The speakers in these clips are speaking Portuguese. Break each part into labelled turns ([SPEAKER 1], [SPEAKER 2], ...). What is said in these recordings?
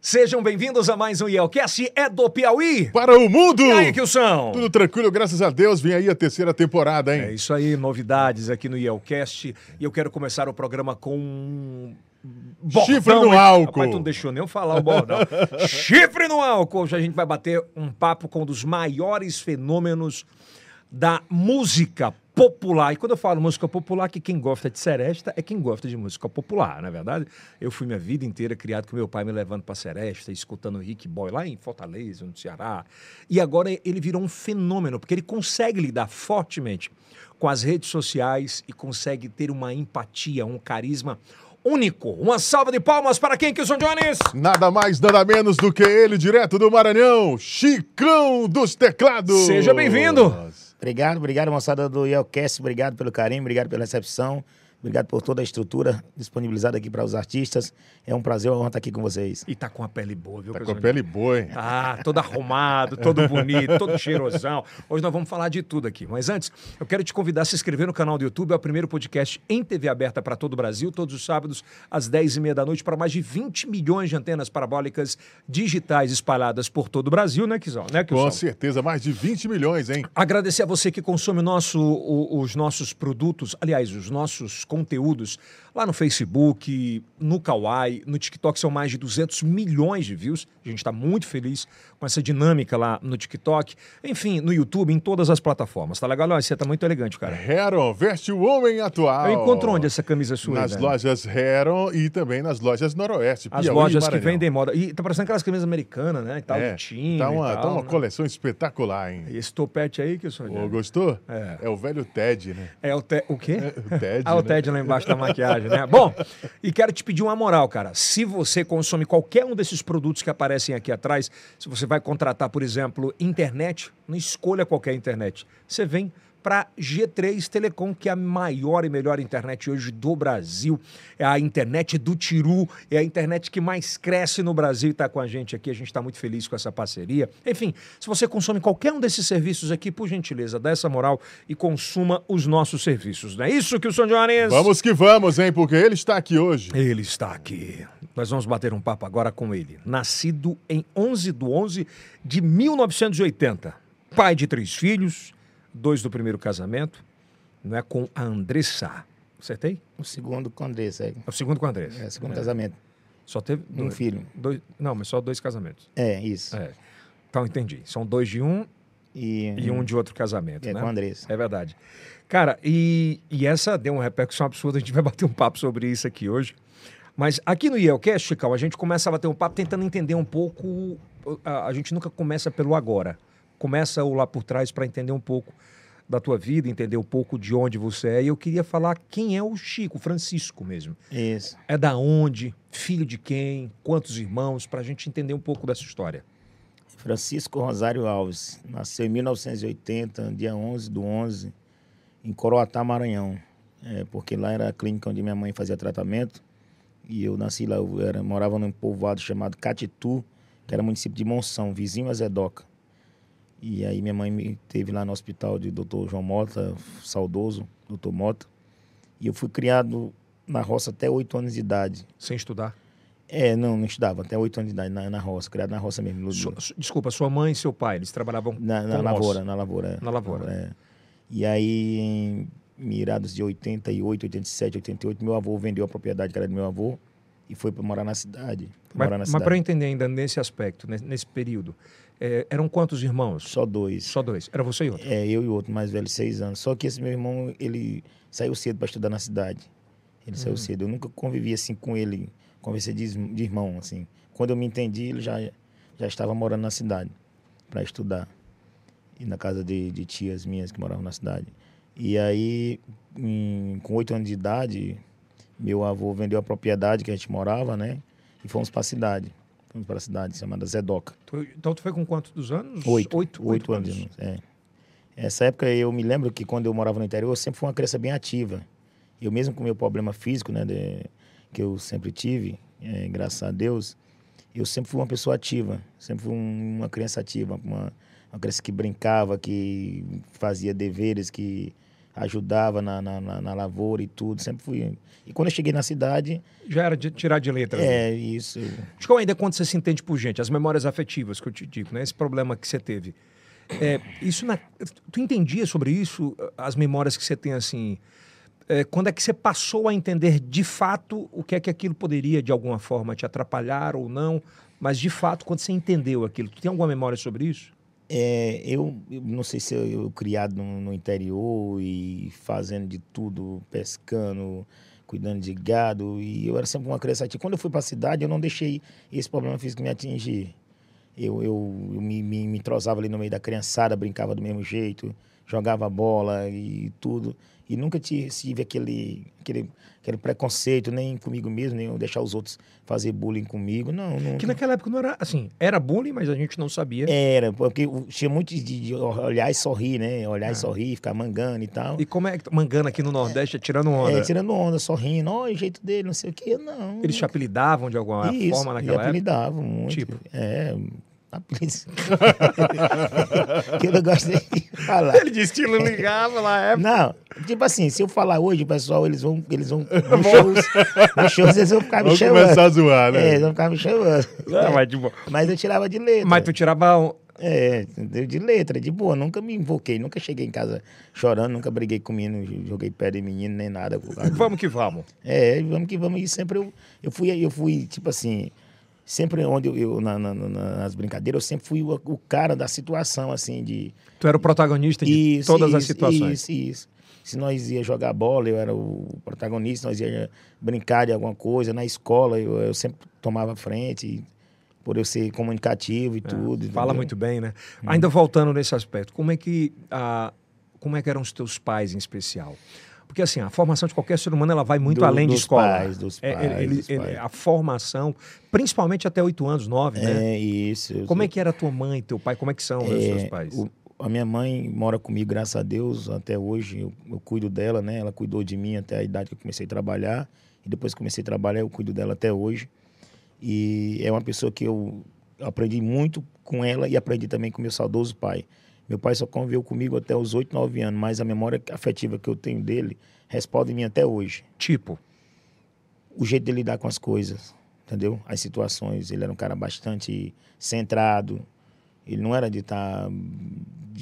[SPEAKER 1] Sejam bem-vindos a mais um Yelcast, é do Piauí.
[SPEAKER 2] Para o mundo!
[SPEAKER 1] E aí, Kilson?
[SPEAKER 2] Tudo tranquilo, graças a Deus. Vem aí a terceira temporada,
[SPEAKER 1] É
[SPEAKER 2] hein?
[SPEAKER 1] isso aí, novidades aqui no Yelcast. E eu quero começar o programa com um bordão,
[SPEAKER 2] Chifre no
[SPEAKER 1] hein?
[SPEAKER 2] álcool.
[SPEAKER 1] Rapaz, tu não deixou nem eu falar o bordão. Chifre no álcool! Hoje a gente vai bater um papo com um dos maiores fenômenos da música popular. E quando eu falo música popular, que quem gosta de seresta é quem gosta de música popular, não é verdade? Eu fui minha vida inteira criado com meu pai me levando para seresta, escutando Rick Boy lá em Fortaleza, no Ceará. E agora ele virou um fenômeno, porque ele consegue lidar fortemente com as redes sociais e consegue ter uma empatia, um carisma único. Uma salva de palmas para quem, Kilson Jones?
[SPEAKER 2] Nada mais, nada menos do que ele, direto do Maranhão, Chicão dos Teclados.
[SPEAKER 1] Seja bem-vindo.
[SPEAKER 3] Obrigado, obrigado, moçada do Yelcast. Obrigado pelo carinho, obrigado pela recepção. Obrigado por toda a estrutura disponibilizada aqui para os artistas. É um prazer, uma honra estar aqui com vocês.
[SPEAKER 1] E tá com a pele boa, viu,
[SPEAKER 2] Tá com
[SPEAKER 1] Kilson
[SPEAKER 2] a pele boa, hein?
[SPEAKER 1] Ah, todo arrumado, todo bonito, todo cheirosão. Hoje nós vamos falar de tudo aqui. Mas antes, eu quero te convidar a se inscrever no canal do YouTube. É o primeiro podcast em TV aberta para todo o Brasil, todos os sábados, às 10h30 da noite, para mais de 20 milhões de antenas parabólicas digitais espalhadas por todo o Brasil, né, Kizão? Né,
[SPEAKER 2] Com
[SPEAKER 1] Kilson?
[SPEAKER 2] certeza, mais de 20 milhões, hein?
[SPEAKER 1] Agradecer a você que consome o nosso- o- os nossos produtos, aliás, os nossos conteúdos lá no Facebook, no Kawaii, no TikTok, são mais de 200 milhões de views. A gente está muito feliz com essa dinâmica lá no TikTok. Enfim, no YouTube, em todas as plataformas. Tá legal? Olha, você tá muito elegante, cara.
[SPEAKER 2] Heron, veste o homem atual.
[SPEAKER 1] Eu encontro onde essa camisa sua?
[SPEAKER 2] Ah, Nas
[SPEAKER 1] né?
[SPEAKER 2] lojas Heron e também nas lojas Noroeste.
[SPEAKER 1] As
[SPEAKER 2] Piauí e
[SPEAKER 1] lojas que
[SPEAKER 2] Maranhão.
[SPEAKER 1] vendem moda. E tá parecendo aquelas camisas americanas, né? E tal,
[SPEAKER 2] É,
[SPEAKER 1] do time.
[SPEAKER 2] tá uma,
[SPEAKER 1] e
[SPEAKER 2] tá
[SPEAKER 1] tal,
[SPEAKER 2] uma
[SPEAKER 1] né?
[SPEAKER 2] coleção espetacular, hein?
[SPEAKER 1] Esse topete aí que eu sou.
[SPEAKER 2] Ô, gostou?
[SPEAKER 1] É.
[SPEAKER 2] o velho Ted, né?
[SPEAKER 1] É o, te... o quê?
[SPEAKER 2] O Ted,
[SPEAKER 1] Ah, o
[SPEAKER 2] né?
[SPEAKER 1] Ted lá embaixo da maquiagem, né? Bom, e quero te pedir uma moral, cara. Se você consome qualquer um desses produtos que aparecem aqui atrás, se você vai contratar, por exemplo, internet, não escolha qualquer internet. Você vem para G3 Telecom, que é a maior e melhor internet hoje do Brasil. É a internet do Tiru, é a internet que mais cresce no Brasil e está com a gente aqui. A gente está muito feliz com essa parceria. Enfim, se você consome qualquer um desses serviços aqui, por gentileza, dá essa moral e consuma os nossos serviços. Não é isso que o São Jones?
[SPEAKER 2] Vamos que vamos, hein? Porque ele está aqui hoje.
[SPEAKER 1] Ele está aqui. Nós vamos bater um papo agora com ele. Nascido em 11 de 11 de 1980. Pai de três filhos, dois do primeiro casamento, não é com a Andressa. Acertei?
[SPEAKER 3] O segundo com Andressa, é,
[SPEAKER 1] É o segundo com a Andressa.
[SPEAKER 3] é o segundo casamento.
[SPEAKER 1] Só teve
[SPEAKER 3] Um
[SPEAKER 1] dois,
[SPEAKER 3] filho.
[SPEAKER 1] dois- não, mas só dois casamentos.
[SPEAKER 3] É, isso.
[SPEAKER 1] É. Então entendi. São dois de um
[SPEAKER 3] E,
[SPEAKER 1] e um de outro casamento,
[SPEAKER 3] é
[SPEAKER 1] né?
[SPEAKER 3] com a Andressa.
[SPEAKER 1] É verdade. Cara, e, e essa deu uma repercussão absurda, a gente vai bater um papo sobre isso aqui hoje. Mas aqui no Yelcast, Chicão, a gente começa a bater um papo tentando entender um pouco. A, a gente nunca começa pelo agora. Começa o lá por trás para entender um pouco da tua vida, entender um pouco de onde você é. E eu queria falar quem é o Chico, Francisco mesmo.
[SPEAKER 3] Isso.
[SPEAKER 1] É da onde? Filho de quem? Quantos irmãos? Para a gente entender um pouco dessa história.
[SPEAKER 3] Francisco Rosário Alves. Nasceu em 1980, dia 11 do 11, em Coroatá, Maranhão. É, porque lá era a clínica onde minha mãe fazia tratamento. E eu nasci lá, eu era, morava num povoado chamado Catitu, que era município de Monção, vizinho a Zedoca. E aí minha mãe me teve lá no hospital de Dr. João Mota, saudoso, Dr. Mota. E eu fui criado na roça até oito anos de idade.
[SPEAKER 1] Sem estudar.
[SPEAKER 3] É, não, não estudava, até oito anos de idade, na, na roça, criado na roça mesmo. em Ludmila.
[SPEAKER 1] Su- su- desculpa, sua mãe e seu pai, eles trabalhavam
[SPEAKER 3] Hum. Na, na
[SPEAKER 1] com
[SPEAKER 3] lavoura,
[SPEAKER 1] um osso.
[SPEAKER 3] na lavoura. é.
[SPEAKER 1] Na lavoura.
[SPEAKER 3] É. E aí, em mirados de 88, 87, 88, meu avô vendeu a propriedade que era do meu avô e foi para morar na cidade. Foi morar na
[SPEAKER 1] Mas, mas
[SPEAKER 3] cidade.
[SPEAKER 1] para entender ainda nesse aspecto, ne- nesse período, é, eram quantos irmãos?
[SPEAKER 3] Só dois.
[SPEAKER 1] Só dois. Era você e outro.
[SPEAKER 3] É, eu e o outro mais velho, seis anos. Só que esse meu irmão, ele saiu cedo para estudar na cidade. Ele saiu cedo. Eu nunca convivi assim com ele, conversei de, is- de irmão, assim. Quando eu me entendi, ele já, já estava morando na cidade para estudar. E na casa de, de tias minhas que moravam na cidade. E aí, em- com oito anos de idade, meu avô vendeu a propriedade que a gente morava, né? E fomos para a cidade. Fomos para a cidade chamada Zedoca.
[SPEAKER 1] Tu- então tu foi com quantos dos anos?
[SPEAKER 3] Oito.
[SPEAKER 1] Oito, oito anos.
[SPEAKER 3] É. Essa época eu me lembro que quando eu morava no interior, eu sempre fui uma criança bem ativa. Eu mesmo com o meu problema físico, né, de- que eu sempre tive, é, graças a Deus, eu sempre fui uma pessoa ativa. Sempre fui um- uma criança ativa, uma, uma criança que brincava, que fazia deveres, que ajudava na, na, na- na lavoura e tudo, sempre fui. E quando eu cheguei na cidade,
[SPEAKER 1] Já era de tirar de letra. né?
[SPEAKER 3] é isso.
[SPEAKER 1] Acho que ainda quando você se entende por gente, as memórias afetivas que eu te digo, né? Esse problema que você teve. É, isso na- Tu entendia sobre isso, as memórias que você tem assim? É, quando é que você passou a entender de fato o que é que aquilo poderia de alguma forma te atrapalhar ou não? Mas de fato, quando você entendeu aquilo, tu tem alguma memória sobre isso?
[SPEAKER 3] É, eu, eu não sei se eu, eu criado no, no interior e fazendo de tudo, pescando, cuidando de gado, e eu era sempre uma criança ativa. Quando eu fui para a cidade, eu não deixei esse problema físico me atingir. Eu, eu, eu me, me, me entrosava ali no meio da criançada, brincava do mesmo jeito, jogava bola e tudo. E nunca ti- tive aquele, aquele, aquele preconceito, nem comigo mesmo, nem eu deixar os outros fazer bullying comigo. Não, não.
[SPEAKER 1] Que naquela época não era assim, era bullying, mas a gente não sabia.
[SPEAKER 3] Era, porque o- tinha muito de, de olhar e sorrir, né? Olhar
[SPEAKER 1] Ah.
[SPEAKER 3] e sorrir, ficar mangando e tal.
[SPEAKER 1] E como é que mangana aqui no Nordeste é tirando onda?
[SPEAKER 3] É, tirando onda, sorrindo, olha o jeito dele, não sei o quê, não.
[SPEAKER 1] Eles te apelidavam de alguma
[SPEAKER 3] Isso,
[SPEAKER 1] forma
[SPEAKER 3] e
[SPEAKER 1] naquela época?
[SPEAKER 3] apelidavam muito.
[SPEAKER 1] Tipo?
[SPEAKER 3] É, apelido. que eu não gosto nem de falar.
[SPEAKER 1] Ele é disse que não ligava na época.
[SPEAKER 3] Não, tipo assim, se eu falar hoje, pessoal, eles vão, eles vão, nos shows, nos shows eles vão ficar me
[SPEAKER 2] Vamos
[SPEAKER 3] chamando.
[SPEAKER 2] começar a zoar,
[SPEAKER 3] É,
[SPEAKER 2] né?
[SPEAKER 3] eles vão ficar me chamando.
[SPEAKER 1] Não, Ah, mas de boa.
[SPEAKER 3] Mas eu tirava de letra.
[SPEAKER 1] Mas tu tirava. um-
[SPEAKER 3] É, entendeu? de letra, de boa. Nunca me invoquei, nunca cheguei em casa chorando, nunca briguei com menino, joguei pedra em menino, nem nada. por causa disso.
[SPEAKER 1] Vamos que vamos.
[SPEAKER 3] É, vamos que vamos. E sempre eu, eu fui, eu fui, tipo assim, sempre onde eu, eu- na- na- na- nas brincadeiras, eu sempre fui o, o cara da situação, assim, de.
[SPEAKER 1] Tu era o protagonista de
[SPEAKER 3] Isso,
[SPEAKER 1] todas as
[SPEAKER 3] isso,
[SPEAKER 1] situações.
[SPEAKER 3] Isso, isso. Se nós ia jogar bola, eu era o protagonista, nós ia brincar de alguma coisa, na escola, eu, eu sempre tomava frente, por eu ser comunicativo e tudo.
[SPEAKER 1] É. Fala
[SPEAKER 3] entendeu? Hum.
[SPEAKER 1] muito bem, né? Ainda voltando nesse aspecto, como é que ah, como é que eram os teus pais em especial? Porque assim, a formação de qualquer ser humano ela vai muito
[SPEAKER 3] Do-
[SPEAKER 1] além de
[SPEAKER 3] dos
[SPEAKER 1] escola.
[SPEAKER 3] pais, dos
[SPEAKER 1] É, ele-
[SPEAKER 3] pais,
[SPEAKER 1] ele-
[SPEAKER 3] dos
[SPEAKER 1] ele-
[SPEAKER 3] pais.
[SPEAKER 1] a formação, principalmente até oito anos, nove, né?
[SPEAKER 3] É, isso.
[SPEAKER 1] Como é que era tua mãe, teu pai? Como é que são os
[SPEAKER 3] É,
[SPEAKER 1] seus pais?
[SPEAKER 3] o- a minha mãe mora comigo, graças a Deus, até hoje. Eu, eu cuido dela, né? Ela cuidou de mim até a idade que eu comecei a trabalhar. E depois que comecei a trabalhar, eu cuido dela até hoje. E é uma pessoa que eu aprendi muito com ela e aprendi também com meu saudoso pai. Meu pai só conviveu comigo até os 8, 9 anos, mas a memória afetiva que eu tenho dele respalda em mim até hoje
[SPEAKER 1] Tipo,
[SPEAKER 3] o jeito de lidar com as coisas, entendeu? As situações. Ele era um cara bastante centrado. Ele não era de estar,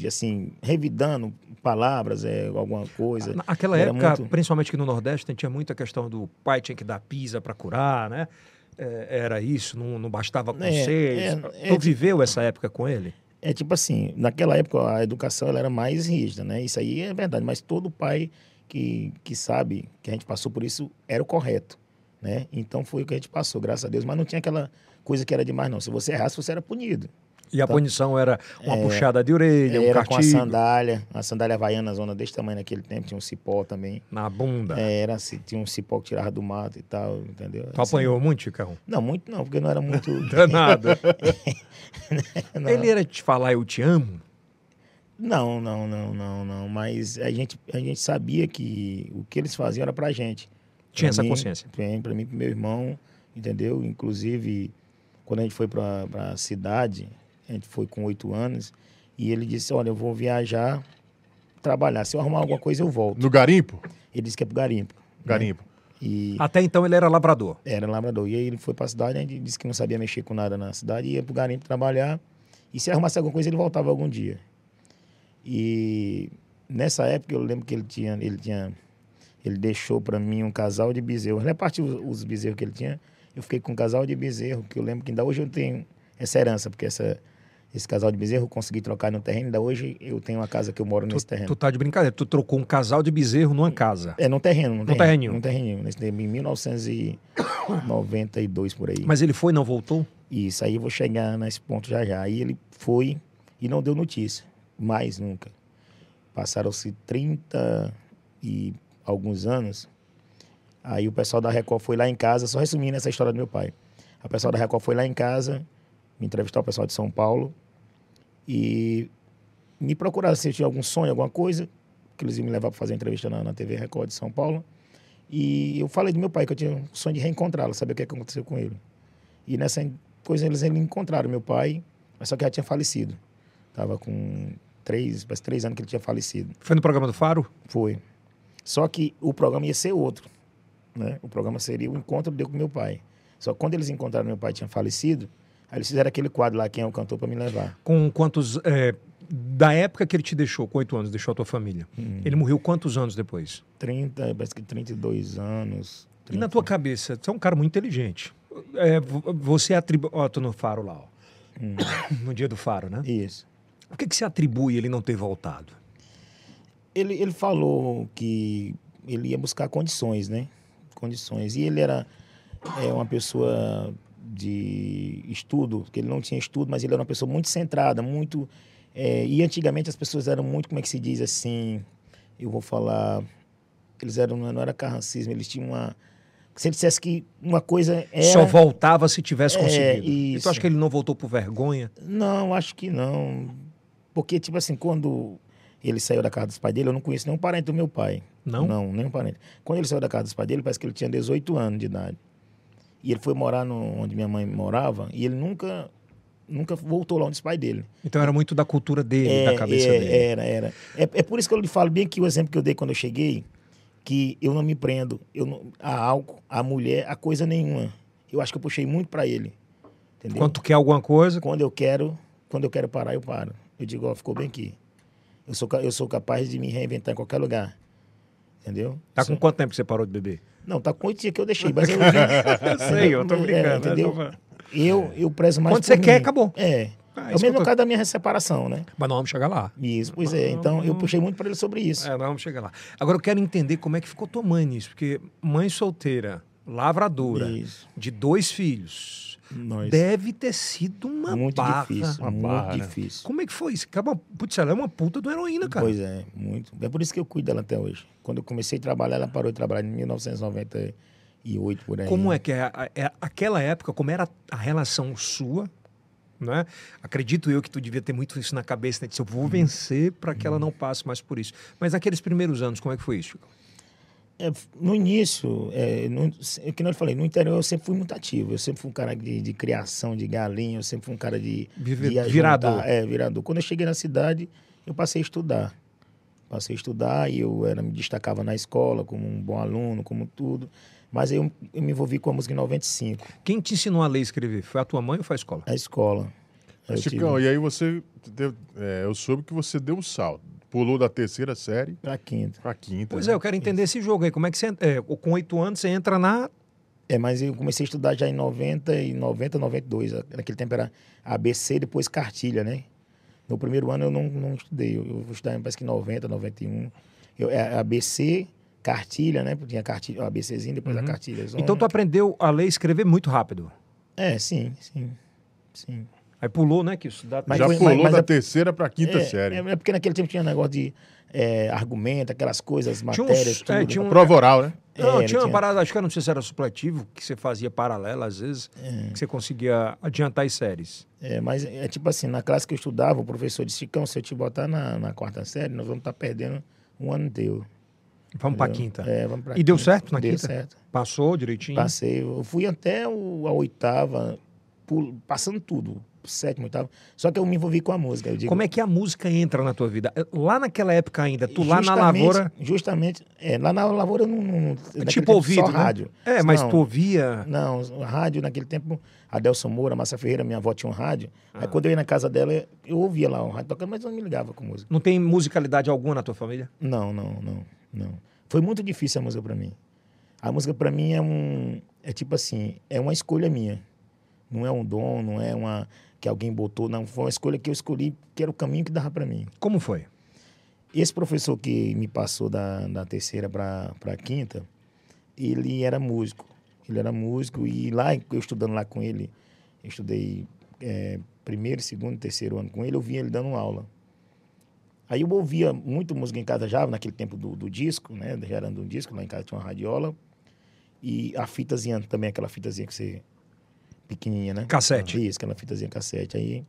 [SPEAKER 3] assim, revidando palavras, é, alguma coisa.
[SPEAKER 1] naquela
[SPEAKER 3] Era
[SPEAKER 1] época,
[SPEAKER 3] muito-
[SPEAKER 1] principalmente aqui no Nordeste, tinha muita questão do pai tinha que dar pisa para curar, né? É, era isso, não, não bastava conselhos.
[SPEAKER 3] é, é,
[SPEAKER 1] tu
[SPEAKER 3] é,
[SPEAKER 1] viveu essa época com ele?
[SPEAKER 3] É tipo assim, naquela época a educação ela era mais rígida, né? Isso aí é verdade, mas todo pai que, que sabe que a gente passou por isso era o correto, né? Então foi o que a gente passou, graças a Deus. Mas não tinha aquela coisa que era demais, não. Se você errasse, você era punido.
[SPEAKER 1] E a punição era uma puxada de orelha, um
[SPEAKER 3] Tá. É, era com a
[SPEAKER 1] castigo
[SPEAKER 3] sandália, a sandália havaiana, zona desse tamanho naquele tempo, tinha um cipó também.
[SPEAKER 1] na bunda.
[SPEAKER 3] É, era, assim, tinha um cipó que tirava do mato e tal, entendeu?
[SPEAKER 1] Tu apanhou é muito, Chicão?
[SPEAKER 3] Não, muito não, porque não era muito.
[SPEAKER 1] Danado.
[SPEAKER 3] não,
[SPEAKER 1] Ele era te falar eu te amo?
[SPEAKER 3] não, não, não, não, não. Mas a gente, a gente sabia que o que eles faziam era pra gente.
[SPEAKER 1] Tinha
[SPEAKER 3] Pra
[SPEAKER 1] essa
[SPEAKER 3] mim,
[SPEAKER 1] consciência.
[SPEAKER 3] Tem, pra mim, pro meu irmão, entendeu? Inclusive, quando a gente foi pra, pra cidade, a gente foi com oito anos, e ele disse: Olha, eu vou viajar, trabalhar. Se eu arrumar alguma coisa, eu volto.
[SPEAKER 2] No garimpo?
[SPEAKER 3] Ele disse que é pro garimpo. né?
[SPEAKER 2] Garimpo.
[SPEAKER 3] E
[SPEAKER 1] Até então ele era lavrador.
[SPEAKER 3] era labrador. E aí ele foi pra cidade, ele disse que não sabia mexer com nada na cidade, ia pro garimpo trabalhar. E se arrumasse alguma coisa, ele voltava algum dia. E nessa época eu lembro que ele tinha. Ele, tinha, ele deixou pra mim um casal de bezerros. Repartiu os, os bezerros que ele tinha. Eu fiquei com um casal de bezerro, que eu lembro que ainda hoje eu tenho essa herança, porque essa, esse casal de bezerro eu consegui trocar no terreno, ainda hoje eu tenho uma casa que eu moro
[SPEAKER 1] Tu,
[SPEAKER 3] nesse terreno.
[SPEAKER 1] tu tá de brincadeira. Tu trocou um casal de bezerro numa casa.
[SPEAKER 3] É, num terreno, num terreno.
[SPEAKER 1] terreninho.
[SPEAKER 3] Num terreninho. Nesse tempo, em 1992, por aí.
[SPEAKER 1] Mas ele foi e não voltou?
[SPEAKER 3] Isso, aí eu vou chegar nesse ponto já já. Aí ele foi e não deu notícia, mais nunca. Passaram-se 30 e alguns anos. Aí o pessoal da Record foi lá em casa, só resumindo essa história do meu pai. O pessoal da Record foi lá em casa, me entrevistar o pessoal de São Paulo e me procuraram se eu tinha algum sonho, alguma coisa, que eles iam me levar para fazer uma entrevista na, na TV Record de São Paulo. E eu falei do meu pai que eu tinha um sonho de reencontrá-lo, saber o que é que aconteceu com ele. E nessa coisa eles eles encontraram meu pai, mas só que já tinha falecido. Tava com três, faz três anos que ele tinha falecido.
[SPEAKER 1] Foi no programa do Faro?
[SPEAKER 3] Foi. Só que o programa ia ser outro. Né? O programa seria o encontro deu com meu pai. Só que quando eles encontraram meu pai tinha falecido, aí eles fizeram aquele quadro lá, quem é o cantor para me levar.
[SPEAKER 1] Com quantos. é, da época que ele te deixou, com oito anos, deixou a tua família. Ele morreu quantos anos depois?
[SPEAKER 3] 30, parece que 32 anos.
[SPEAKER 1] E
[SPEAKER 3] 30.
[SPEAKER 1] na tua cabeça, você é um cara muito inteligente. É, vo- você atribui. Ó, tô no faro lá, ó. Hum. No dia do faro, né?
[SPEAKER 3] um. Isso.
[SPEAKER 1] O que, que você atribui ele não ter voltado?
[SPEAKER 3] Ele, ele falou que ele ia buscar condições, né? Condições. E ele era é, uma pessoa de estudo, que ele não tinha estudo, mas ele era uma pessoa muito centrada, muito. é, e antigamente as pessoas eram muito, como é que se diz assim? Eu vou falar. Eles eram, não era carrancismo, eles tinham uma. Se ele dissesse que uma coisa era.
[SPEAKER 1] Só voltava se tivesse
[SPEAKER 3] É,
[SPEAKER 1] conseguido. E tu
[SPEAKER 3] isso.
[SPEAKER 1] acha que ele não voltou por vergonha?
[SPEAKER 3] Não, acho que não. Porque, tipo assim, quando ele saiu da casa dos pais dele, eu não conheço nenhum parente do meu pai.
[SPEAKER 1] Não?
[SPEAKER 3] Não, nenhum parente. Quando ele saiu da casa dos pais dele, parece que ele tinha 18 anos de idade. E ele foi morar no, onde minha mãe morava e ele nunca, nunca voltou lá onde os pais dele.
[SPEAKER 1] Então era muito da cultura dele, da cabeça
[SPEAKER 3] é,
[SPEAKER 1] dele.
[SPEAKER 3] Era, era. É, é por isso que eu lhe falo bem aqui o exemplo que eu dei quando eu cheguei, que eu não me prendo eu não, a álcool, a mulher, a coisa nenhuma. Eu acho que eu puxei muito pra ele. Entendeu?
[SPEAKER 1] Quando tu quer alguma coisa,
[SPEAKER 3] Quando eu quero, quando eu quero parar, eu paro. Eu digo, ó, ficou bem aqui. Eu sou, ca- eu sou capaz de me reinventar em qualquer lugar. Entendeu?
[SPEAKER 1] tá com quanto tempo que você parou de beber?
[SPEAKER 3] Não, tá com oito dias que eu deixei, mas eu...
[SPEAKER 1] Eu sei, eu tô
[SPEAKER 3] É,
[SPEAKER 1] brincando, né?
[SPEAKER 3] entendeu?
[SPEAKER 1] eu tô-
[SPEAKER 3] Eu, eu prezo mais
[SPEAKER 1] Quando
[SPEAKER 3] por
[SPEAKER 1] você quer,
[SPEAKER 3] mim.
[SPEAKER 1] acabou.
[SPEAKER 3] É.
[SPEAKER 1] Ah,
[SPEAKER 3] é o
[SPEAKER 1] isso que eu
[SPEAKER 3] mesmo
[SPEAKER 1] tô-
[SPEAKER 3] caso da minha separação, né?
[SPEAKER 1] Mas nós vamos chegar lá.
[SPEAKER 3] Isso, pois é. Então, eu puxei muito para ele sobre isso.
[SPEAKER 1] É, nós vamos chegar lá. Agora eu quero entender como é que ficou tua mãe nisso, porque mãe solteira, lavradora,
[SPEAKER 3] Isso.
[SPEAKER 1] de dois filhos,
[SPEAKER 3] Nós.
[SPEAKER 1] deve ter sido uma
[SPEAKER 3] Muito
[SPEAKER 1] barra.
[SPEAKER 3] difícil,
[SPEAKER 2] Uma
[SPEAKER 3] muito
[SPEAKER 2] barra.
[SPEAKER 3] difícil.
[SPEAKER 1] Como é que foi isso? Acaba, putz, ela é uma puta do heroína, cara.
[SPEAKER 3] Pois é, muito. É por isso que eu cuido dela até hoje. Quando eu comecei a trabalhar, ela parou de trabalhar em 1998, por aí.
[SPEAKER 1] Como é que é, a- é aquela época, como era a relação sua, né? Acredito eu que tu devia ter muito isso na cabeça, né? Disse, eu
[SPEAKER 3] Hum.
[SPEAKER 1] vou vencer para que ela não passe mais por isso. Mas naqueles primeiros anos, como é que foi isso? Chico?
[SPEAKER 3] É, no início, é, no, é que nem eu falei, no interior eu sempre fui muito ativo. Eu sempre fui um cara de, de criação de galinha, eu sempre fui um cara de.
[SPEAKER 1] Vive-
[SPEAKER 3] de ajuntar-
[SPEAKER 1] virador.
[SPEAKER 3] É, virador. Quando eu cheguei na cidade, eu passei a estudar. Passei a estudar e eu era, me destacava na escola como um bom aluno, como tudo. Mas aí eu, eu me envolvi com a música em 95,
[SPEAKER 1] Quem te ensinou a ler e escrever? Foi a tua mãe ou foi a escola?
[SPEAKER 3] a escola. É, Eu tive-
[SPEAKER 2] Chicão, e aí você. deu- é, eu soube que você deu um salto. Pulou da terceira série
[SPEAKER 3] Pra quinta.
[SPEAKER 2] pra quinta. né?
[SPEAKER 1] Pois é, eu quero entender esse jogo aí. Como é que você. en- é, com oito anos você entra na.
[SPEAKER 3] É, mas eu comecei a estudar já em 90 e 90, 92. Naquele tempo era ABC, depois cartilha, né? No primeiro ano eu não, não estudei. Eu, eu vou estudar, parece que em 90, 91. Eu, é ABC, cartilha, né? Porque Tinha cartilha, o ABCzinho, depois a cartilha. zona.
[SPEAKER 1] Então tá- tu aprendeu a ler e escrever muito rápido.
[SPEAKER 3] É, sim, sim. Sim.
[SPEAKER 1] Aí pulou, né? Que isso dá.
[SPEAKER 3] Mas
[SPEAKER 2] Já
[SPEAKER 3] foi-
[SPEAKER 2] pulou
[SPEAKER 3] mas- mas
[SPEAKER 2] da
[SPEAKER 3] é-
[SPEAKER 2] terceira pra quinta
[SPEAKER 3] é,
[SPEAKER 2] série.
[SPEAKER 3] É, é porque naquele tempo tinha negócio de é, argumento, aquelas coisas,
[SPEAKER 1] Tinha uns-
[SPEAKER 3] matérias, tudo.
[SPEAKER 1] é, tinha um-
[SPEAKER 2] Prova oral, né?
[SPEAKER 1] Não,
[SPEAKER 3] é,
[SPEAKER 1] tinha uma
[SPEAKER 3] tinha-
[SPEAKER 1] parada, acho que eu não sei se era supletivo, que você fazia paralela às vezes, que você conseguia adiantar as séries.
[SPEAKER 3] É, mas é tipo assim, na classe que eu estudava, o professor disse, Chicão, se eu te botar na, na quarta série, nós vamos estar perdendo um ano teu.
[SPEAKER 1] Vamos pra quinta.
[SPEAKER 3] É, vamos pra
[SPEAKER 1] E deu
[SPEAKER 3] quinta.
[SPEAKER 1] certo na
[SPEAKER 3] deu
[SPEAKER 1] quinta?
[SPEAKER 3] certo.
[SPEAKER 1] Passou direitinho.
[SPEAKER 3] Passei. Eu fui até o- a oitava, pul- passando tudo. Sétimo, oitavo. Só que eu me envolvi com a música. Eu digo,
[SPEAKER 1] Como é que a música entra na tua vida? É, Lá naquela época ainda, tu lá na
[SPEAKER 3] justamente-
[SPEAKER 1] lavoura.
[SPEAKER 3] Justamente. É, lá na lavoura eu não. não
[SPEAKER 1] Tipo
[SPEAKER 3] naquele tempo,
[SPEAKER 1] ouvido.
[SPEAKER 3] Só
[SPEAKER 1] né?
[SPEAKER 3] rádio.
[SPEAKER 1] É, mas
[SPEAKER 3] não,
[SPEAKER 1] tu ouvia.
[SPEAKER 3] Não, a rádio naquele tempo, Adelson Moura, Massa Ferreira, minha avó tinha um rádio.
[SPEAKER 1] Ah.
[SPEAKER 3] Aí quando eu ia na casa dela, eu ouvia lá o rádio tocando, mas eu não me ligava com música.
[SPEAKER 1] Não tem musicalidade alguma na tua família?
[SPEAKER 3] Não, não, não, não. Foi muito difícil a música pra mim. A música pra mim é um, é tipo assim, é uma escolha minha. Não é um dom, não é uma que alguém botou, não foi uma escolha que eu escolhi, que era o caminho que dava pra mim.
[SPEAKER 1] Como foi?
[SPEAKER 3] Esse professor que me passou da, da terceira pra pra quinta, ele era músico. Ele era músico e lá, eu estudando lá com ele, eu estudei eh, primeiro, segundo, terceiro ano com ele, eu via ele dando aula. Aí eu ouvia muito música em casa já, naquele tempo do, do disco, né? Gerando um disco, lá em casa tinha uma radiola. E a fitazinha também, aquela fitazinha que você... Pequenininha, né?
[SPEAKER 1] Cassete.
[SPEAKER 3] Isso, aquela fitazinha cassete. Aí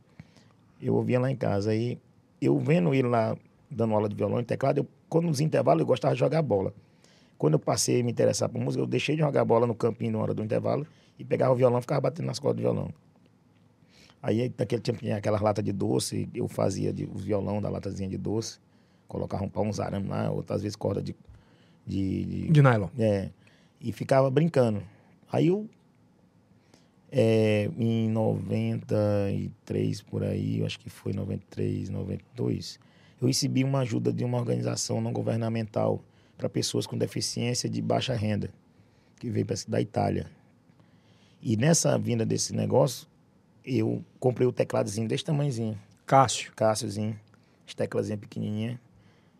[SPEAKER 3] eu ouvia lá em casa. Aí eu vendo ele lá dando aula de violão e teclado, eu, quando nos intervalos eu gostava de jogar bola. Quando eu passei a me interessar por música, eu deixei de jogar bola no campinho na hora do intervalo e pegava o violão e ficava batendo nas cordas do violão. Aí, naquele tempo, tinha aquelas latas de doce, eu um fazia de, o violão da latazinha de doce, colocava um pau, uns arames lá, outras vezes corda de, de- de
[SPEAKER 1] De nylon.
[SPEAKER 3] é, e ficava brincando. Aí eu, é, em 93, por aí, eu acho que foi 93, 92, eu recebi uma ajuda de uma organização não governamental para pessoas com deficiência de baixa renda, que veio pra- da Itália. E nessa vinda desse negócio, eu comprei o tecladozinho desse tamanhozinho.
[SPEAKER 1] Cássio,
[SPEAKER 3] Cássiozinho, as teclazinhas pequenininhas.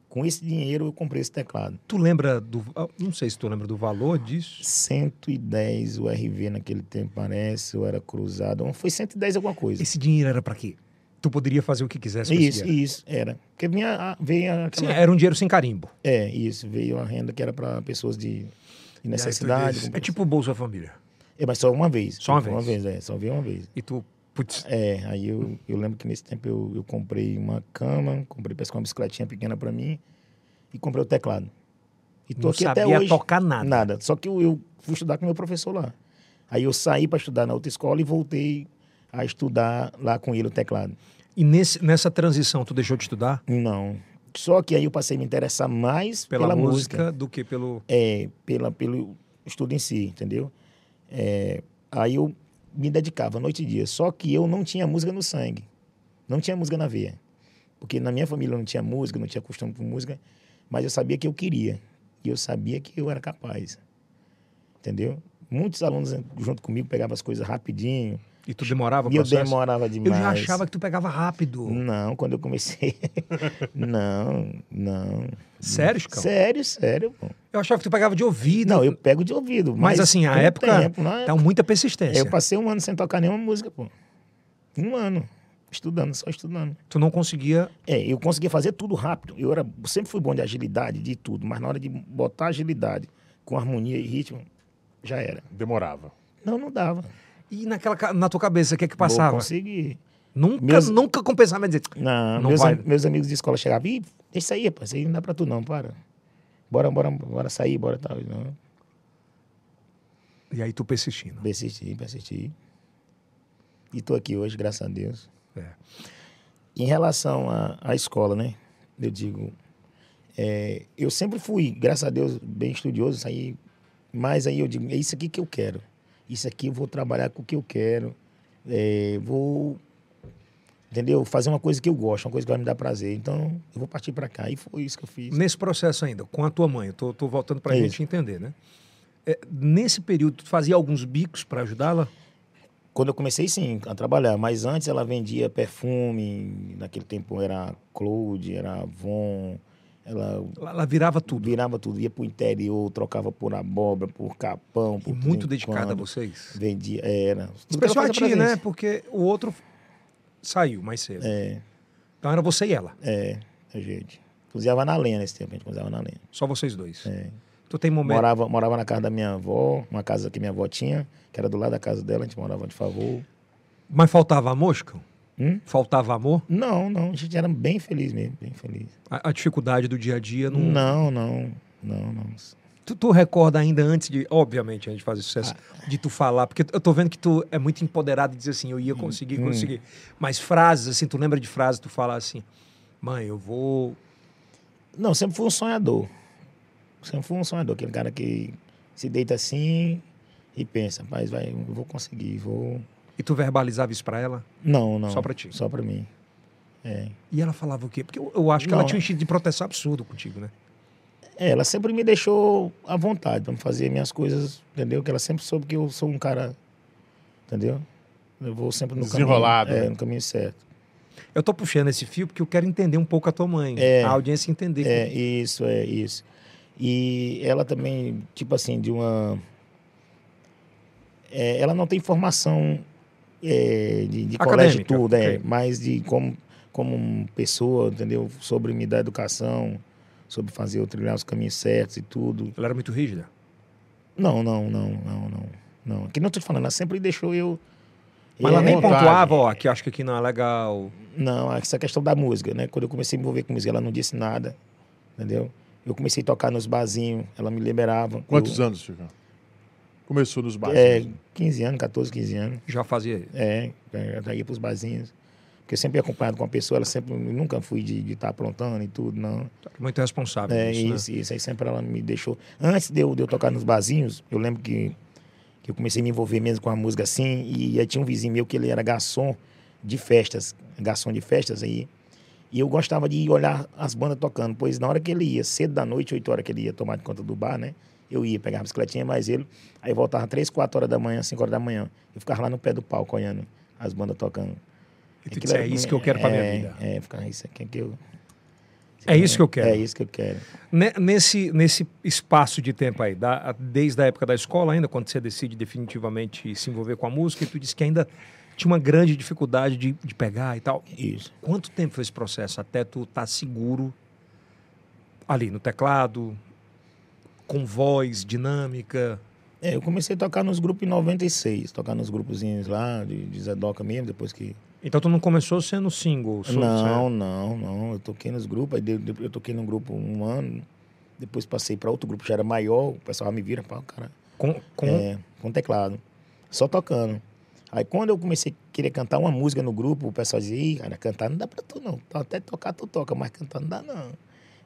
[SPEAKER 3] Com esse dinheiro eu comprei esse teclado.
[SPEAKER 1] tu lembra do. ah, Não sei se tu lembra do valor disso.
[SPEAKER 3] 110 o RV naquele tempo, parece, ou era cruzado. ou Foi 110 alguma coisa.
[SPEAKER 1] Esse dinheiro era pra quê? Tu poderia fazer o que quisesse com esse
[SPEAKER 3] Isso,
[SPEAKER 1] dinheiro.
[SPEAKER 3] isso, era. Porque vinha, a- veio
[SPEAKER 1] Sim,
[SPEAKER 3] aquela.
[SPEAKER 1] era um dinheiro sem carimbo.
[SPEAKER 3] É, isso, veio a renda que era para pessoas de de necessidade.
[SPEAKER 2] disse,
[SPEAKER 3] com-
[SPEAKER 1] É tipo o Bolsa Família.
[SPEAKER 3] É, mas só uma vez.
[SPEAKER 1] Só uma
[SPEAKER 3] Foi
[SPEAKER 1] vez.
[SPEAKER 3] é, só veio uma vez.
[SPEAKER 1] E tu, putz,
[SPEAKER 3] É, aí eu, eu lembro que nesse tempo eu, eu comprei uma cama, comprei parece que uma bicicletinha pequena para mim e comprei o teclado. E tô
[SPEAKER 1] não
[SPEAKER 3] aqui
[SPEAKER 1] sabia
[SPEAKER 3] até hoje.
[SPEAKER 1] tocar nada.
[SPEAKER 3] Nada. Só que eu, eu fui estudar com meu professor lá. Aí eu saí para estudar na outra escola e voltei a estudar lá com ele o teclado.
[SPEAKER 1] E nesse, nessa transição, tu deixou de estudar?
[SPEAKER 3] Não. Só que aí eu passei a me interessar mais
[SPEAKER 1] Pela,
[SPEAKER 3] pela,
[SPEAKER 1] música,
[SPEAKER 3] música,
[SPEAKER 1] do que pelo.
[SPEAKER 3] é, pela, pelo estudo em si, entendeu? É, aí eu me dedicava noite e dia. Só que eu não tinha música no sangue. Não tinha música na veia. Porque na minha família não tinha música, não tinha costume com música, mas eu sabia que eu queria. E eu sabia que eu era capaz. Entendeu? Muitos alunos eh, junto comigo pegavam as coisas rapidinho.
[SPEAKER 1] E tu demorava o
[SPEAKER 3] e eu
[SPEAKER 1] processo?
[SPEAKER 3] demorava
[SPEAKER 1] Eu
[SPEAKER 3] demais. Hum.
[SPEAKER 1] já achava que tu pegava rápido.
[SPEAKER 3] Não, quando eu comecei. não, não.
[SPEAKER 1] Sério, Chicão?
[SPEAKER 3] Sério, sério, pô.
[SPEAKER 1] Eu achava que tu pegava de ouvido.
[SPEAKER 3] Não, eu pego de ouvido.
[SPEAKER 1] Mas, assim, a
[SPEAKER 3] com o
[SPEAKER 1] época um
[SPEAKER 3] tempo, né?
[SPEAKER 1] Dá muita
[SPEAKER 3] É,
[SPEAKER 1] persistência.
[SPEAKER 3] Eu passei um ano sem tocar nenhuma música, pô. Um ano. Estudando, só estudando.
[SPEAKER 1] Tu não conseguia.
[SPEAKER 3] É, eu conseguia fazer tudo rápido. Eu era, sempre fui bom de agilidade, de tudo. Mas na hora de botar agilidade com harmonia e ritmo, já era.
[SPEAKER 2] Demorava.
[SPEAKER 3] Não, não dava.
[SPEAKER 1] E naquela, ca- na tua cabeça, o que é que
[SPEAKER 3] Vou
[SPEAKER 1] passava?
[SPEAKER 3] conseguir.
[SPEAKER 1] Nunca,
[SPEAKER 3] Meus-
[SPEAKER 1] nunca com pensamento de dizer.
[SPEAKER 3] Não,
[SPEAKER 1] Não
[SPEAKER 3] meus,
[SPEAKER 1] vai.
[SPEAKER 3] am- meus amigos de escola chegavam, ih, isso aí, pô, isso aí não dá pra tu não, para. Bora, bora, bora sair, bora tal. Eu, Não,
[SPEAKER 1] E aí tu persistindo.
[SPEAKER 3] persisti, persisti. E tô aqui hoje, graças a Deus.
[SPEAKER 1] É.
[SPEAKER 3] Em relação à, à escola, né? Eu digo, é, eu sempre fui, graças a Deus, bem estudioso, saí, mas aí eu digo, é isso aqui que eu quero. Isso aqui eu vou trabalhar com o que eu quero. é, vou, entendeu? Fazer uma coisa que eu gosto, uma coisa que vai me dar prazer. Então, eu vou partir para cá. E foi isso que eu fiz.
[SPEAKER 1] Nesse processo ainda, com a tua mãe, eu tô, tô voltando pra
[SPEAKER 3] É
[SPEAKER 1] gente
[SPEAKER 3] isso.
[SPEAKER 1] entender, né? É, nesse período, tu fazia alguns bicos pra ajudá-la?
[SPEAKER 3] Quando eu comecei, sim, a trabalhar. Mas antes ela vendia perfume. Naquele tempo era Claude, era Avon. Ela
[SPEAKER 1] Ela, ela virava tudo.
[SPEAKER 3] virava tudo. Ia pro interior, trocava por abóbora, por capão.
[SPEAKER 1] E
[SPEAKER 3] Por tudo
[SPEAKER 1] muito
[SPEAKER 3] em
[SPEAKER 1] dedicada a
[SPEAKER 3] quando.
[SPEAKER 1] vocês.
[SPEAKER 3] Vendia, era. Tudo que ela
[SPEAKER 1] Especial a
[SPEAKER 3] fazia pra
[SPEAKER 1] ti, né?
[SPEAKER 3] gente.
[SPEAKER 1] Porque o outro saiu mais cedo.
[SPEAKER 3] É,
[SPEAKER 1] Então era você e ela.
[SPEAKER 3] é, a gente. Cozinhava na lenha nesse tempo, a gente cozinhava na lenha.
[SPEAKER 1] Só vocês dois.
[SPEAKER 3] É.
[SPEAKER 1] Tu tem momento.
[SPEAKER 3] Morava, morava na casa da minha avó, uma casa que minha avó tinha, que era do lado da casa dela, a gente morava de favor.
[SPEAKER 1] Mas faltava amor, Chicão?
[SPEAKER 3] Hum?
[SPEAKER 1] Faltava amor?
[SPEAKER 3] Não, não, a gente era bem feliz mesmo, bem feliz.
[SPEAKER 1] A, a dificuldade do dia a dia não.
[SPEAKER 3] Não, não, não, não.
[SPEAKER 1] Tu, tu recorda ainda antes de, obviamente, a gente fazer sucesso,
[SPEAKER 3] Ah.
[SPEAKER 1] de tu falar, porque eu tô vendo que tu é muito empoderado e diz assim, eu ia
[SPEAKER 3] Hum,
[SPEAKER 1] conseguir, conseguir. Mas frases, assim, tu lembra de frases, tu fala assim, mãe, eu vou.
[SPEAKER 3] Não, sempre fui um sonhador. Sempre fui um sonhador, aquele cara que se deita assim e pensa, rapaz, vai, eu vou conseguir, vou.
[SPEAKER 1] E tu verbalizava isso pra ela?
[SPEAKER 3] Não, não.
[SPEAKER 1] Só pra ti.
[SPEAKER 3] Só pra mim.
[SPEAKER 1] E ela falava o quê? Porque eu, eu acho que ela
[SPEAKER 3] Não.
[SPEAKER 1] tinha um instinto de proteção absurdo contigo, né?
[SPEAKER 3] É, ela sempre me deixou à vontade para fazer minhas coisas, entendeu? Que ela sempre soube que eu sou um cara, entendeu? Eu vou sempre no
[SPEAKER 2] Desenrolado,
[SPEAKER 3] caminho,
[SPEAKER 2] né?
[SPEAKER 3] é, no caminho certo.
[SPEAKER 1] Eu tô puxando esse fio porque eu quero entender um pouco a tua mãe,
[SPEAKER 3] É.
[SPEAKER 1] a audiência entender.
[SPEAKER 3] É isso, é isso. E ela também, tipo assim, de uma, é, ela não tem formação é, de, de colégio e
[SPEAKER 1] Acadêmica,
[SPEAKER 3] tudo, é,
[SPEAKER 1] ok.
[SPEAKER 3] mas de como como pessoa, entendeu? Sobre me dar educação, sobre fazer eu trilhar os caminhos certos e tudo.
[SPEAKER 1] Ela era muito rígida.
[SPEAKER 3] Não, não, não, não, não. Não, que não tô te falando, ela sempre deixou eu.
[SPEAKER 1] Mas ela
[SPEAKER 3] É,
[SPEAKER 1] nem
[SPEAKER 2] vontade.
[SPEAKER 1] pontuava, ó, que acho que aqui não é legal.
[SPEAKER 3] Não, essa questão da música, né? Quando eu comecei a me envolver com música, ela não disse nada, entendeu? Eu comecei a tocar nos barzinhos, ela me liberava.
[SPEAKER 2] Quantos
[SPEAKER 3] eu,
[SPEAKER 2] anos, Chico? Começou nos bares.
[SPEAKER 3] É, 15 anos, 14, 15 anos.
[SPEAKER 1] Já fazia.
[SPEAKER 3] É, eu já ia pros barzinhos. Porque eu sempre acompanhado com a pessoa, ela sempre, nunca fui de estar aprontando e tudo, não.
[SPEAKER 1] Muito responsável.
[SPEAKER 3] É,
[SPEAKER 1] isso, né?
[SPEAKER 3] isso, isso. Aí sempre ela me deixou. Antes de eu, de eu tocar nos barzinhos, eu lembro que, que eu comecei a me envolver mesmo com a música assim. E aí tinha um vizinho meu que ele era garçom de festas, garçom de festas aí. E eu gostava de ir olhar as bandas tocando, pois na hora que ele ia, cedo da noite, 8 horas que ele ia tomar de conta do bar, né? Eu ia pegar a bicicletinha, mas ele. Aí voltava 3, 4 horas da manhã, 5 horas da manhã. Eu ficava lá no pé do palco olhando as bandas tocando. um
[SPEAKER 1] E tu disse, é isso que eu quero pra minha
[SPEAKER 3] é,
[SPEAKER 1] vida.
[SPEAKER 3] É, ficava isso aqui é que eu.
[SPEAKER 1] É isso que eu quero.
[SPEAKER 3] É isso que eu quero.
[SPEAKER 1] Ne- Nesse, nesse espaço de tempo aí, da- desde a época da escola ainda, quando você decide definitivamente se envolver com a música, e tu disse que ainda tinha uma grande dificuldade de, de pegar e tal.
[SPEAKER 3] Isso.
[SPEAKER 1] Quanto tempo foi esse processo até tu estar seguro ali no teclado, com voz dinâmica?
[SPEAKER 3] É, eu comecei a tocar nos grupos em 96, tocar nos grupozinhos lá, de, de Zedoca mesmo, depois que.
[SPEAKER 1] Então tu não começou sendo single? solo,
[SPEAKER 3] não,
[SPEAKER 1] certo?
[SPEAKER 3] não, não. Eu toquei nos grupos, aí de- de- eu toquei num grupo um ano, depois passei para outro grupo, já era maior, o pessoal me vira, pá, cara,
[SPEAKER 1] Com, com...
[SPEAKER 3] é, com teclado. Só tocando. Aí quando eu comecei a querer cantar uma música no grupo, o pessoal dizia, Ih, cara, cantar não dá pra tu não. Então, Até tocar tu toca, mas cantar não dá não.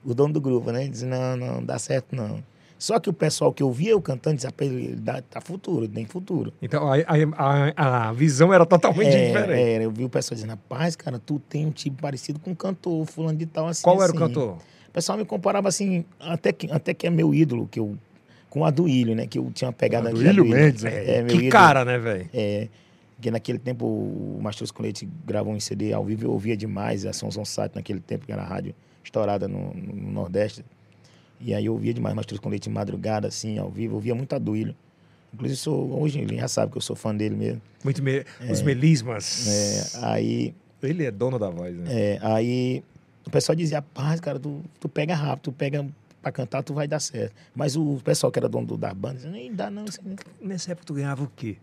[SPEAKER 3] O dono do grupo, né? Diz, não, não, não dá certo não. Só que o pessoal que eu via eu cantando dizia, "Pô, ele dá- tá futuro, tem futuro.
[SPEAKER 1] Então a, a- a- a visão era totalmente
[SPEAKER 3] É,
[SPEAKER 1] diferente.
[SPEAKER 3] era, eu vi o pessoal dizendo, rapaz, cara, tu tem um tipo parecido com um cantor, fulano de tal, assim.
[SPEAKER 1] Qual era
[SPEAKER 3] assim."
[SPEAKER 1] o cantor?
[SPEAKER 3] O pessoal me comparava assim, até que, até que é meu ídolo, que eu, com o Aduílio, né? Que eu tinha uma pegada de
[SPEAKER 2] Aduílio Mendes, né?
[SPEAKER 3] é, é, meu
[SPEAKER 1] que
[SPEAKER 3] ídolo.
[SPEAKER 1] cara, né, velho?
[SPEAKER 3] É, porque naquele tempo o Mastros com Leite gravou um CD ao vivo, eu ouvia demais a Sonson Sat naquele tempo, que era a rádio estourada no, no Nordeste. E aí eu ouvia demais Mastros com Leite de madrugada, assim, ao vivo, eu ouvia muito Aduílio. Inclusive, sou, hoje ele já sabe que eu sou fã dele mesmo.
[SPEAKER 1] Muito me- Os melismas.
[SPEAKER 3] É, aí
[SPEAKER 1] Ele é dono da voz, né?
[SPEAKER 3] É, aí o pessoal dizia, rapaz, cara, tu, tu pega rápido, tu pega pra cantar, tu vai dar certo. Mas o pessoal que era dono do- da banda dizia, nem dá não. isso aí não."
[SPEAKER 1] Nessa época tu ganhava o quê?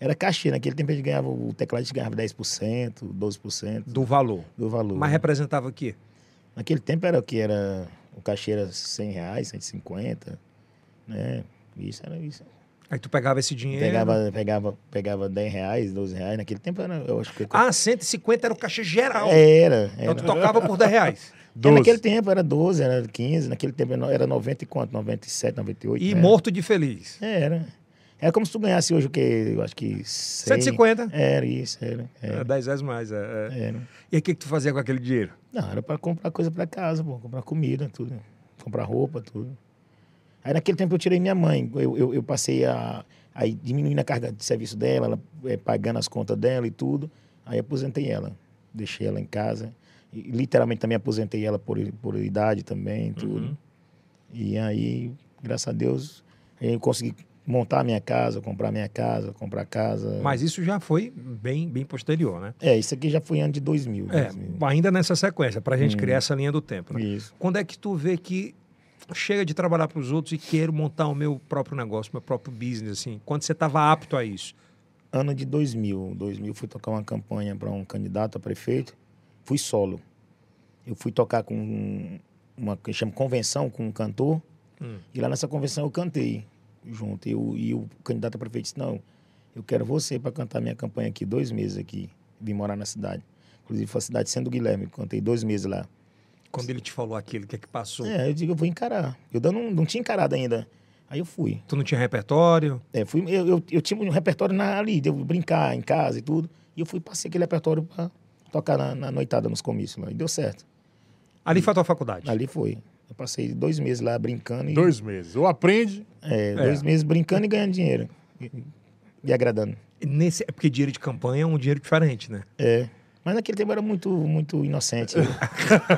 [SPEAKER 3] Era cachê, naquele tempo a gente ganhava, o teclado a gente ganhava 10%, 12%
[SPEAKER 1] Do valor.
[SPEAKER 3] do valor.
[SPEAKER 1] Mas representava o quê?
[SPEAKER 3] Naquele tempo era o que? Era, o cachê era 100 reais, 150, né? Isso era isso.
[SPEAKER 1] Aí tu pegava esse dinheiro.
[SPEAKER 3] Pegava, pegava, pegava 10 reais, 12 reais. Naquele tempo era, eu acho que...
[SPEAKER 1] Ah, 150 era o cachê geral.
[SPEAKER 3] É. Era, era.
[SPEAKER 1] Então tu tocava por 10 reais.
[SPEAKER 3] É, naquele
[SPEAKER 2] 12.
[SPEAKER 3] tempo era 12, era 15, naquele tempo era no- era 90 e quanto? 97, 98.
[SPEAKER 1] E
[SPEAKER 3] né?
[SPEAKER 1] morto de feliz.
[SPEAKER 3] É, Era. Era como se tu ganhasse hoje o quê? Eu acho que. cem.
[SPEAKER 1] 150.
[SPEAKER 3] Era isso, era.
[SPEAKER 1] É.
[SPEAKER 3] Era.
[SPEAKER 1] 10 reais mais. é, é.
[SPEAKER 3] era.
[SPEAKER 1] E aí o que, que tu fazia com aquele dinheiro?
[SPEAKER 3] Não, era pra comprar coisa pra casa, pô, comprar comida, tudo. Comprar roupa, tudo. Aí naquele tempo eu tirei minha mãe. Eu, eu, eu passei a. Aí diminuindo a carga de serviço dela, ela eh, pagando as contas dela e tudo. Aí aposentei ela. Deixei ela em casa. E, literalmente também aposentei ela por, por idade também,
[SPEAKER 1] Uhum.
[SPEAKER 3] tudo. E aí, graças a Deus, eu consegui montar minha casa, comprar minha casa, comprar casa.
[SPEAKER 1] Mas isso já foi bem, bem posterior, né?
[SPEAKER 3] É, isso aqui já foi ano de 2000.
[SPEAKER 1] É,
[SPEAKER 3] 2000.
[SPEAKER 1] ainda nessa sequência, pra
[SPEAKER 3] Hum.
[SPEAKER 1] gente criar essa linha do tempo. Né?
[SPEAKER 3] Isso.
[SPEAKER 1] Quando é que tu vê que chega de trabalhar para os outros e quero montar o meu próprio negócio, meu próprio business, assim? Quando você estava apto a isso?
[SPEAKER 3] ano de 2000. 2000 fui tocar uma campanha para um candidato a prefeito. Fui solo. Eu fui tocar com um- uma que chama convenção com um cantor.
[SPEAKER 1] Hum.
[SPEAKER 3] E lá nessa convenção eu cantei junto. E o- e o candidato a prefeito disse: Não, eu quero você para cantar minha campanha aqui, dois meses aqui. Vim morar na cidade. Inclusive foi a cidade de Sendo Guilherme. Cantei dois meses lá.
[SPEAKER 1] Quando ele te falou aquilo, o que é que passou?
[SPEAKER 3] É, eu digo: Eu vou encarar. Eu ainda não, não tinha encarado ainda. Aí eu fui.
[SPEAKER 1] Tu não tinha repertório?
[SPEAKER 3] É, fui, eu, eu, eu tinha um repertório na, ali, de eu brincar em casa e tudo. E eu fui, passei aquele repertório pra tocar na, na noitada, nos comícios lá. E deu certo.
[SPEAKER 1] Ali foi a tua faculdade.
[SPEAKER 3] Ali foi. Eu passei dois meses lá brincando. E,
[SPEAKER 2] Dois meses. Ou aprende.
[SPEAKER 3] é, dois meses brincando e ganhando dinheiro. E, e agradando.
[SPEAKER 1] Nesse, é porque dinheiro de campanha é um dinheiro diferente, né?
[SPEAKER 3] É. Mas naquele tempo eu era muito, muito inocente. né?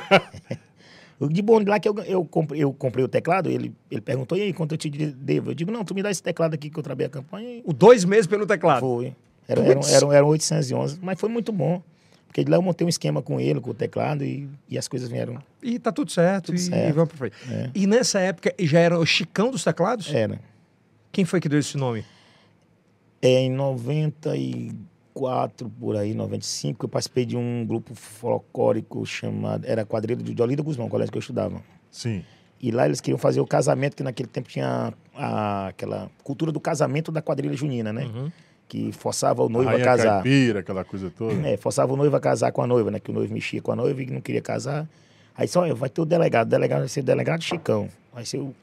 [SPEAKER 3] O de bom lá que eu, eu, comprei, eu comprei o teclado, ele, ele perguntou, e aí, quanto eu te de- devo? Eu digo, não, tu me dá esse teclado aqui que eu trabalhei a campanha e
[SPEAKER 1] O dois meses pelo teclado.
[SPEAKER 3] Foi. Era, um eram, eram, eram 811, mas foi muito bom. Porque de lá eu montei um esquema com ele, com o teclado, e, e as coisas vieram.
[SPEAKER 1] E tá tudo certo. e,
[SPEAKER 3] certo.
[SPEAKER 1] e vamos pra frente.
[SPEAKER 3] É.
[SPEAKER 1] E nessa época já era o Chicão dos teclados?
[SPEAKER 3] Era.
[SPEAKER 1] Quem foi que deu esse nome?
[SPEAKER 3] É, em 94, por aí, 95, eu participei de um grupo folclórico chamado. Era quadrilha de Olinda Guzmão, colégio que eu estudava.
[SPEAKER 2] Sim.
[SPEAKER 3] E lá eles queriam fazer o casamento, que naquele tempo tinha a- aquela cultura do casamento da quadrilha junina, né?
[SPEAKER 1] Uhum.
[SPEAKER 3] que forçava o noivo
[SPEAKER 2] Rainha
[SPEAKER 3] a casar.
[SPEAKER 2] caipira, aquela coisa toda.
[SPEAKER 3] É, forçava o noivo a casar com a noiva, né? Que o noivo mexia com a noiva e não queria casar. Aí só "Olha, vai ter o delegado. O delegado vai ser o delegado Chicão. Vai ser o,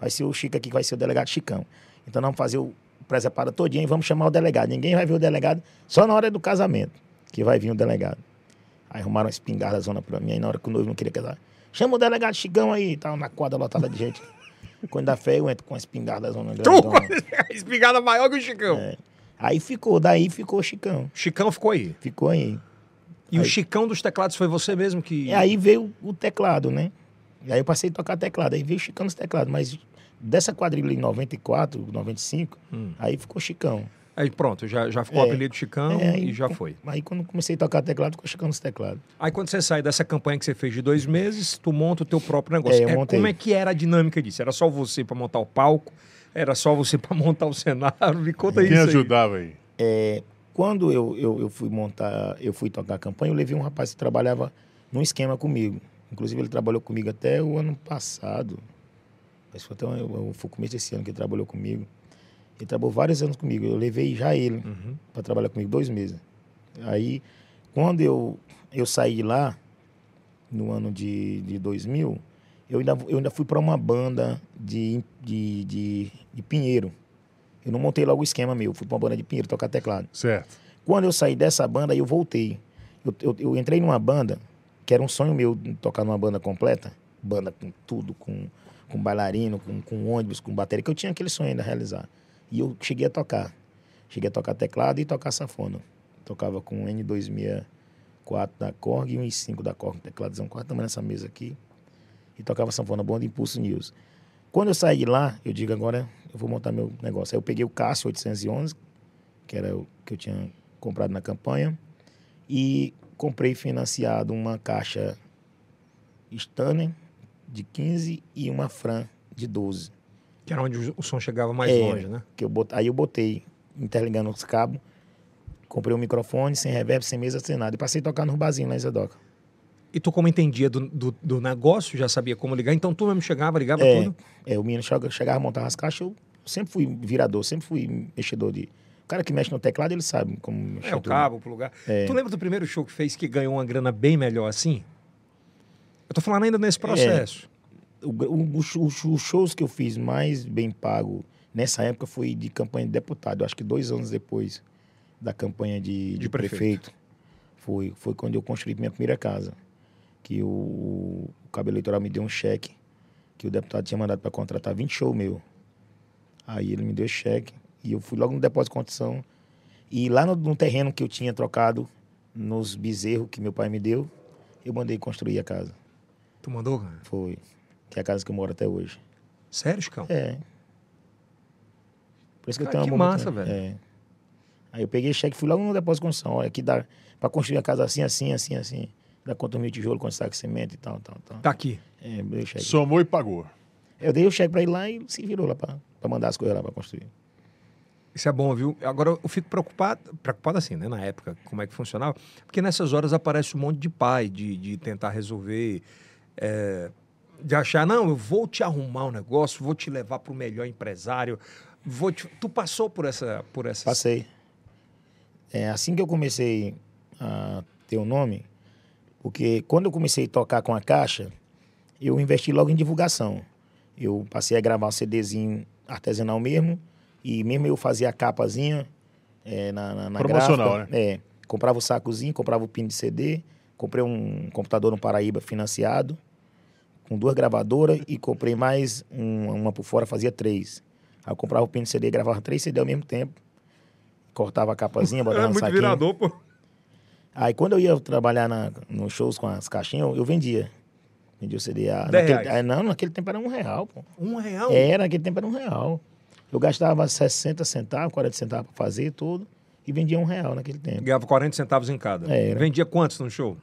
[SPEAKER 3] vai ser o Chico aqui que vai ser o delegado Chicão. Então nós vamos fazer o presepada todinho e vamos chamar o delegado. Ninguém vai ver o delegado só na hora do casamento, que vai vir o delegado. Aí arrumaram uma espingarda zona pra mim. Aí na hora que o noivo não queria casar, chama o delegado Chicão aí. Tava na quadra lotada de gente. Quando dá fé, eu entro com uma espingarda zona grandona.
[SPEAKER 1] Espigada maior que o Chicão.
[SPEAKER 3] É. Aí ficou, daí ficou Chicão.
[SPEAKER 1] Chicão ficou aí.
[SPEAKER 3] Ficou aí.
[SPEAKER 1] E o
[SPEAKER 3] Aí.
[SPEAKER 1] Chicão dos teclados foi você mesmo que.
[SPEAKER 3] E aí veio o teclado, né? E aí eu passei a tocar teclado. Aí veio Chicão nos teclados. Mas dessa quadrilha em 94, 95,
[SPEAKER 1] Hum.
[SPEAKER 3] aí ficou Chicão.
[SPEAKER 1] Aí pronto, já, já ficou o
[SPEAKER 3] É.
[SPEAKER 1] apelido Chicão
[SPEAKER 3] É, aí
[SPEAKER 1] e já
[SPEAKER 3] com-
[SPEAKER 1] foi.
[SPEAKER 3] Aí quando eu comecei a tocar teclado, ficou Chicão nos teclados.
[SPEAKER 1] Aí quando você sai dessa campanha que você fez de dois meses, tu monta o teu próprio negócio.
[SPEAKER 3] É, eu montei.
[SPEAKER 1] como é que era a dinâmica disso? Era só você pra montar o palco? Era só você pra montar o cenário? Me conta
[SPEAKER 2] Quem
[SPEAKER 1] isso aí.
[SPEAKER 2] ajudava aí?
[SPEAKER 3] Quando eu, eu, eu fui montar, eu fui tocar a campanha, eu levei um rapaz que trabalhava num esquema comigo. Inclusive, ele trabalhou comigo até o ano passado. Mas foi até o- o- foi o começo desse ano que ele trabalhou comigo. Ele trabalhou vários anos comigo. Eu levei já ele.
[SPEAKER 1] Uhum.
[SPEAKER 3] para trabalhar comigo dois meses. Aí, quando eu, eu saí de lá, no ano de, de 2000, eu ainda, eu ainda fui para uma banda de, de, de, de Pinheiro. Eu não montei logo o esquema meu, fui para uma banda de Pinheiro tocar teclado.
[SPEAKER 2] Certo.
[SPEAKER 3] Quando eu saí dessa banda, aí eu voltei. Eu, eu, eu entrei numa banda, que era um sonho meu tocar numa banda completa. Banda com tudo, com, com bailarino, com, com ônibus, com bateria, que eu tinha aquele sonho ainda a realizar. E eu cheguei a tocar. Cheguei a tocar teclado e tocar safona. Tocava com um N264 da Korg e um i5 da Korg, tecladozão quatro também nessa mesa aqui. E tocava sanfona banda Impulso News. Quando eu saí de lá, eu digo agora, eu vou montar meu negócio. Aí eu peguei o Cássio 811, que era o que eu tinha comprado na campanha, e comprei financiado uma caixa Stanley de 15 e uma Fran de 12.
[SPEAKER 1] Que era onde o- o som chegava mais
[SPEAKER 3] É.
[SPEAKER 1] longe, né?
[SPEAKER 3] Que eu bot... Aí eu botei, interligando os cabos, comprei um microfone, sem reverb, sem mesa, sem nada, e passei a tocar no barzinho lá em Zedoca.
[SPEAKER 1] E tu, como entendia do, do, do negócio, já sabia como ligar, então tu mesmo chegava, ligava
[SPEAKER 3] É.
[SPEAKER 1] tudo.
[SPEAKER 3] É, o menino chega- chegava a montar as caixas, eu sempre fui virador, sempre fui mexedor de. O cara que mexe no teclado, ele sabe como mexer.
[SPEAKER 1] É, o
[SPEAKER 3] tudo. É.
[SPEAKER 1] cabo pro lugar. Tu lembra do primeiro show que fez que ganhou uma grana bem melhor assim? Eu tô falando ainda nesse
[SPEAKER 3] É.
[SPEAKER 1] processo.
[SPEAKER 3] O, o- o show- os shows que eu fiz mais bem pago nessa época foi de campanha de deputado. Eu acho que dois anos depois da campanha de, de
[SPEAKER 1] De prefeito.
[SPEAKER 3] prefeito. Foi, foi quando eu construí minha primeira casa. Que o, o cabo eleitoral me deu um cheque que o deputado tinha mandado para contratar 20 shows meu. Aí ele me deu cheque e eu fui logo no depósito de condição. E lá no, no terreno que eu tinha trocado, nos bezerros que meu pai me deu, eu mandei construir a casa.
[SPEAKER 1] Tu mandou, cara?
[SPEAKER 3] Foi. Que é a casa que eu moro até hoje.
[SPEAKER 1] Sério, Chicão?
[SPEAKER 3] É. Por isso que
[SPEAKER 1] Cara,
[SPEAKER 3] eu
[SPEAKER 1] que
[SPEAKER 3] tenho
[SPEAKER 1] massa,
[SPEAKER 3] né?
[SPEAKER 1] velho.
[SPEAKER 3] É. Aí eu peguei cheque, fui lá no depósito de construção. Olha, aqui dá pra construir a casa assim, assim, assim, assim. Dá quanto mil tijolo, quanto saco de cimento e tal, tal, tal.
[SPEAKER 1] Tá aqui.
[SPEAKER 3] É, eu dei o cheque.
[SPEAKER 2] Somou e pagou.
[SPEAKER 3] Eu dei o cheque pra ele lá e se virou lá pra, pra mandar as coisas lá pra construir.
[SPEAKER 1] Isso é bom, viu? Agora eu fico preocupado, preocupado assim, né? Na época, como é que funcionava? Porque nessas horas aparece um monte de pai de, de tentar resolver, é, de achar, não, eu vou te arrumar um negócio, vou te levar pro melhor empresário, vou te... Tu passou por essa, por essa.
[SPEAKER 3] Passei. É, assim que eu comecei a ter o nome, porque quando eu comecei a tocar com a caixa, eu investi logo em divulgação. Eu passei a gravar um CDzinho artesanal mesmo, e mesmo eu fazia a capazinha é, na, na, na
[SPEAKER 2] Promocional,
[SPEAKER 3] gráfica. né? É, comprava o sacozinho, comprava o pin de CD, comprei um computador no Paraíba financiado, com duas gravadoras, e comprei mais um- uma por fora, fazia três. Aí eu comprava o pin de CD, gravava três CD ao mesmo tempo, cortava a capazinha,
[SPEAKER 1] É
[SPEAKER 3] botava no saquinho.
[SPEAKER 1] pô.
[SPEAKER 3] Aí quando eu ia trabalhar na, nos shows com as caixinhas, eu, eu vendia. Vendia o CD. a-
[SPEAKER 1] Dez
[SPEAKER 3] naquele-
[SPEAKER 1] reais.
[SPEAKER 3] aí, não, naquele tempo era um real, pô.
[SPEAKER 1] Um real?
[SPEAKER 3] Era, naquele tempo era um real. Eu gastava 60 centavos, 40 centavos pra fazer tudo e vendia um real naquele tempo.
[SPEAKER 1] Ganhava 40 centavos em cada.
[SPEAKER 3] Era.
[SPEAKER 1] Vendia quantos no show?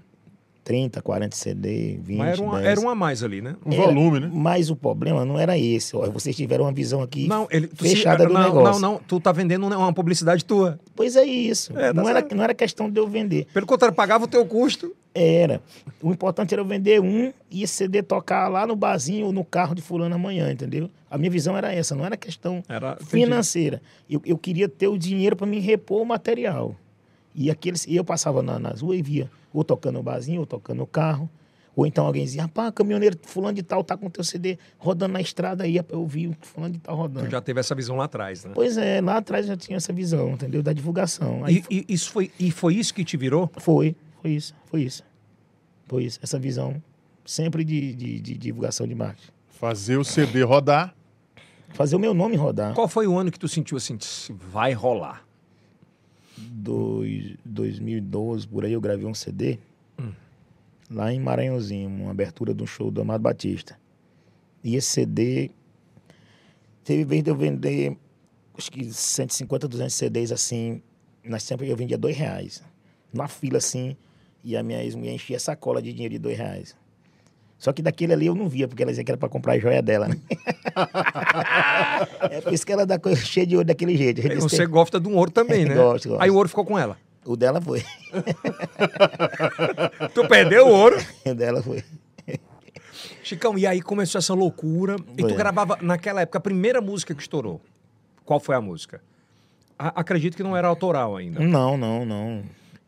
[SPEAKER 3] 30, 40 CD, 20,
[SPEAKER 1] Mas era, uma,
[SPEAKER 3] 10.
[SPEAKER 1] era um a mais ali, né?
[SPEAKER 2] O
[SPEAKER 3] Era.
[SPEAKER 2] volume, né?
[SPEAKER 3] Mas o problema não era esse. Ó, vocês tiveram uma visão aqui
[SPEAKER 1] Não, ele, tu se- eh,
[SPEAKER 3] fechada do
[SPEAKER 1] não,
[SPEAKER 3] negócio.
[SPEAKER 1] Não, não, tu tá vendendo um ne- uma publicidade tua.
[SPEAKER 3] Pois é isso.
[SPEAKER 1] É, tá
[SPEAKER 3] não, era,
[SPEAKER 1] certo.
[SPEAKER 3] não era questão de eu vender.
[SPEAKER 1] Pelo contrário, pagava o teu custo.
[SPEAKER 3] Era. O importante era eu vender um e esse CD tocar lá no barzinho ou no carro de fulano amanhã, entendeu? A minha visão era essa, não era questão
[SPEAKER 1] Era- entendi.
[SPEAKER 3] financeira. Eu, eu queria ter o dinheiro para me repor o material. E aqueles, e eu passava na, nas ruas e via, ou tocando no barzinho, ou tocando no carro. Ou então alguém dizia, rapaz, caminhoneiro fulano de tal tá com teu CD rodando na estrada aí, eu vi o fulano de tal rodando.
[SPEAKER 1] Tu já teve essa visão lá atrás, né?
[SPEAKER 3] Pois é, lá atrás já tinha essa visão, entendeu? Da divulgação. Aí
[SPEAKER 1] E, e isso foi, e foi isso que te virou?
[SPEAKER 3] foi, foi isso, foi isso. Foi isso, essa visão sempre de, de, de divulgação de marketing.
[SPEAKER 2] Fazer o CD rodar.
[SPEAKER 3] Fazer o meu nome rodar.
[SPEAKER 1] Qual foi o ano que tu sentiu assim, "Tss, vai rolar?
[SPEAKER 3] Dois, 2012, por aí, eu gravei um CD lá em Maranhãozinho, uma abertura de um show do Amado Batista. E esse CD teve vez de eu vender acho que 150, 200 CDs assim. Nós sempre eu vendia dois reais. Na fila, assim, e a minha ex-mulher enchia a sacola de dinheiro de dois reais. Só que daquele ali eu não via, porque ela dizia que era pra comprar a joia dela, né? é por isso que ela dá coisa cheia de ouro daquele jeito. Eu
[SPEAKER 1] Aí
[SPEAKER 3] disse,
[SPEAKER 1] Você gosta de um ouro também, né?
[SPEAKER 3] Gosto, gosto.
[SPEAKER 1] Aí o ouro ficou com ela.
[SPEAKER 3] O dela foi.
[SPEAKER 1] Tu perdeu o ouro.
[SPEAKER 3] O dela foi.
[SPEAKER 1] Chicão, e aí começou essa loucura. E tu
[SPEAKER 3] Foi.
[SPEAKER 1] gravava, naquela época, a primeira música que estourou. Qual foi a música? A- acredito que não era autoral ainda.
[SPEAKER 3] Não, não, não.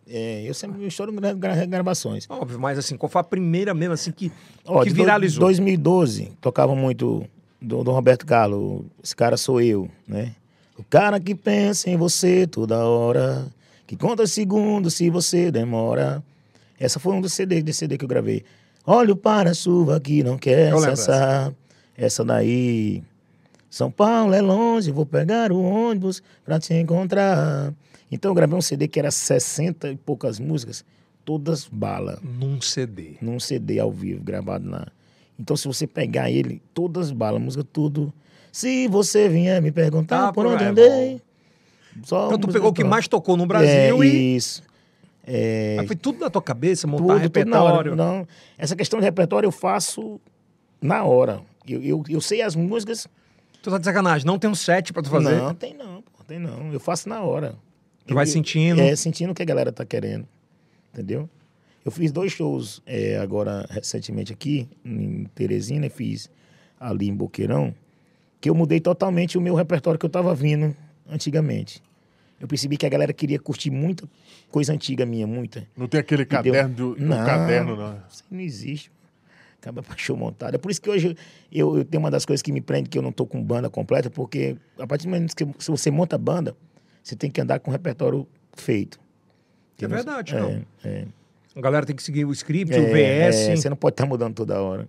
[SPEAKER 3] É, eu sempre estouro gra gra gravações.
[SPEAKER 1] Óbvio, mas assim, qual foi a primeira mesmo, assim, que,
[SPEAKER 3] Ó,
[SPEAKER 1] que
[SPEAKER 3] de do-
[SPEAKER 1] viralizou?
[SPEAKER 3] 2012, tocava muito do, do Roberto Carlos, esse cara sou eu, né? O cara que pensa em você toda hora, que conta os segundos se você demora. Essa foi um dos CDs desse CD que eu gravei. Olho para a chuva que não quer
[SPEAKER 1] Eu lembro
[SPEAKER 3] cessar. Essa daí. São Paulo é longe, vou pegar o ônibus pra te encontrar. Então eu gravei um CD que era 60 e poucas músicas, todas bala
[SPEAKER 1] Num CD.
[SPEAKER 3] num CD ao vivo gravado lá. Então, se você pegar ele, todas as balas, música, tudo. Se você vier me perguntar
[SPEAKER 1] Ah,
[SPEAKER 3] por
[SPEAKER 1] pô,
[SPEAKER 3] onde
[SPEAKER 1] é
[SPEAKER 3] andei. Só
[SPEAKER 1] Então tu
[SPEAKER 3] música
[SPEAKER 1] pegou o que
[SPEAKER 3] pronta.
[SPEAKER 1] mais tocou no Brasil
[SPEAKER 3] tá. é,
[SPEAKER 1] e...
[SPEAKER 3] Isso. É,
[SPEAKER 1] Aí Foi tudo na tua cabeça, montar
[SPEAKER 3] tudo, tudo na hora.
[SPEAKER 1] repertório.
[SPEAKER 3] Não, essa questão de repertório eu faço na hora. Eu, eu, eu sei as músicas.
[SPEAKER 1] tu tá de sacanagem, não tem um set pra tu fazer.
[SPEAKER 3] Não, tem não, pô, tem não. Eu faço na hora.
[SPEAKER 1] Tu vai
[SPEAKER 3] Eu-
[SPEAKER 1] sentindo.
[SPEAKER 3] É, sentindo o que a galera tá querendo. Entendeu? Eu fiz dois shows é, agora recentemente aqui, em Teresina, e fiz ali em Boqueirão, que eu mudei totalmente o meu repertório que eu tava vindo antigamente. Eu percebi que a galera queria curtir muita coisa antiga minha, muita.
[SPEAKER 2] Não tem aquele caderno do, do
[SPEAKER 3] Não.
[SPEAKER 2] caderno, não.
[SPEAKER 3] Isso aí não existe. Acaba pra show montado. É por isso que hoje eu, eu tenho uma das coisas que me prende que eu não tô com banda completa, porque a partir do momento que se você monta banda, você tem que andar com o repertório feito.
[SPEAKER 1] É verdade,
[SPEAKER 3] É,
[SPEAKER 1] não.
[SPEAKER 3] é.
[SPEAKER 1] A galera tem que seguir o script, o
[SPEAKER 3] É, é,
[SPEAKER 1] VS.
[SPEAKER 3] você não pode estar mudando toda hora.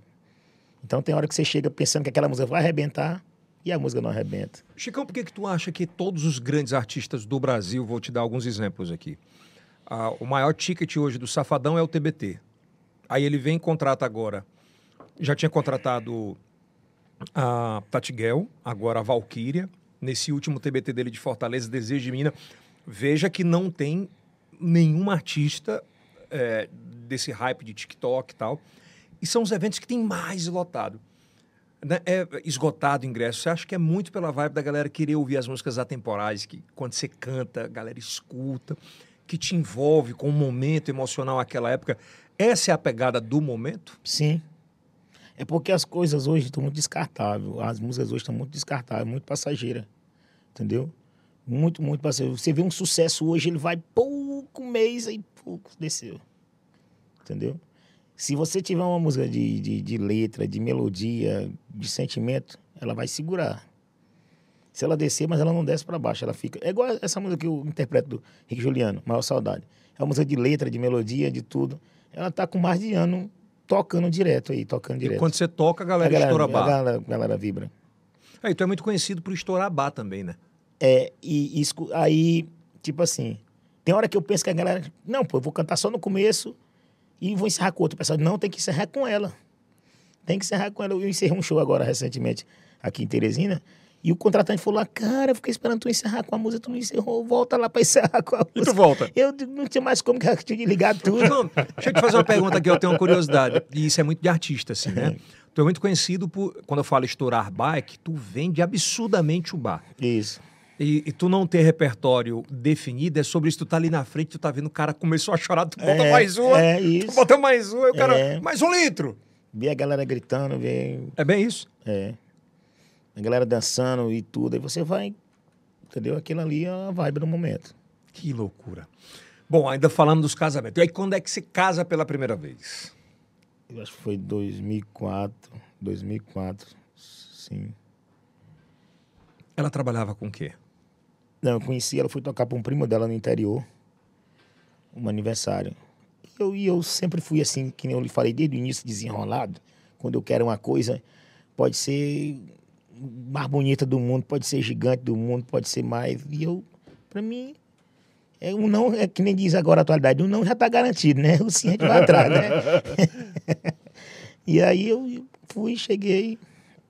[SPEAKER 3] Então tem hora que você chega pensando que aquela música vai arrebentar e a música não arrebenta.
[SPEAKER 1] Chicão, por que, que tu acha que todos os grandes artistas do Brasil, vou te dar alguns exemplos aqui. Ah, o maior ticket hoje do Safadão é o TBT. Aí ele vem e contrata agora. Já tinha contratado a Tatiguel, agora a Valkyria. Nesse último TBT dele de Fortaleza, Desejo de Mina. Veja que não tem nenhum artista eh, desse hype de TikTok e tal. E são os eventos que tem mais lotado né, é esgotado o ingresso. Você acha que é muito pela vibe da galera querer ouvir as músicas atemporais, que quando você canta, a galera escuta, que te envolve com o momento emocional daquela época. Essa é a pegada do momento?
[SPEAKER 3] Sim. É porque as coisas hoje estão muito descartáveis. As músicas hoje estão muito descartáveis, muito passageiras. Entendeu? Muito, muito passageira. Você vê um sucesso hoje, ele vai pouco mês e pouco desceu. Entendeu? Se você tiver uma música de, de, de letra, de melodia, de sentimento, ela vai segurar. Se ela descer, mas ela não desce para baixo, ela fica. É igual essa música que eu interpreto do Rick Juliano, Maior Saudade. É uma música de letra, de melodia, de tudo. Ela tá com mais de ano tocando direto aí, tocando
[SPEAKER 1] E
[SPEAKER 3] direto.
[SPEAKER 1] quando você toca, a
[SPEAKER 3] a
[SPEAKER 1] galera,
[SPEAKER 3] galera,
[SPEAKER 1] estoura
[SPEAKER 3] a
[SPEAKER 1] a barra.
[SPEAKER 3] galera, a galera vibra.
[SPEAKER 1] Aí tu é muito conhecido por estourar a barra também, né?
[SPEAKER 3] É, e e escu- aí, tipo assim, tem hora que eu penso que a galera, não, pô, eu vou cantar só no começo e vou encerrar com outro. O pessoal, não, tem que encerrar com ela. Tem que encerrar com ela. Eu encerrei um show agora recentemente aqui em Teresina e o contratante falou: lá, cara, eu fiquei esperando tu encerrar com a música, tu não encerrou, volta lá pra encerrar com a música.
[SPEAKER 1] volta.
[SPEAKER 3] Eu digo, não tinha mais como que eu tinha ligar tudo.
[SPEAKER 1] Não, Então, deixa eu te fazer uma pergunta aqui, eu tenho uma curiosidade. E isso é muito de artista, assim, né? Tu é muito conhecido por. Quando eu falo estourar bar, é que tu vende absurdamente o bar.
[SPEAKER 3] Isso.
[SPEAKER 1] E, e tu não ter repertório definido, é sobre isso. Tu tá ali na frente, tu tá vendo o cara começou a chorar, tu bota
[SPEAKER 3] É,
[SPEAKER 1] mais uma,
[SPEAKER 3] é
[SPEAKER 1] tu
[SPEAKER 3] isso.
[SPEAKER 1] bota mais uma, e o cara,
[SPEAKER 3] É.
[SPEAKER 1] mais um litro.
[SPEAKER 3] Vê a galera gritando, vê
[SPEAKER 1] É bem isso.
[SPEAKER 3] é, a galera dançando e tudo. Aí você vai, entendeu? Aquilo ali é a vibe do momento.
[SPEAKER 1] Que loucura. Bom, ainda falando dos casamentos. E aí, quando é que se casa pela primeira vez?
[SPEAKER 3] Eu acho que foi 2004, 2004, sim.
[SPEAKER 1] Ela trabalhava com o quê?
[SPEAKER 3] Não, eu conheci ela, fui tocar para um primo dela no interior, um aniversário. E eu, e eu sempre fui assim, que nem eu lhe falei desde o início, desenrolado. Quando eu quero uma coisa, pode ser mais bonita do mundo, pode ser gigante do mundo, pode ser mais. E eu, para mim, é um não, é que nem diz agora a atualidade, o não já tá garantido, né? O sim a gente vai atrás, né? e aí eu fui, cheguei,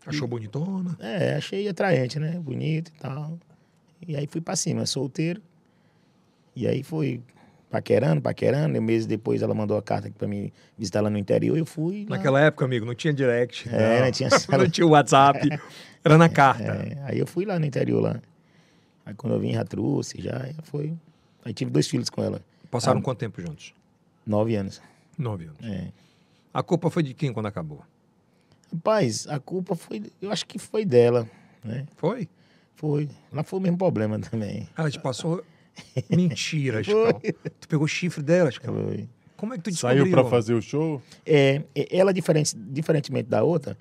[SPEAKER 1] Achou bonitona?
[SPEAKER 3] é, achei atraente, né? Bonito e tal. E aí fui pra cima, solteiro. E aí foi paquerando, paquerando. E meses depois ela mandou a carta aqui pra mim visitar lá no interior. Eu fui. lá.
[SPEAKER 1] Naquela época, amigo, não tinha direct.
[SPEAKER 3] É, não tinha
[SPEAKER 1] não
[SPEAKER 3] celular.
[SPEAKER 1] tinha WhatsApp. Era na carta.
[SPEAKER 3] É, aí eu fui lá no interior lá. Aí quando eu vim, já trouxe, já já foi. Aí tive dois filhos com ela,
[SPEAKER 1] Passaram quanto tempo juntos?
[SPEAKER 3] nove anos.
[SPEAKER 1] Nove anos.
[SPEAKER 3] Ah. É.
[SPEAKER 1] A culpa foi de quem quando acabou?
[SPEAKER 3] Rapaz, a culpa foi, eu acho que foi dela, né?
[SPEAKER 1] Foi?
[SPEAKER 3] Foi. Lá foi o mesmo problema também.
[SPEAKER 1] Ela te passou. Mentira, Chicão. Tu pegou o chifre dela, Chicão.
[SPEAKER 3] Foi.
[SPEAKER 1] Como é que tu descobriu?
[SPEAKER 2] Saiu pra fazer o show?
[SPEAKER 3] É, e- ela, diferente, diferentemente da outra,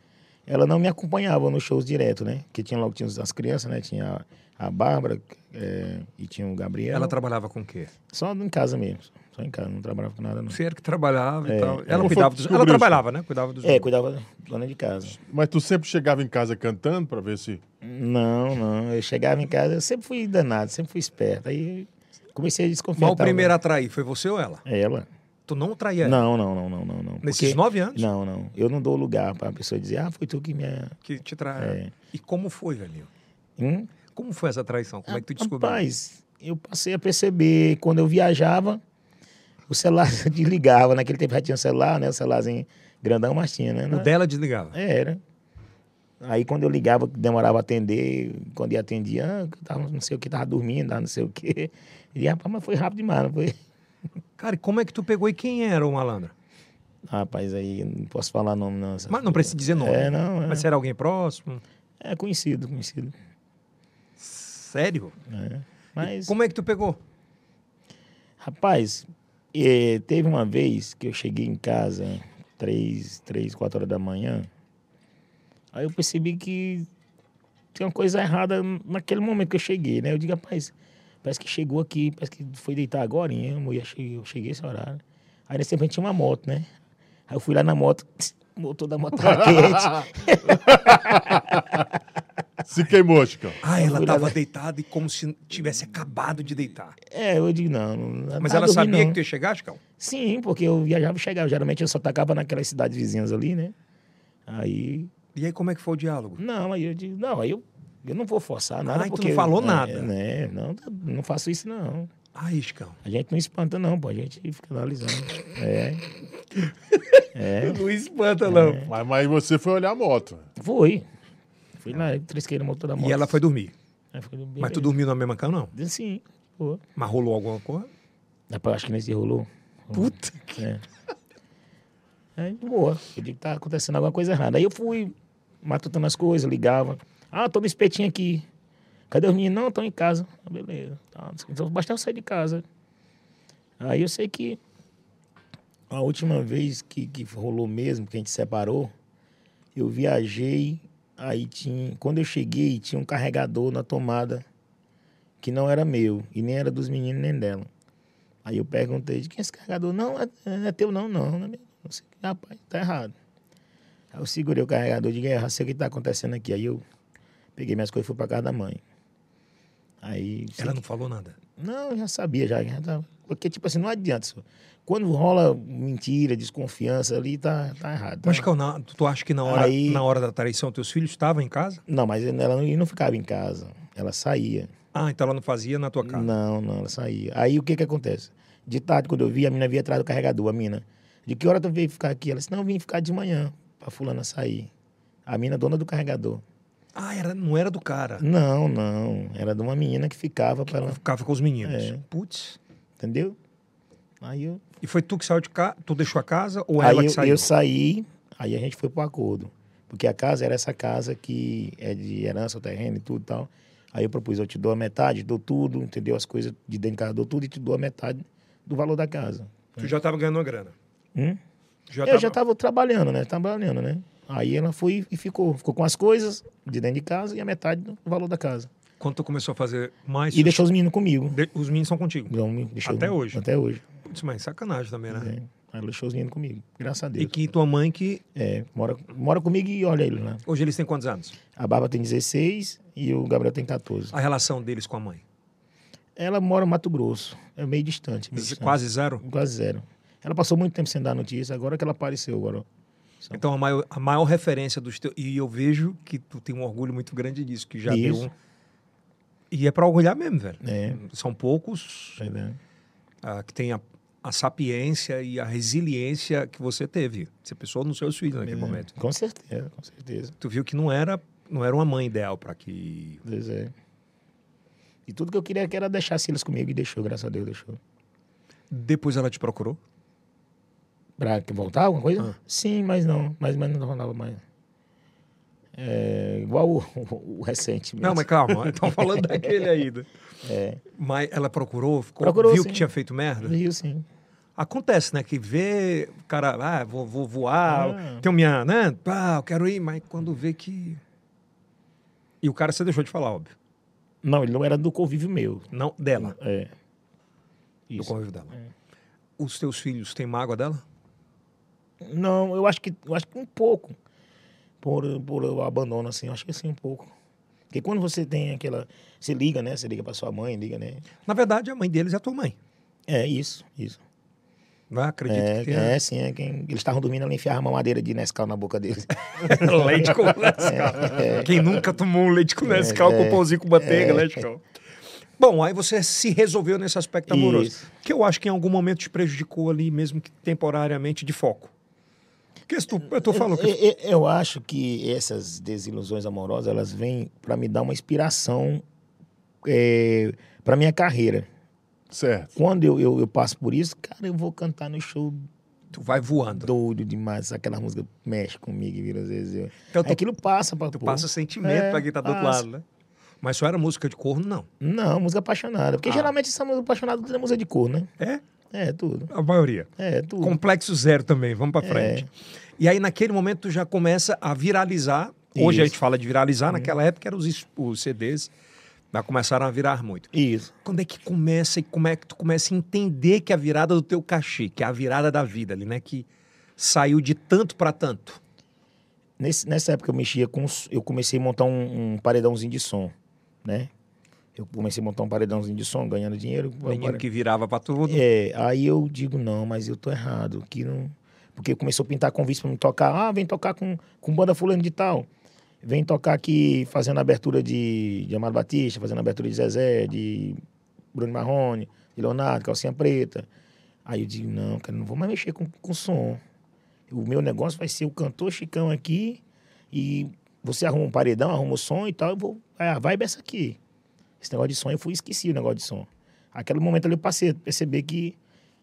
[SPEAKER 3] ela não me acompanhava nos shows direto, né? Que tinha logo tinha as crianças, né? Tinha a, a Bárbara é, e tinha o Gabriel.
[SPEAKER 1] Ela trabalhava com o quê?
[SPEAKER 3] Só em casa mesmo. Só em casa, não trabalhava com nada, não.
[SPEAKER 1] Você era que trabalhava e
[SPEAKER 3] É,
[SPEAKER 1] tal.
[SPEAKER 3] é.
[SPEAKER 1] Ela
[SPEAKER 2] Como foi
[SPEAKER 1] cuidava
[SPEAKER 2] que
[SPEAKER 1] dos.
[SPEAKER 2] descobriu
[SPEAKER 1] Ela
[SPEAKER 2] isso?
[SPEAKER 1] trabalhava, né? Cuidava dos.
[SPEAKER 3] É, cuidava dona de casa.
[SPEAKER 2] Mas tu sempre chegava em casa cantando pra ver se.
[SPEAKER 3] Não, não. Eu chegava em casa, eu sempre fui danado, sempre fui esperto. Aí eu comecei a desconfiar.
[SPEAKER 1] Mas o
[SPEAKER 3] tava-
[SPEAKER 1] primeiro a trair foi você ou ela?
[SPEAKER 3] Ela.
[SPEAKER 1] Tu não traía ela?
[SPEAKER 3] Não, não, não, não, não. não.
[SPEAKER 1] É. Nesses
[SPEAKER 3] Porque-
[SPEAKER 1] nove anos
[SPEAKER 3] Não, não. Eu não dou lugar pra pessoa dizer, ah, foi tu que me... a-
[SPEAKER 1] que te traiu.
[SPEAKER 3] É.
[SPEAKER 1] E como foi, velhinho?
[SPEAKER 3] Hum?
[SPEAKER 1] Como foi essa traição? Como é que tu descobriu?
[SPEAKER 3] Rapaz, eu passei a perceber, quando eu viajava, o celular desligava. né? Naquele tempo já tinha celular, né? O celularzinho grandão, mas tinha, né?
[SPEAKER 1] O dela desligava.
[SPEAKER 3] É, Era. Aí quando eu ligava, que demorava a atender, quando ia atendia, ah, que eu tava não sei o que, tava dormindo, tava não sei o que. E rapaz, mas foi rápido demais, não foi?
[SPEAKER 1] Cara, e como é que tu pegou e quem era o malandro?
[SPEAKER 3] Rapaz, aí eu não posso falar nome, não. essas
[SPEAKER 1] Mas não
[SPEAKER 3] coisas.
[SPEAKER 1] precisa dizer nome.
[SPEAKER 3] É, não, é.
[SPEAKER 1] Mas era alguém próximo?
[SPEAKER 3] É conhecido, conhecido.
[SPEAKER 1] Sério?
[SPEAKER 3] né? Mas,
[SPEAKER 1] Como é que tu pegou?
[SPEAKER 3] rapaz, eh, teve uma vez que eu cheguei em casa, três, três, quatro horas da manhã, Aí eu percebi que tinha uma coisa errada naquele momento que eu cheguei, né? Eu digo, rapaz, parece que chegou aqui, parece que foi deitar agora, hein? Amor, eu cheguei, eu cheguei esse horário. Aí nesse tempo a gente tinha uma moto, né? Aí eu fui lá na moto, o motor da moto tava quente.
[SPEAKER 2] Se queimou, Chicão.
[SPEAKER 1] Ah, ela
[SPEAKER 3] fui lá-
[SPEAKER 1] tava deitada e como se tivesse acabado de deitar.
[SPEAKER 3] É, eu digo, não. não
[SPEAKER 1] Mas
[SPEAKER 3] não
[SPEAKER 1] ela
[SPEAKER 3] Ah, dormi,
[SPEAKER 1] sabia
[SPEAKER 3] não.
[SPEAKER 1] que tu ia chegar, Chicão?
[SPEAKER 3] Sim, porque eu viajava e chegava. Geralmente eu só tacava naquelas cidades vizinhas ali, né? Aí
[SPEAKER 1] E aí, como é que foi o diálogo?
[SPEAKER 3] Não, aí eu digo, não, aí eu, eu não vou forçar nada.
[SPEAKER 1] Ah, e tu
[SPEAKER 3] porque
[SPEAKER 1] não falou
[SPEAKER 3] é,
[SPEAKER 1] nada.
[SPEAKER 3] Né, não, não faço isso, não.
[SPEAKER 1] Ai, Chicão.
[SPEAKER 3] A gente não espanta, não, pô. A gente fica analisando. É. É,
[SPEAKER 1] Não espanta, não.
[SPEAKER 2] Mas, mas você foi olhar a moto.
[SPEAKER 3] foi. Fui lá, eu trisquei no motor da moto.
[SPEAKER 1] E ela foi dormir.
[SPEAKER 3] Aí foi
[SPEAKER 1] Mas tu dormiu na mesma cama, não?
[SPEAKER 3] beleza. Sim, pô.
[SPEAKER 1] Mas rolou alguma coisa?
[SPEAKER 3] Rapaz, acho que nesse rolou.
[SPEAKER 1] Puta que...
[SPEAKER 3] É. Aí, boa. Eu digo, tá acontecendo alguma coisa errada. Aí eu fui matutando as coisas, ligava. Ah, tô no espetinho aqui. Cadê os meninos? Não, estão em casa. Ah, beleza. Tá, então basta eu sair de casa. Aí eu sei que a última vez que, que rolou mesmo, que a gente separou, eu viajei, aí tinha. Quando eu cheguei, tinha um carregador na tomada que não era meu, e nem era dos meninos nem dela. Aí eu perguntei, de quem é esse carregador? Não, é, é teu não, não. não é meu. Eu sei, rapaz, tá errado. Aí eu segurei o carregador de guerra, sei o que tá acontecendo aqui. Aí eu peguei minhas coisas e fui pra casa da mãe. Aí.
[SPEAKER 1] Ela não falou nada.
[SPEAKER 3] Não, eu já sabia, já. já tava- Porque, tipo assim, não adianta. só. Quando rola mentira, desconfiança ali, tá, tá errado. tá?
[SPEAKER 1] Mas, Chicão, na- tu acha que na hora,
[SPEAKER 3] Aí-
[SPEAKER 1] na hora da traição teus filhos estavam em casa?
[SPEAKER 3] Não, mas ela não, não ficava em casa. Ela saía.
[SPEAKER 1] Ah, então ela não fazia na tua casa.
[SPEAKER 3] Não, não, ela saía. Aí o que que acontece? De tarde, quando eu vi, a mina via atrás do carregador, a mina. De que hora tu veio ficar aqui? Ela disse, não, eu vim ficar de manhã, pra fulana sair. A mina, dona do carregador.
[SPEAKER 1] Ah, era, não era do cara.
[SPEAKER 3] Não, não. Era de uma menina que ficava para ela,
[SPEAKER 1] Ficava com os meninos.
[SPEAKER 3] É.
[SPEAKER 1] Putz.
[SPEAKER 3] entendeu? Aí eu,
[SPEAKER 1] E foi tu que saiu de casa? Tu deixou a casa ou
[SPEAKER 3] aí
[SPEAKER 1] ela que
[SPEAKER 3] eu,
[SPEAKER 1] saiu?
[SPEAKER 3] eu saí, aí a gente foi pro acordo. Porque a casa era essa casa que é de herança, o terreno e tudo e tal. Aí eu propus, eu te dou a metade, dou tudo, entendeu? As coisas de dentro de casa, dou tudo e te dou a metade do valor da casa.
[SPEAKER 1] Tu já tava ganhando uma grana.
[SPEAKER 3] Hum?
[SPEAKER 1] Já
[SPEAKER 3] eu já tava trabalhando, né? Trabalhando, né? Aí ela foi e ficou. Ficou com as coisas de dentro de casa e a metade do valor da casa.
[SPEAKER 1] Quando tu começou a fazer mais...
[SPEAKER 3] E deixou os meninos comigo.
[SPEAKER 1] de- Os meninos são contigo.
[SPEAKER 3] Não, me deixou-
[SPEAKER 1] Até hoje?
[SPEAKER 3] Até hoje.
[SPEAKER 1] Putz, mas sacanagem também, né?
[SPEAKER 3] É. Aí ela deixou os meninos comigo. Graças a
[SPEAKER 1] E
[SPEAKER 3] Deus.
[SPEAKER 1] que tua mãe que...
[SPEAKER 3] É, mora, mora comigo e olha ele lá.
[SPEAKER 1] Hoje eles têm quantos anos?
[SPEAKER 3] A Bárbara tem 16 e o Gabriel tem 14.
[SPEAKER 1] A relação deles com a mãe?
[SPEAKER 3] Ela mora no Mato Grosso. É meio distante. meio distante.
[SPEAKER 1] Quase zero?
[SPEAKER 3] Quase zero. Ela passou muito tempo sem dar notícia, agora que ela apareceu agora. ó.
[SPEAKER 1] Então a maior, a maior referência dos teus... E eu vejo que tu tem um orgulho muito grande disso, que já deu
[SPEAKER 3] Isso.
[SPEAKER 1] um... E é pra orgulhar mesmo, velho.
[SPEAKER 3] É,
[SPEAKER 1] São poucos
[SPEAKER 3] verdade.
[SPEAKER 1] ah, que tem a, a sapiência e a resiliência que você teve. Você pensou nos seus filhos
[SPEAKER 3] É.
[SPEAKER 1] naquele momento.
[SPEAKER 3] Com certeza, com certeza.
[SPEAKER 1] Tu viu que não era, não era uma mãe ideal para que.
[SPEAKER 3] Pois é. E tudo que eu queria que era deixar eles comigo e deixou, graças a Deus, deixou.
[SPEAKER 1] Depois ela te procurou.
[SPEAKER 3] Pra que voltar alguma coisa?
[SPEAKER 1] Ah.
[SPEAKER 3] Sim, mas não. Mas, mas não rolava mais. É, igual o, o- o recente.
[SPEAKER 1] Não,
[SPEAKER 3] mesmo.
[SPEAKER 1] mas calma, estão falando daquele ainda. Mas ela procurou, ficou,
[SPEAKER 3] É. Procurou,
[SPEAKER 1] viu
[SPEAKER 3] sim.
[SPEAKER 1] que tinha feito merda?
[SPEAKER 3] Viu, sim.
[SPEAKER 1] Acontece, né? Que vê, o cara, ah, vou, vou voar,
[SPEAKER 3] Ah.
[SPEAKER 1] tenho minha, né? Pá, eu quero ir, mas quando vê que. E o cara você deixou de falar, óbvio.
[SPEAKER 3] Não, ele não era do convívio meu.
[SPEAKER 1] Não dela,
[SPEAKER 3] É.
[SPEAKER 1] do
[SPEAKER 3] Isso. É.
[SPEAKER 1] convívio dela. Os teus filhos têm mágoa dela?
[SPEAKER 3] Não, eu acho que eu acho que um pouco. Por, por o abandono, assim, eu acho que assim, um pouco. Porque quando você tem aquela. Você liga, né? Você liga pra sua mãe, liga, né?
[SPEAKER 1] Na verdade, a mãe deles é a tua mãe.
[SPEAKER 3] É, isso, isso.
[SPEAKER 1] Não acredito
[SPEAKER 3] É,
[SPEAKER 1] que tenha.
[SPEAKER 3] é, sim, é quem. Eles estavam dormindo, ela enfiava a mamadeira de Nescau na boca deles.
[SPEAKER 1] leite
[SPEAKER 3] É,
[SPEAKER 1] com Nescau. Quem nunca tomou um leite com Nescau com pãozinho com
[SPEAKER 3] é.
[SPEAKER 1] manteiga, Nescau. Bom, aí você se resolveu nesse aspecto amoroso.
[SPEAKER 3] Isso.
[SPEAKER 1] Que eu acho que em algum momento te prejudicou ali, mesmo que temporariamente, de foco. Porque se tu, eu tô falando
[SPEAKER 3] Eu,
[SPEAKER 1] que
[SPEAKER 3] eu- eu acho que essas desilusões amorosas, elas vêm para me dar uma inspiração é, para minha carreira.
[SPEAKER 2] Certo.
[SPEAKER 3] Quando eu, eu, eu passo por isso, cara, eu vou cantar no show
[SPEAKER 1] tu vai voando.
[SPEAKER 3] doido demais. Aquela música mexe comigo, vira às vezes. Eu...
[SPEAKER 1] Então tu,
[SPEAKER 3] Aquilo É passa pra
[SPEAKER 1] tu
[SPEAKER 3] pô.
[SPEAKER 1] passa sentimento
[SPEAKER 3] É,
[SPEAKER 1] pra quem tá do outro
[SPEAKER 3] passa.
[SPEAKER 1] lado, né? Mas só era música de corno, não.
[SPEAKER 3] Não, música apaixonada. Porque
[SPEAKER 1] Ah.
[SPEAKER 3] geralmente essa música apaixonada tudo é música de cor, né?
[SPEAKER 1] É?
[SPEAKER 3] É, tudo.
[SPEAKER 1] A maioria.
[SPEAKER 3] É, tudo.
[SPEAKER 1] Uhum. Complexo zero também, vamos
[SPEAKER 3] É.
[SPEAKER 1] pra frente. E aí, naquele momento, tu já começa a viralizar. Hoje a
[SPEAKER 3] Isso. Uhum.
[SPEAKER 1] gente fala de viralizar, naquela época eram os, es- os CDs, mas começaram a virar muito.
[SPEAKER 3] Isso.
[SPEAKER 1] Quando é que começa e como é que tu começa a entender que é a virada do teu cachê, que é a virada da vida ali, né? Que saiu de tanto pra tanto.
[SPEAKER 3] Nesse- nessa época eu mexia com. s- Eu comecei a montar um, um paredãozinho de som, né? Eu comecei a montar um paredãozinho de som, ganhando dinheiro.
[SPEAKER 1] O menino que virava pra tudo.
[SPEAKER 3] É, aí eu digo, não, mas eu tô errado. Que não... Porque começou a pintar convite pra me tocar. Ah, vem tocar com, com banda fulano de tal. Vem tocar aqui fazendo abertura de, de Amado Batista, fazendo abertura de Zezé, de Bruno Marrone, de Leonardo, Calcinha Preta. Aí eu digo, não, cara, não vou mais mexer com, com som. O meu negócio vai ser o cantor Chicão aqui e você arruma um paredão, arruma o som e tal, eu vou... A vibe é essa aqui. Esse negócio de som, eu fui esqueci o negócio de som. Aquele momento ali eu passei a perceber que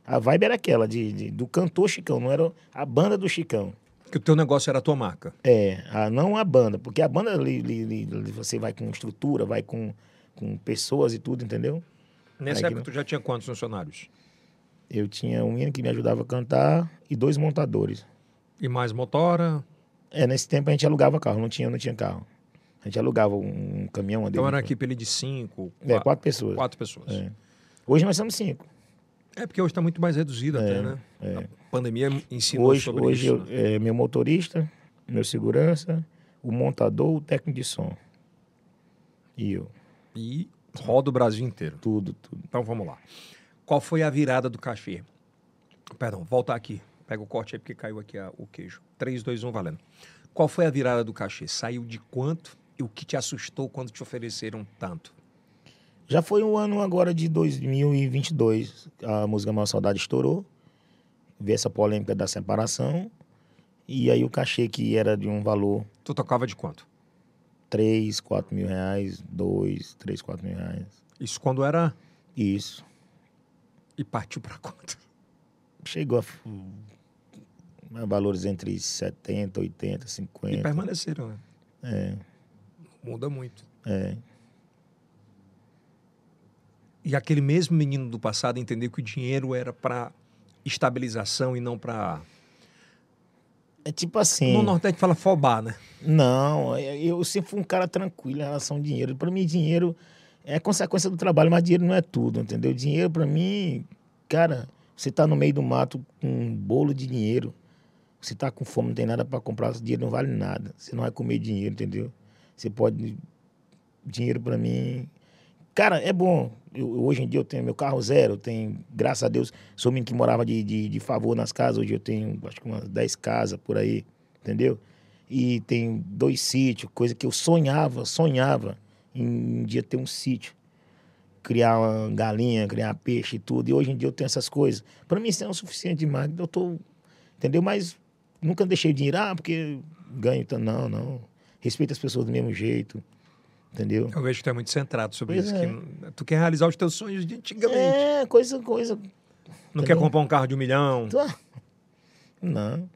[SPEAKER 3] a vibe era aquela, de, de- do cantor Chicão, não era a banda do Chicão.
[SPEAKER 1] Que o teu negócio era a tua marca.
[SPEAKER 3] É, a, não a banda, porque a banda ali, ali- ali- ali você vai com estrutura, vai com, com pessoas e tudo, entendeu?
[SPEAKER 1] Nessa
[SPEAKER 3] Aí que
[SPEAKER 1] época, tu já tinha quantos funcionários?
[SPEAKER 3] Eu tinha um menino que me ajudava a cantar e dois montadores.
[SPEAKER 1] E mais motora?
[SPEAKER 3] É, nesse tempo a gente alugava carro, não tinha, não tinha carro. A gente alugava um, um caminhão. uma
[SPEAKER 1] Então era uma
[SPEAKER 3] deriva.
[SPEAKER 1] equipe ali de cinco,
[SPEAKER 3] É,
[SPEAKER 1] qua-
[SPEAKER 3] quatro pessoas.
[SPEAKER 1] quatro pessoas.
[SPEAKER 3] É. Hoje nós somos cinco.
[SPEAKER 1] É porque hoje está muito mais reduzido até, né? A pandemia ensinou
[SPEAKER 3] É, Hoje,
[SPEAKER 1] sobre
[SPEAKER 3] hoje
[SPEAKER 1] isso.
[SPEAKER 3] eu-
[SPEAKER 1] né?
[SPEAKER 3] é, meu motorista, meu segurança, o montador, o técnico de som. E eu.
[SPEAKER 1] E roda o Brasil inteiro.
[SPEAKER 3] Tudo, tudo.
[SPEAKER 1] Então vamos lá. Qual foi a virada do cachê? Perdão, volta aqui. Pega o corte aí porque caiu aqui a- o queijo. 3, 2, 1, valendo. Qual foi a virada do cachê? Saiu de quanto? E o que te assustou quando te ofereceram tanto?
[SPEAKER 3] Já foi um ano agora de 2022. A música Maior Saudade estourou. Veio essa polêmica da separação. E aí o cachê que era de um valor
[SPEAKER 1] Tu tocava de quanto?
[SPEAKER 3] 3, 4 mil reais, 2, 3, 4 mil reais.
[SPEAKER 1] Isso quando era.
[SPEAKER 3] Isso.
[SPEAKER 1] E partiu pra conta.
[SPEAKER 3] Chegou a f- valores entre 70, 80, 50.
[SPEAKER 1] E permaneceram, né?
[SPEAKER 3] É,
[SPEAKER 1] Muda muito.
[SPEAKER 3] é.
[SPEAKER 1] E aquele mesmo menino do passado entendeu que o dinheiro era pra estabilização e não pra.
[SPEAKER 3] É tipo assim.
[SPEAKER 1] No Nordeste fala fobar, né?
[SPEAKER 3] Não, eu eu sempre fui um cara tranquilo em relação ao dinheiro. Para mim, dinheiro é consequência do trabalho, mas dinheiro não é tudo, entendeu? Dinheiro, para mim, cara, você tá no meio do mato com um bolo de dinheiro, você tá com fome, não tem nada para comprar, o dinheiro não vale nada. Você não vai comer dinheiro, entendeu? Você pode. Dinheiro, para mim. Cara, é bom. Eu- eu- hoje em dia eu tenho meu carro zero, eu tenho, graças a Deus, sou um menino que morava de, de, de favor nas casas, hoje eu tenho acho que umas 10 casas por aí, entendeu? e tem dois sítios, coisa que eu sonhava, sonhava em um dia ter um sítio, criar uma galinha, criar peixe e tudo. E hoje em dia eu tenho essas coisas. Para mim isso é o suficiente demais. Eu tô, entendeu? Mas nunca deixei de ir, ah, porque ganho tanto. Não, não. Respeito as pessoas do mesmo jeito, entendeu?
[SPEAKER 1] Eu vejo que tu é muito centrado sobre
[SPEAKER 3] Pois
[SPEAKER 1] isso.
[SPEAKER 3] é.
[SPEAKER 1] que tu quer realizar os teus sonhos de antigamente.
[SPEAKER 3] É, coisa, coisa.
[SPEAKER 1] não
[SPEAKER 3] entendeu?
[SPEAKER 1] quer comprar um carro de um milhão.
[SPEAKER 3] Tu- ah, Não.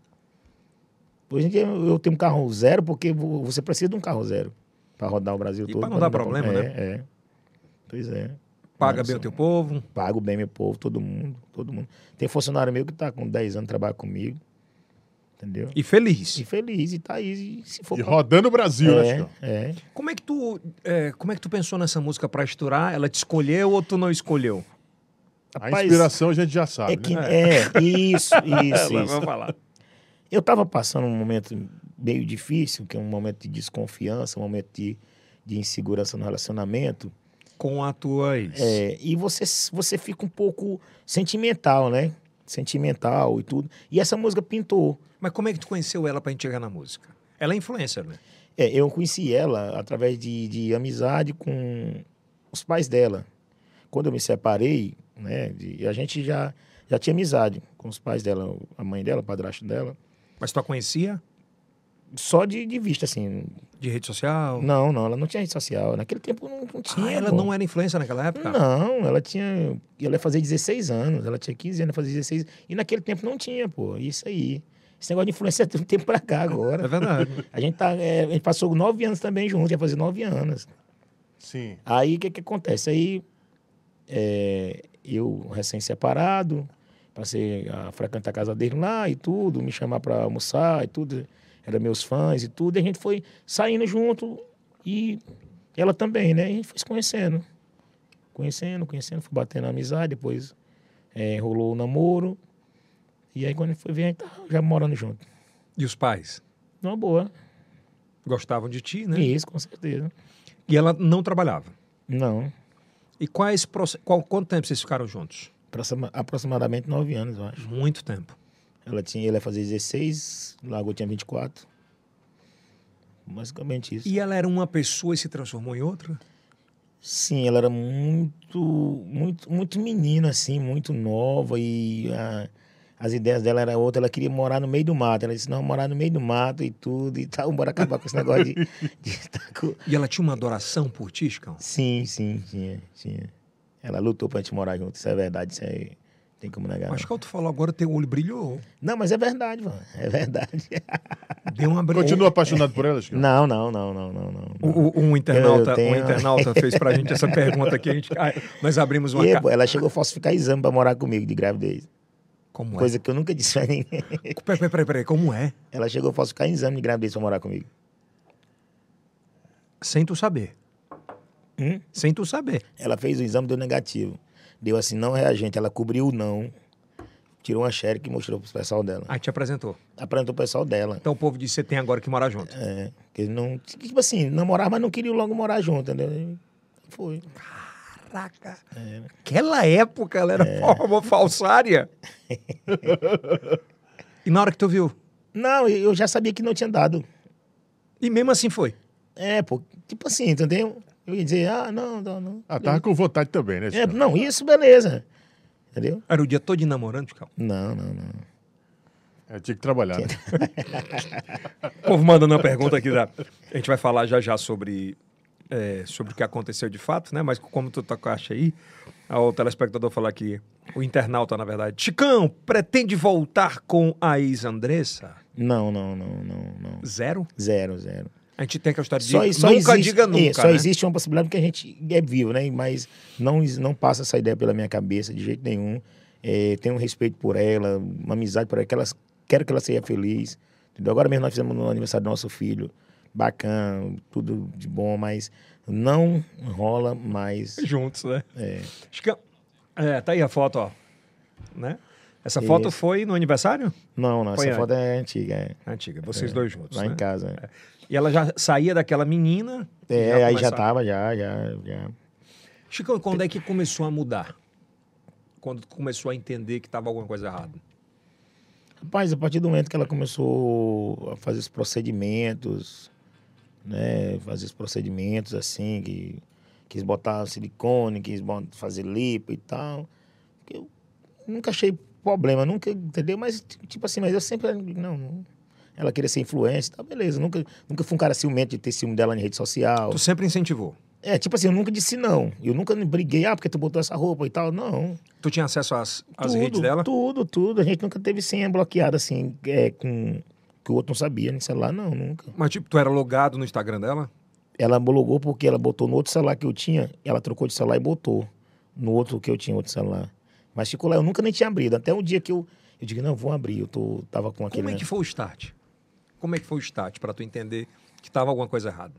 [SPEAKER 3] Hoje em dia eu eu tenho um carro zero porque vo- você precisa de um carro zero para rodar o Brasil
[SPEAKER 1] E
[SPEAKER 3] todo.
[SPEAKER 1] pra não
[SPEAKER 3] pra
[SPEAKER 1] dar problema, né?
[SPEAKER 3] É, é. Pois é.
[SPEAKER 1] Paga
[SPEAKER 3] Não,
[SPEAKER 1] bem o
[SPEAKER 3] só-
[SPEAKER 1] teu povo.
[SPEAKER 3] Pago bem meu povo, todo mundo, todo mundo. Tem funcionário meu que tá com 10 anos trabalha comigo. Entendeu?
[SPEAKER 1] E feliz.
[SPEAKER 3] E feliz, e tá aí, e se for
[SPEAKER 2] E
[SPEAKER 3] pra...
[SPEAKER 2] rodando o Brasil, né, Chicão?
[SPEAKER 3] é, é.
[SPEAKER 1] Como é que tu, é, como é que tu pensou nessa música pra estourar? Ela te escolheu ou tu não escolheu?
[SPEAKER 2] a
[SPEAKER 3] Rapaz,
[SPEAKER 2] inspiração a gente já
[SPEAKER 3] é
[SPEAKER 2] sabe,
[SPEAKER 3] que
[SPEAKER 2] né?
[SPEAKER 3] é, isso, isso,
[SPEAKER 1] Ela-
[SPEAKER 3] isso.
[SPEAKER 1] vamos falar.
[SPEAKER 3] Eu estava passando um momento meio difícil, que é um momento de desconfiança, um momento de, de insegurança no relacionamento.
[SPEAKER 1] Com a tua ex.
[SPEAKER 3] É, e você, você fica um pouco sentimental, né? Sentimental e tudo. E essa música pintou.
[SPEAKER 1] Mas como é que tu conheceu ela pra gente chegar na música? Ela é influencer, né?
[SPEAKER 3] É, eu conheci ela através de, de amizade com os pais dela. Quando eu me separei, né? de- a gente já, já tinha amizade com os pais dela, a mãe dela, o padrasto dela.
[SPEAKER 1] Mas tu a conhecia?
[SPEAKER 3] Só de, de vista, assim.
[SPEAKER 1] De rede social?
[SPEAKER 3] Não, não, ela não tinha rede social. Naquele tempo não, não tinha.
[SPEAKER 1] Ah, ela
[SPEAKER 3] pô.
[SPEAKER 1] não era influencer naquela época?
[SPEAKER 3] Não, ela tinha. Ela ia fazer 16 anos, ela tinha 15 anos, ia fazer 16. E naquele tempo não tinha, pô. Isso aí. Esse negócio de influência é de um tempo pra cá
[SPEAKER 1] É
[SPEAKER 3] agora.
[SPEAKER 1] verdade.
[SPEAKER 3] A gente, tá, é, a gente passou nove anos também junto, ia fazer nove anos.
[SPEAKER 2] Sim.
[SPEAKER 3] Aí o que, que acontece? Aí é, eu, recém-separado, passei a frequentar a casa dele lá e tudo, me chamar para almoçar e tudo, eram meus fãs e tudo, e a gente foi saindo junto e ela também, né? E a gente foi se conhecendo. Conhecendo, conhecendo, fui batendo amizade, depois é, rolou o namoro. E aí quando a gente foi ver, a gente tava já morando junto.
[SPEAKER 1] E os pais?
[SPEAKER 3] Numa boa.
[SPEAKER 1] Gostavam de ti, né?
[SPEAKER 3] Isso, com certeza.
[SPEAKER 1] E ela não trabalhava.
[SPEAKER 3] Não.
[SPEAKER 1] E quais proce- qual quanto tempo vocês ficaram juntos?
[SPEAKER 3] aproxima- Aproximadamente nove anos, eu acho.
[SPEAKER 1] Muito tempo.
[SPEAKER 3] Ela tinha, ela ia fazer 16, Lagoa tinha 24. Basicamente isso.
[SPEAKER 1] E ela era uma pessoa e se transformou em outra?
[SPEAKER 3] Sim, ela era muito, muito, muito menina, assim, muito nova e a- as ideias dela eram outras. Ela queria morar no meio do mato. Ela disse, não, morar no meio do mato e tudo e tal, bora acabar com esse negócio de, de tá com-
[SPEAKER 1] E ela tinha uma adoração por ti, Chicão?
[SPEAKER 3] Sim, sim, tinha, tinha. Ela lutou pra gente morar junto, isso é verdade, isso aí não tem como negar. não.
[SPEAKER 1] Mas que tu falou agora, teu olho brilhou.
[SPEAKER 3] Não, mas é verdade, mano, é verdade.
[SPEAKER 1] Deu uma brilhada.
[SPEAKER 2] Continua apaixonado por ela, Chicão?
[SPEAKER 3] é, Não, não, não, não, não, não. não.
[SPEAKER 1] O- o- Um, internauta,
[SPEAKER 3] Eu tenho-
[SPEAKER 1] um internauta fez pra gente essa pergunta aqui. A gente, ah, nós abrimos uma
[SPEAKER 3] E,
[SPEAKER 1] ca...
[SPEAKER 3] pô, ela chegou a falsificar exame pra morar comigo de gravidez.
[SPEAKER 1] Como
[SPEAKER 3] Coisa que eu nunca disse pra ninguém.
[SPEAKER 1] é? Peraí, peraí, peraí, peraí, como é?
[SPEAKER 3] Ela chegou a falsificar exame de gravidez pra morar comigo.
[SPEAKER 1] Sem tu saber.
[SPEAKER 3] Hum?
[SPEAKER 1] Sem tu saber.
[SPEAKER 3] Ela fez o exame, deu negativo. Deu assim, não reagente. Ela cobriu o não. Tirou uma xerica e mostrou pro pessoal dela.
[SPEAKER 1] Aí Ah, te apresentou.
[SPEAKER 3] Apresentou o pessoal dela.
[SPEAKER 1] Então o povo disse, você tem agora que morar junto.
[SPEAKER 3] É, que ele não, tipo assim, namorar, mas não queria logo morar junto, entendeu? E Foi.
[SPEAKER 1] Caraca. Aquela época ela era uma falsária. e na hora que tu viu?
[SPEAKER 3] Não, eu já sabia que não tinha dado.
[SPEAKER 1] E mesmo assim foi.
[SPEAKER 3] É, pô, tipo assim, entendeu? Eu ia dizer, ah, não, não, não.
[SPEAKER 2] Ah, tava com vontade também, né,
[SPEAKER 3] É,
[SPEAKER 2] Chicão?
[SPEAKER 3] não, isso, beleza. Entendeu?
[SPEAKER 1] Era o dia todo de namorando, Chicão.
[SPEAKER 3] Não, não, não.
[SPEAKER 2] É, tinha que trabalhar. né?
[SPEAKER 1] O povo mandando uma pergunta aqui. Da... A gente vai falar já já sobre, é, sobre o que aconteceu de fato, né? Mas como tu tá com a caixa aí, ah, o telespectador falar aqui, o internauta, na verdade. Chicão, pretende voltar com a ex-Andressa?
[SPEAKER 3] Não, não, não, não, não.
[SPEAKER 1] Zero?
[SPEAKER 3] Zero, zero.
[SPEAKER 1] A gente tem aquela história de
[SPEAKER 3] Só- só
[SPEAKER 1] nunca
[SPEAKER 3] existe-
[SPEAKER 1] diga nunca,
[SPEAKER 3] é, só
[SPEAKER 1] né?
[SPEAKER 3] existe uma possibilidade porque a gente é vivo, né? Mas não, ex- não passa essa ideia pela minha cabeça de jeito nenhum. É, tenho um respeito por ela, uma amizade por ela. que elas- quero que ela seja feliz. Entendeu? Agora mesmo nós fizemos no aniversário do nosso filho. Bacana, tudo de bom, mas não rola mais.
[SPEAKER 1] Juntos, né?
[SPEAKER 3] É,
[SPEAKER 1] Chicão, é, tá aí a foto, ó. Né? Essa foto
[SPEAKER 3] Isso.
[SPEAKER 1] foi no aniversário?
[SPEAKER 3] não, não,
[SPEAKER 1] Põe
[SPEAKER 3] essa
[SPEAKER 1] aí.
[SPEAKER 3] foto é antiga. É.
[SPEAKER 1] Antiga, vocês dois juntos,
[SPEAKER 3] Lá
[SPEAKER 1] né?
[SPEAKER 3] em casa.
[SPEAKER 1] E ela já saía daquela menina.
[SPEAKER 3] É,
[SPEAKER 1] e
[SPEAKER 3] aí já
[SPEAKER 1] começava-
[SPEAKER 3] tava, já, já, já.
[SPEAKER 1] Chicão, quando é que começou a mudar? Quando tu começou a entender que estava alguma coisa errada?
[SPEAKER 3] Rapaz, a partir do momento que ela começou a fazer os procedimentos, né? Fazer os procedimentos assim, que quis botar silicone, quis bo- fazer lipo e tal. que Eu nunca achei problema, nunca, entendeu? Mas, t- tipo assim, mas eu sempre. Não, não. Ela queria ser influência, tá, beleza. Nunca, nunca fui um cara ciumento de ter ciúme dela em rede social.
[SPEAKER 1] Tu sempre incentivou.
[SPEAKER 3] É, tipo assim, eu nunca disse não. Eu nunca briguei, ah, porque tu botou essa roupa e tal. Não.
[SPEAKER 1] Tu tinha acesso às, às
[SPEAKER 3] Tudo,
[SPEAKER 1] redes dela?
[SPEAKER 3] Tudo, tudo. A gente nunca teve senha bloqueada assim, é, com que o outro não sabia no celular, não, nunca.
[SPEAKER 1] Mas, tipo, tu era logado no Instagram dela?
[SPEAKER 3] Ela homologou porque ela botou no outro celular que eu tinha, ela trocou de celular e botou no outro que eu tinha, outro celular. Mas ficou lá, eu nunca nem tinha abrido. Até um dia que eu, eu digo, não, vou abrir, eu tô, tava com aquele.
[SPEAKER 1] Como é que foi o start? Como é que foi o start para tu entender que estava alguma coisa errada?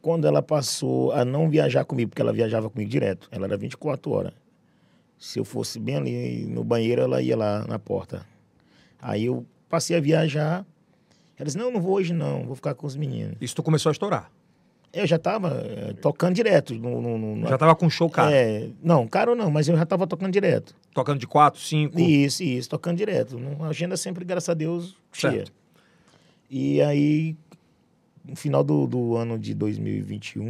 [SPEAKER 3] Quando ela passou a não viajar comigo, porque ela viajava comigo direto, ela era 24 horas. Se eu fosse bem ali no banheiro, ela ia lá na porta. Aí eu passei a viajar. Ela disse, não, não vou hoje não, vou ficar com os meninos.
[SPEAKER 1] Isso tu começou a estourar.
[SPEAKER 3] Eu já tava eh, tocando direto. No, no- no-
[SPEAKER 1] Já tava com show, cara.
[SPEAKER 3] É, não, caro não, mas eu já tava tocando direto.
[SPEAKER 1] Tocando de quatro, cinco.
[SPEAKER 3] Isso, isso, tocando direto. Não- A agenda sempre, graças a Deus, cheia.
[SPEAKER 1] Certo.
[SPEAKER 3] E aí, no final do, do ano de 2021,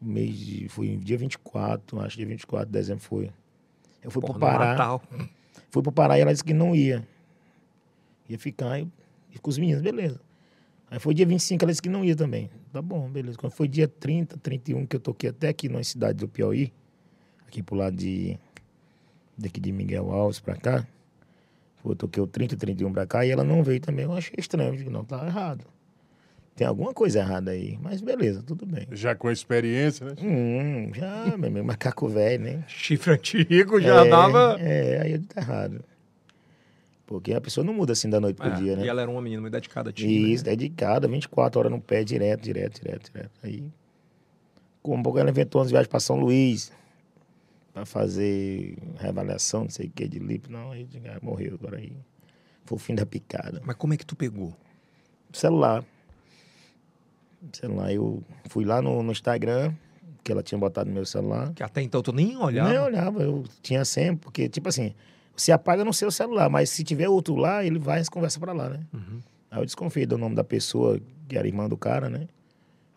[SPEAKER 3] mês de, foi dia 24, acho, dia 24 de dezembro foi. Eu fui
[SPEAKER 1] Porra,
[SPEAKER 3] pro
[SPEAKER 1] no
[SPEAKER 3] Pará.
[SPEAKER 1] Natal.
[SPEAKER 3] Fui pro Pará e ela disse que não ia. Ia ficar eu, e com os meninos, beleza. Aí foi dia 25, ela disse que não ia também. Tá bom, beleza. Quando foi dia 30, 31, que eu toquei até aqui na cidade do Piauí, aqui pro lado de. daqui de Miguel Alves pra cá. Eu toquei o 30, 31 pra cá e ela não veio também. Eu achei estranho. Eu digo, não, tá errado. Tem alguma coisa errada aí. Mas beleza, tudo bem.
[SPEAKER 2] Já com a experiência, né?
[SPEAKER 3] Hum, já, meu amigo, macaco velho, né?
[SPEAKER 1] Chifre antigo já dava.
[SPEAKER 3] É, aí ele tá errado. Porque a pessoa não muda assim da noite pro
[SPEAKER 1] É,
[SPEAKER 3] dia, né?
[SPEAKER 1] E ela era uma menina muito dedicada a ti. né?
[SPEAKER 3] Isso, dedicada, 24 horas no pé, direto, direto, direto, direto. Aí, com um pouco ela inventou umas viagens pra São Luís, pra fazer reavaliação, não sei o que, de lipo. Não, aí eu digo, ah, morreu, agora aí. Foi o fim da picada.
[SPEAKER 1] Mas como é que tu pegou?
[SPEAKER 3] Celular. Celular, eu fui lá no, no Instagram, que ela tinha botado no meu celular.
[SPEAKER 1] Que até então tu nem olhava.
[SPEAKER 3] Nem olhava, eu tinha sempre, porque, tipo assim, você apaga no seu celular, mas se tiver outro lá, ele vai e conversa pra lá, né?
[SPEAKER 1] Uhum.
[SPEAKER 3] Aí eu desconfiei do nome da pessoa, que era irmã do cara, né?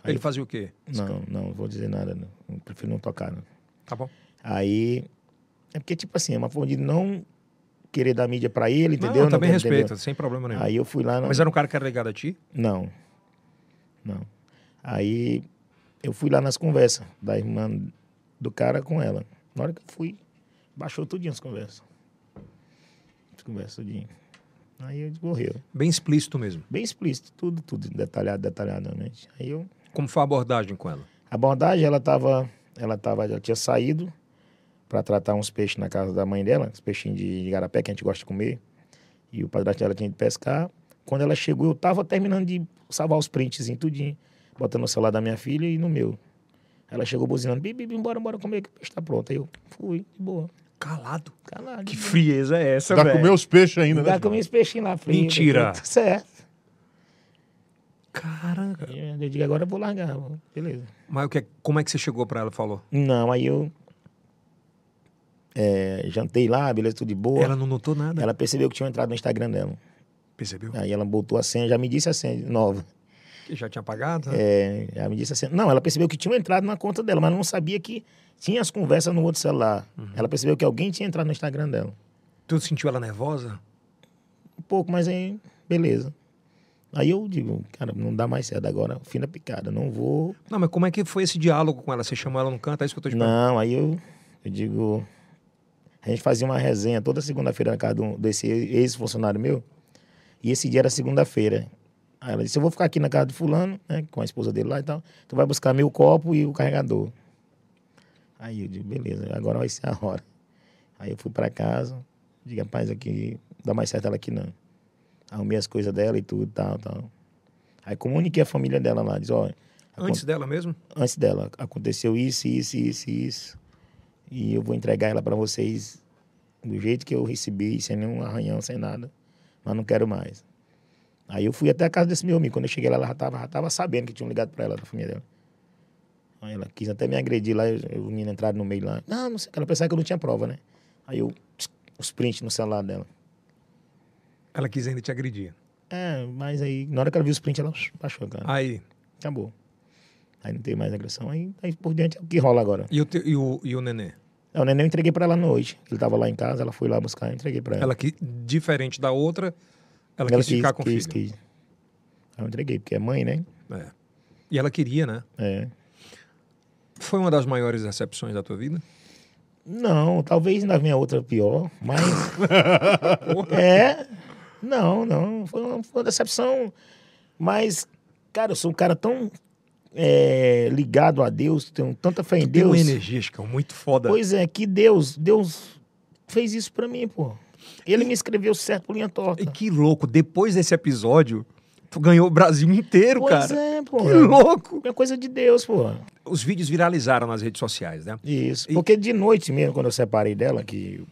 [SPEAKER 1] Ele fazia o quê?
[SPEAKER 3] Não, não, não vou dizer nada, não. Eu prefiro não tocar, não.
[SPEAKER 1] Tá bom.
[SPEAKER 3] Aí, é porque, tipo assim, é uma forma de não querer dar mídia pra ele,
[SPEAKER 1] Não,
[SPEAKER 3] entendeu?
[SPEAKER 1] eu também
[SPEAKER 3] Não, entendeu?
[SPEAKER 1] respeito, sem problema nenhum.
[SPEAKER 3] Aí eu fui lá... Não,
[SPEAKER 1] Mas era um cara que era ligado a ti?
[SPEAKER 3] não, não. Aí eu fui lá nas conversas da irmã do cara com ela. Na hora que eu fui, baixou tudinho as conversas. As conversas tudinho. Aí eu morreu.
[SPEAKER 1] Bem explícito mesmo.
[SPEAKER 3] Bem explícito, tudo, tudo, detalhado, detalhadamente. Aí eu
[SPEAKER 1] Como foi a abordagem com ela?
[SPEAKER 3] A abordagem, ela tava, ela tava, ela tinha saído para tratar uns peixes na casa da mãe dela, uns peixinhos de garapé que a gente gosta de comer. E o padrasto dela tinha de pescar. Quando ela chegou, eu tava terminando de salvar os prints em tudinho, botando no celular da minha filha e no meu. Ela chegou buzinando, bibi, bi, bora, bora comer, que o peixe tá pronto. Aí eu fui, de boa,
[SPEAKER 1] Calado.
[SPEAKER 3] calado.
[SPEAKER 1] Que frieza é essa,
[SPEAKER 2] Dá
[SPEAKER 1] velho?
[SPEAKER 2] comer os Tá peixes ainda, né?
[SPEAKER 3] Ainda comi esse peixinho lá frito.
[SPEAKER 1] Mentira.
[SPEAKER 3] tudo Certo.
[SPEAKER 1] Caraca.
[SPEAKER 3] Aí Eu digo, agora eu vou largar, vou. beleza.
[SPEAKER 1] Mas o que, é- como é que você chegou pra ela e falou?
[SPEAKER 3] Não, aí eu é, jantei lá, beleza, tudo de boa.
[SPEAKER 1] Ela não notou nada.
[SPEAKER 3] Ela percebeu que tinha entrado no Instagram dela.
[SPEAKER 1] Percebeu?
[SPEAKER 3] Aí ela botou a senha, já me disse a senha nova.
[SPEAKER 1] Que já tinha apagado? né?
[SPEAKER 3] É, já me disse a senha. Não, ela percebeu que tinha entrado na conta dela, mas
[SPEAKER 1] Uhum.
[SPEAKER 3] não sabia que tinha as conversas no outro celular. Ela percebeu que alguém tinha entrado no Instagram dela.
[SPEAKER 1] Tu sentiu ela nervosa?
[SPEAKER 3] Um pouco, mas aí, beleza. Aí eu digo, cara, não dá mais certo agora, fim da picada, não vou.
[SPEAKER 1] Não, mas como é que foi esse diálogo com ela? Você chamou ela no canto? É isso que eu tô te perguntando.
[SPEAKER 3] Não, aí eu, eu digo. A gente fazia uma resenha toda segunda-feira na casa de um- desse ex-funcionário meu. E esse dia era segunda-feira. Aí ela disse: Eu vou ficar aqui na casa do fulano, né, com a esposa dele lá e tal. Tu vai buscar meu copo e o carregador. Aí eu digo: Beleza, agora vai ser a hora. Aí eu fui pra casa, digo: Rapaz, aqui não dá mais certo ela aqui não. Arrumei as coisas dela e tudo tal, tal. Aí comuniquei a família dela lá: Diz: Ó,
[SPEAKER 1] Antes dela mesmo?
[SPEAKER 3] antes dela. Aconteceu isso, isso, isso, isso. E eu vou entregar ela para vocês do jeito que eu recebi, sem nenhum arranhão, sem nada. Mas não quero mais. Aí eu fui até a casa desse meu amigo. Quando eu cheguei lá, ela já tava, já tava sabendo que tinham ligado para ela, da família dela. Aí ela quis até me agredir lá, eu- eu- os meninos entraram no meio lá. Não, não sei, o que, ela pensava que eu não tinha prova, né? Aí eu, os prints no celular dela.
[SPEAKER 1] Ela quis ainda te agredir.
[SPEAKER 3] É, mas aí, na hora que ela viu os prints, ela baixou, cara.
[SPEAKER 1] Aí,
[SPEAKER 3] Acabou. Aí não tem mais agressão. Aí, aí por diante é o que rola agora.
[SPEAKER 1] e o, teu- e o, e o nenê?
[SPEAKER 3] Não, o neném eu entreguei pra ela à noite. Ele tava lá em casa, ela foi lá buscar, eu entreguei pra ela.
[SPEAKER 1] Ela que, diferente da outra, ela, quis, ficar com o filho.
[SPEAKER 3] É. quis. Aí eu entreguei, porque é mãe, né?
[SPEAKER 1] É. E ela queria, né?
[SPEAKER 3] É.
[SPEAKER 1] Foi uma das maiores decepções da tua vida?
[SPEAKER 3] Não, talvez ainda venha outra pior, mas. é. Não, não. Foi uma, foi uma decepção. Mas, cara, eu sou um cara tão é, ligado a Deus, tenho tanta fé em
[SPEAKER 1] Deu
[SPEAKER 3] Deus.
[SPEAKER 1] uma energia, Chicão, muito foda.
[SPEAKER 3] Pois é, que Deus, Deus fez isso pra mim, pô. Ele me escreveu certo por linha torta.
[SPEAKER 1] E que louco, depois desse episódio, tu ganhou o Brasil inteiro,
[SPEAKER 3] pois
[SPEAKER 1] cara.
[SPEAKER 3] é, pô.
[SPEAKER 1] Que louco!
[SPEAKER 3] É coisa de Deus, pô.
[SPEAKER 1] Os vídeos viralizaram nas redes sociais, né?
[SPEAKER 3] Isso.
[SPEAKER 1] E-
[SPEAKER 3] Porque de noite mesmo, quando eu separei dela, que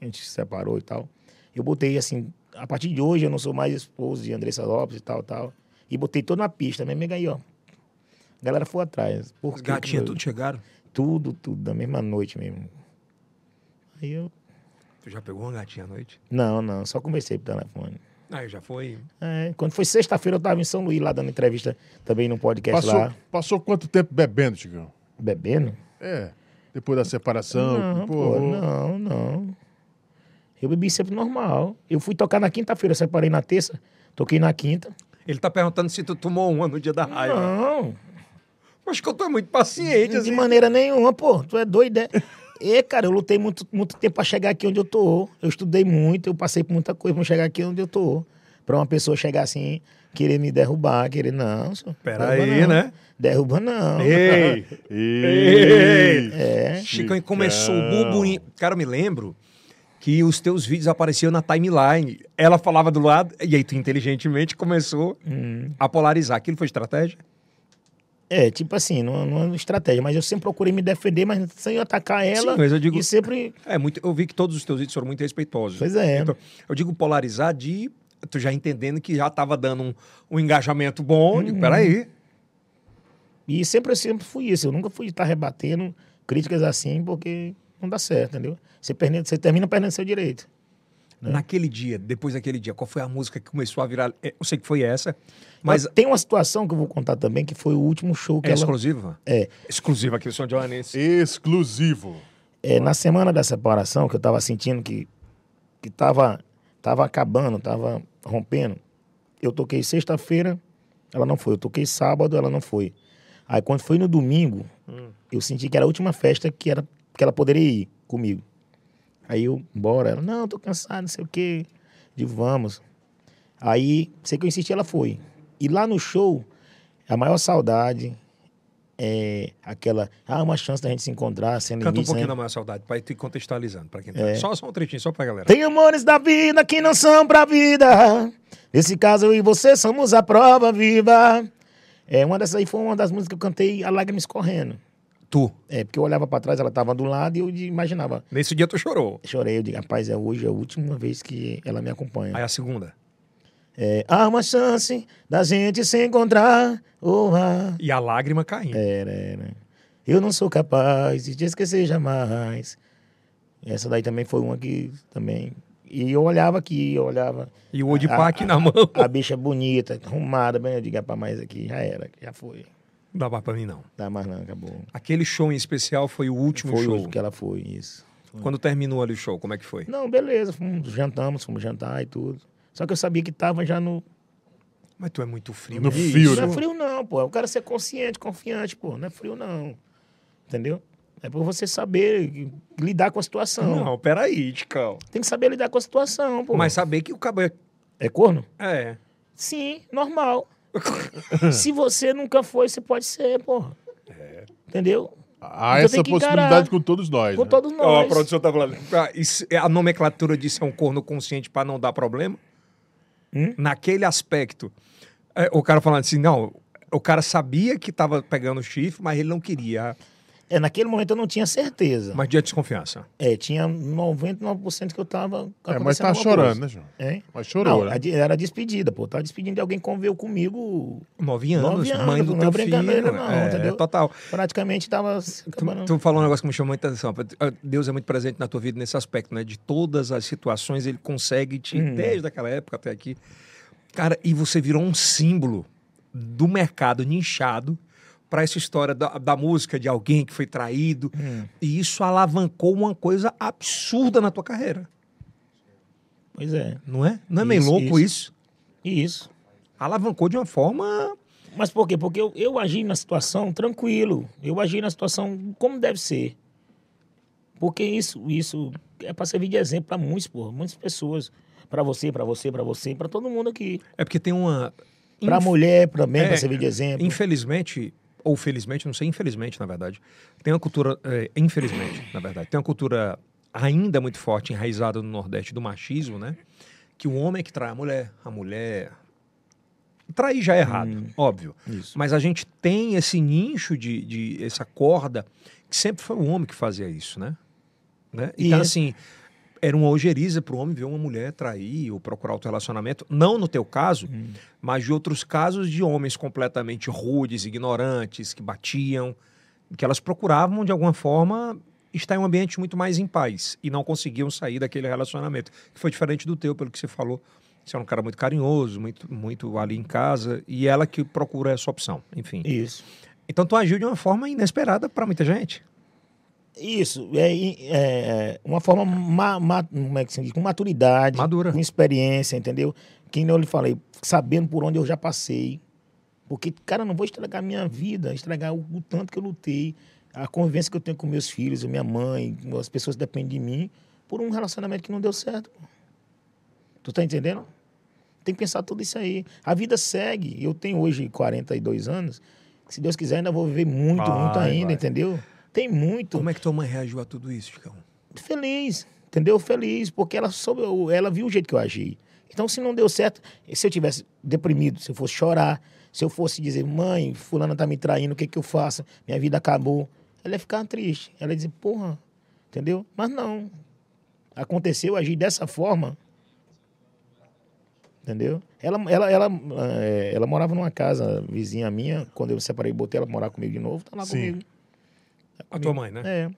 [SPEAKER 3] a gente se separou e tal, eu botei assim, a partir de hoje eu não sou mais esposo de Andressa Lopes e tal, tal. E botei toda na pista mesmo, e aí, ó. A galera foi atrás. Por
[SPEAKER 1] Os
[SPEAKER 3] quê?
[SPEAKER 1] gatinhos tudo chegaram.
[SPEAKER 3] Tudo, tudo, da mesma noite mesmo. Aí eu.
[SPEAKER 1] Tu já pegou uma gatinha à noite?
[SPEAKER 3] Não, não, só conversei por telefone.
[SPEAKER 1] Ah, eu já foi.
[SPEAKER 3] É, quando foi sexta-feira, eu tava em São Luís, lá dando entrevista também num podcast
[SPEAKER 2] Passou,
[SPEAKER 3] lá,
[SPEAKER 2] passou quanto tempo bebendo, Chicão?
[SPEAKER 3] bebendo.
[SPEAKER 2] É. Depois da separação.
[SPEAKER 1] Uhum.
[SPEAKER 3] Não,
[SPEAKER 2] pô,
[SPEAKER 3] pô,
[SPEAKER 2] vou-
[SPEAKER 3] não, não. Eu bebi sempre normal. Eu fui tocar na quinta-feira, separei na terça, toquei na quinta.
[SPEAKER 1] Ele tá perguntando se tu tomou uma no dia da raiva.
[SPEAKER 3] não,
[SPEAKER 1] Acho que eu tô muito paciente,
[SPEAKER 3] de
[SPEAKER 1] assim.
[SPEAKER 3] maneira nenhuma, pô. Tu é doido, é? E, cara, eu lutei muito, muito tempo pra chegar aqui onde eu tô. Eu estudei muito, eu passei por muita coisa pra chegar aqui onde eu tô. Pra uma pessoa chegar assim, querer me derrubar, querer, não, senhor.
[SPEAKER 1] Pera
[SPEAKER 3] derruba
[SPEAKER 1] aí,
[SPEAKER 3] não.
[SPEAKER 1] né?
[SPEAKER 3] Derruba não.
[SPEAKER 1] Ei!
[SPEAKER 2] Ei!
[SPEAKER 3] É.
[SPEAKER 1] Chicão, e começou o bubo. em- Cara, eu me lembro que os teus vídeos apareciam na timeline. Ela falava do lado, e aí tu inteligentemente começou
[SPEAKER 3] Hum.
[SPEAKER 1] a polarizar. Aquilo foi estratégia?
[SPEAKER 3] É, tipo assim, não, não é uma estratégia, mas eu sempre procurei me defender, mas sem atacar ela.
[SPEAKER 1] Sim, mas eu digo-
[SPEAKER 3] E sempre.
[SPEAKER 1] É, muito, eu vi que todos os teus vídeos foram muito respeitosos.
[SPEAKER 3] Pois é.
[SPEAKER 1] Então, eu digo polarizar de. Tu já entendendo que já estava dando um, um engajamento bom. eu
[SPEAKER 3] Uhum.
[SPEAKER 1] Digo, peraí.
[SPEAKER 3] E sempre, eu sempre fui isso. Eu nunca fui estar rebatendo críticas assim, porque não dá certo, entendeu? Você, perde, você termina perdendo seu direito. Né?
[SPEAKER 1] Naquele dia, depois daquele dia, qual foi a música que começou a virar? É, Eu sei que foi essa, mas
[SPEAKER 3] tem uma situação que eu vou contar também, que foi o último show que
[SPEAKER 1] é
[SPEAKER 3] ela.
[SPEAKER 1] exclusiva?
[SPEAKER 3] É,
[SPEAKER 1] Exclusiva aqui, o São é Joanense.
[SPEAKER 2] Exclusivo.
[SPEAKER 3] é, na semana da separação, que eu tava sentindo que, que tava, tava acabando, tava rompendo, eu toquei sexta-feira, ela não foi. Eu toquei sábado, ela não foi. Aí quando foi no domingo,
[SPEAKER 1] Hum.
[SPEAKER 3] eu senti que era a última festa que, era, que ela poderia ir comigo. Aí eu, bora. Ela, não, tô cansado, não sei o quê. Eu Digo, vamos. Aí, sei que eu insisti, ela foi. E lá no show, a maior saudade é aquela, ah, uma chance da gente se encontrar, sem
[SPEAKER 1] Canta um
[SPEAKER 3] limites, né? É.
[SPEAKER 1] pouquinho da maior saudade, pra ir contextualizando, pra quem tá. Só, só um trechinho, só pra galera.
[SPEAKER 3] Tem amores da vida que não são pra vida. Nesse caso, eu e você somos a prova viva. É, uma dessas aí foi uma das músicas que eu cantei a lágrima escorrendo.
[SPEAKER 1] Tu.
[SPEAKER 3] É, porque eu olhava pra trás, ela tava do lado e eu de- imaginava.
[SPEAKER 1] Nesse dia tu chorou.
[SPEAKER 3] Chorei, eu digo, rapaz, é hoje é a última vez que ela me acompanha.
[SPEAKER 1] Aí a segunda.
[SPEAKER 3] É, há uma chance da gente se encontrar. Oh, ah.
[SPEAKER 1] E a lágrima caindo.
[SPEAKER 3] Era, era. Eu não sou capaz de te esquecer jamais. Essa daí também foi uma que também. E eu olhava aqui, eu olhava.
[SPEAKER 1] E o Odipá
[SPEAKER 3] A-
[SPEAKER 1] aqui na mão.
[SPEAKER 3] A bicha é bonita, arrumada, bem, eu digo, rapaz, mas aqui já era, já foi.
[SPEAKER 1] Não dá mais pra mim, não.
[SPEAKER 3] Dá mais não, acabou.
[SPEAKER 1] Aquele show em especial foi o último
[SPEAKER 3] foi
[SPEAKER 1] show.
[SPEAKER 3] o que ela foi, isso.
[SPEAKER 1] Quando terminou ali o show, como é que foi?
[SPEAKER 3] Não, beleza, fomos, jantamos, fomos jantar e tudo. Só que eu sabia que tava já no.
[SPEAKER 1] Mas tu é muito frio.
[SPEAKER 2] No
[SPEAKER 1] né?
[SPEAKER 2] fio,
[SPEAKER 3] Não é
[SPEAKER 2] né?
[SPEAKER 3] frio, não, pô. O cara ser consciente, confiante, pô. Não é frio, não. Entendeu? É por você saber lidar com a situação.
[SPEAKER 1] Não, peraí, Ticão.
[SPEAKER 3] Tem que saber lidar com a situação, pô.
[SPEAKER 1] Mas saber que o cabo é...
[SPEAKER 3] É corno?
[SPEAKER 1] É.
[SPEAKER 3] Sim, normal. Se você nunca foi, você pode ser, pô.
[SPEAKER 1] É.
[SPEAKER 3] Entendeu?
[SPEAKER 2] Há
[SPEAKER 3] Então
[SPEAKER 2] essa
[SPEAKER 3] tem que encarar.
[SPEAKER 2] possibilidade com todos nós.
[SPEAKER 1] É.
[SPEAKER 3] Com
[SPEAKER 2] né?
[SPEAKER 3] todos
[SPEAKER 1] Ó,
[SPEAKER 3] nós.
[SPEAKER 1] a produção tá falando. Ah, isso- a nomenclatura disso é um corno consciente pra não dar problema?
[SPEAKER 3] Hum?
[SPEAKER 1] Naquele aspecto. é, o cara falando assim, não, o cara sabia que tava pegando chifre, mas ele não queria.
[SPEAKER 3] É, naquele momento eu não tinha certeza.
[SPEAKER 1] Mas dia de desconfiança.
[SPEAKER 3] É, tinha 99% que eu tava.
[SPEAKER 2] É, mas
[SPEAKER 3] acontecendo
[SPEAKER 2] tá
[SPEAKER 3] alguma
[SPEAKER 2] chorando,
[SPEAKER 3] coisa.
[SPEAKER 2] né, João?
[SPEAKER 3] Hein?
[SPEAKER 2] Mas chorou,
[SPEAKER 3] É. Não,
[SPEAKER 2] né?
[SPEAKER 3] a de- era despedida, pô. Tava despedindo de alguém que conviveu comigo.
[SPEAKER 1] Nove anos,
[SPEAKER 3] Nove anos,
[SPEAKER 1] mãe do
[SPEAKER 3] não é
[SPEAKER 1] teu filho.
[SPEAKER 3] brincadeira não,
[SPEAKER 1] é,
[SPEAKER 3] entendeu?
[SPEAKER 1] total.
[SPEAKER 3] Praticamente tava se acabando.
[SPEAKER 1] Tu, tu falou um negócio que me chamou muita atenção. Deus é muito presente na tua vida nesse aspecto, né? De todas as situações, ele consegue te, desde aquela época até aqui. Cara, e você virou um símbolo do mercado nichado para essa história da, da música, de alguém que foi traído. E isso alavancou uma coisa absurda na tua carreira,
[SPEAKER 3] Pois é.
[SPEAKER 1] não é? Não é meio
[SPEAKER 3] Isso,
[SPEAKER 1] louco isso.
[SPEAKER 3] E isso.
[SPEAKER 1] Alavancou de uma forma.
[SPEAKER 3] Mas por quê? Porque eu, eu agi na situação tranquilo. Eu agi na situação como deve ser. Porque isso, isso é para servir de exemplo para muitos, pô, muitas pessoas. Para você, para você, para você, para todo mundo aqui.
[SPEAKER 1] É porque tem uma.
[SPEAKER 3] Para a mulher, para mim,
[SPEAKER 1] É,
[SPEAKER 3] para servir de exemplo.
[SPEAKER 1] Infelizmente, ou felizmente, não sei, infelizmente, na verdade, tem uma cultura, é, infelizmente, na verdade, tem uma cultura ainda muito forte, enraizada no Nordeste, do machismo, né? Que o homem é que trai a mulher, a mulher... Trair já é errado, óbvio.
[SPEAKER 3] Isso.
[SPEAKER 1] Mas a gente tem esse nicho de, de- essa corda, que sempre foi o homem que fazia isso, né? né?
[SPEAKER 3] E
[SPEAKER 1] Então,
[SPEAKER 3] é-
[SPEAKER 1] assim, era uma ojeriza para o homem ver uma mulher trair ou procurar outro relacionamento. Não no teu caso,
[SPEAKER 3] Hum.
[SPEAKER 1] mas de outros casos de homens completamente rudes, ignorantes, que batiam, que elas procuravam, de alguma forma, estar em um ambiente muito mais em paz e não conseguiam sair daquele relacionamento. Que foi diferente do teu, pelo que você falou. Você é um cara muito carinhoso, muito, muito ali em casa, e ela que procura essa opção, enfim.
[SPEAKER 3] Isso.
[SPEAKER 1] Então tu agiu de uma forma inesperada para muita gente.
[SPEAKER 3] Isso. É, e- é, é, uma forma ma, ma- como é que se diz? com maturidade,
[SPEAKER 1] Madura.
[SPEAKER 3] com experiência, entendeu? Que nem eu lhe falei, sabendo por onde eu já passei. Porque, cara, eu não vou estragar a minha vida, estragar o, o tanto que eu lutei, a convivência que eu tenho com meus filhos, minha mãe, as pessoas que dependem de mim, por um relacionamento que não deu certo. pô. Tu tá entendendo? Tem que pensar tudo isso aí. A vida segue. Eu tenho hoje 42 anos. Se Deus quiser, ainda vou viver muito,
[SPEAKER 1] Vai,
[SPEAKER 3] muito ainda,
[SPEAKER 1] vai.
[SPEAKER 3] entendeu? Tem muito
[SPEAKER 1] Como é que tua mãe reagiu a tudo isso, Chicão?
[SPEAKER 3] feliz, entendeu? Feliz, porque ela soube, ela viu o jeito que eu agi. Então, se não deu certo, se eu tivesse deprimido, se eu fosse chorar, se eu fosse dizer, mãe, fulana tá me traindo, o que que eu faço? Minha vida acabou. Ela ia ficar triste. Ela ia dizer, porra, entendeu? Mas não. Aconteceu, eu agi dessa forma. Entendeu? Ela, ela, ela, eh, ela morava numa casa vizinha minha. Quando eu me separei, botei ela pra morar comigo de novo. Tá lá
[SPEAKER 2] Sim.
[SPEAKER 3] comigo.
[SPEAKER 1] A tua mãe, né?
[SPEAKER 3] É.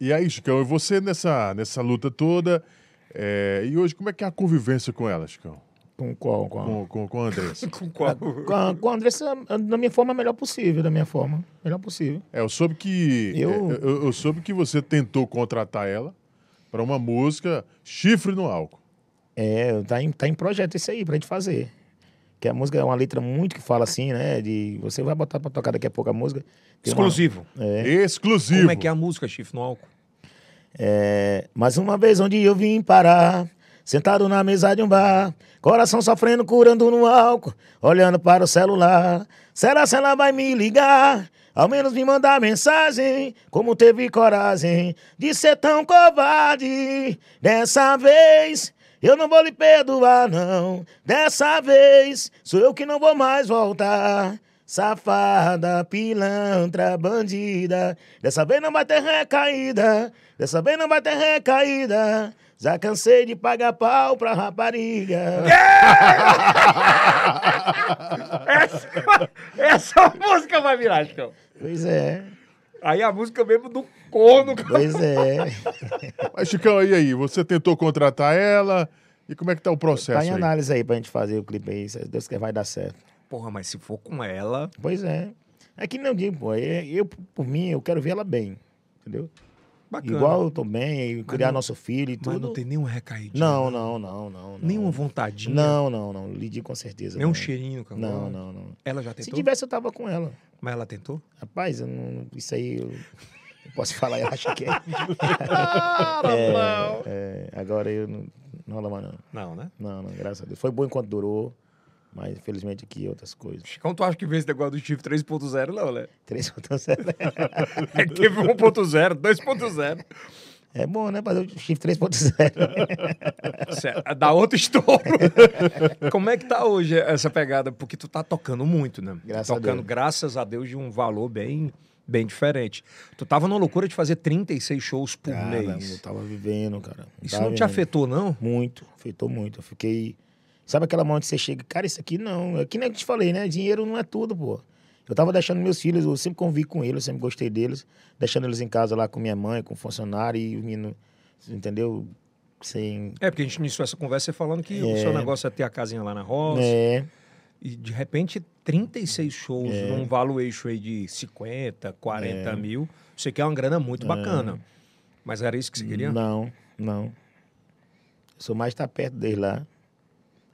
[SPEAKER 2] E aí, Chicão, e você nessa, nessa luta toda? é, E hoje, como é que é a convivência com ela, Chicão?
[SPEAKER 3] Com qual? qual?
[SPEAKER 2] Com, com, com a Andressa?
[SPEAKER 1] Com qual?
[SPEAKER 3] Com a, com a Andressa, da minha forma, é a melhor possível, da minha forma. Melhor possível.
[SPEAKER 2] É, eu soube que.
[SPEAKER 3] Eu-
[SPEAKER 2] é, eu, eu soube que você tentou contratar ela para uma música Chifre no Álcool.
[SPEAKER 3] É, tá em, tá em projeto isso aí, pra gente fazer. Que a música é uma letra muito que fala assim, né? De você vai botar pra tocar daqui a pouco a música. Tem uma-
[SPEAKER 1] Exclusivo.
[SPEAKER 2] Exclusivo.
[SPEAKER 1] Como é que é a música, Chifre no Álcool?
[SPEAKER 3] É, mais uma vez onde eu vim parar, sentado na mesa de um bar, coração sofrendo, curando no álcool, olhando para o celular. Será se ela vai me ligar? Ao menos me mandar mensagem, como teve coragem de ser tão covarde. Dessa vez eu não vou lhe perdoar, não. Dessa vez sou eu que não vou mais voltar. Safada, pilantra, bandida. Dessa vez não vai ter recaída. Dessa vez não vai ter recaída. Já cansei de pagar pau pra rapariga.
[SPEAKER 1] Essa, essa é música vai virar, Chicão.
[SPEAKER 3] Pois é,
[SPEAKER 1] Aí a música mesmo do corno.
[SPEAKER 3] pois é.
[SPEAKER 2] Mas, Chicão, e aí? Você tentou contratar ela? E como é que tá o processo
[SPEAKER 3] Tá em
[SPEAKER 2] aí?
[SPEAKER 3] análise aí pra gente fazer o clipe aí. Se Deus quer, vai dar certo.
[SPEAKER 1] Porra, mas se for com ela.
[SPEAKER 3] Pois é. É que não digo, pô. é- Eu, por mim, eu quero ver ela bem. Entendeu?
[SPEAKER 1] Bacana.
[SPEAKER 3] Igual eu tô bem, e criar
[SPEAKER 1] não-
[SPEAKER 3] nosso filho e
[SPEAKER 1] Mas
[SPEAKER 3] tudo.
[SPEAKER 1] não tem nenhum recaído.
[SPEAKER 3] não, não, não, não, não.
[SPEAKER 1] Nenhuma vontadinha.
[SPEAKER 3] Não, não, não. Lidi com certeza.
[SPEAKER 1] Nenhum então,
[SPEAKER 3] não.
[SPEAKER 1] cheirinho, cara.
[SPEAKER 3] Não, não, não.
[SPEAKER 1] Ela já
[SPEAKER 3] Se
[SPEAKER 1] tentou?
[SPEAKER 3] tivesse, eu tava com ela.
[SPEAKER 1] Mas ela tentou?
[SPEAKER 3] Rapaz, eu não- isso aí eu, eu posso falar, eu acho que é. É, agora eu não, não rola mais, não.
[SPEAKER 1] Não, né?
[SPEAKER 3] Não, não, graças a Deus. Foi bom enquanto durou, mas infelizmente aqui é outras coisas.
[SPEAKER 1] Chicão, tu acha que vê esse negócio do Chifre 3.0, não, né?
[SPEAKER 3] Três outras-
[SPEAKER 1] É que teve 1.0, 2.0.
[SPEAKER 3] É bom, né? Fazer o Shift 3.0.
[SPEAKER 1] Certo, É Dá outro estouro. Como é que tá hoje essa pegada? Porque tu tá tocando muito, né?
[SPEAKER 3] Graças a
[SPEAKER 1] tocando,
[SPEAKER 3] Deus.
[SPEAKER 1] graças a Deus, de um valor bem, bem diferente. Tu tava numa loucura de fazer 36 shows por
[SPEAKER 3] Cara, Ah, eu
[SPEAKER 1] mês.
[SPEAKER 3] tava vivendo, cara.
[SPEAKER 1] Isso não
[SPEAKER 3] Tava
[SPEAKER 1] te
[SPEAKER 3] vivendo.
[SPEAKER 1] afetou, não?
[SPEAKER 3] Muito, afetou muito. Eu fiquei. Sabe aquela mão onde você chega, cara, isso aqui não. É que nem eu te falei, né? Dinheiro não é tudo, pô. Eu tava deixando meus filhos, eu sempre convivi com eles, eu sempre gostei deles, deixando eles em casa lá com minha mãe, com o funcionário e o menino, entendeu? Sem.
[SPEAKER 1] É, porque a gente iniciou essa conversa falando que o seu negócio é ter a casinha lá na roça.
[SPEAKER 3] É,
[SPEAKER 1] E de repente, 36 shows num valuation aí de 50, 40
[SPEAKER 3] É.
[SPEAKER 1] mil. Você quer uma grana muito bacana. Mas era isso que você queria?
[SPEAKER 3] não, não. Eu sou mais tá perto deles lá.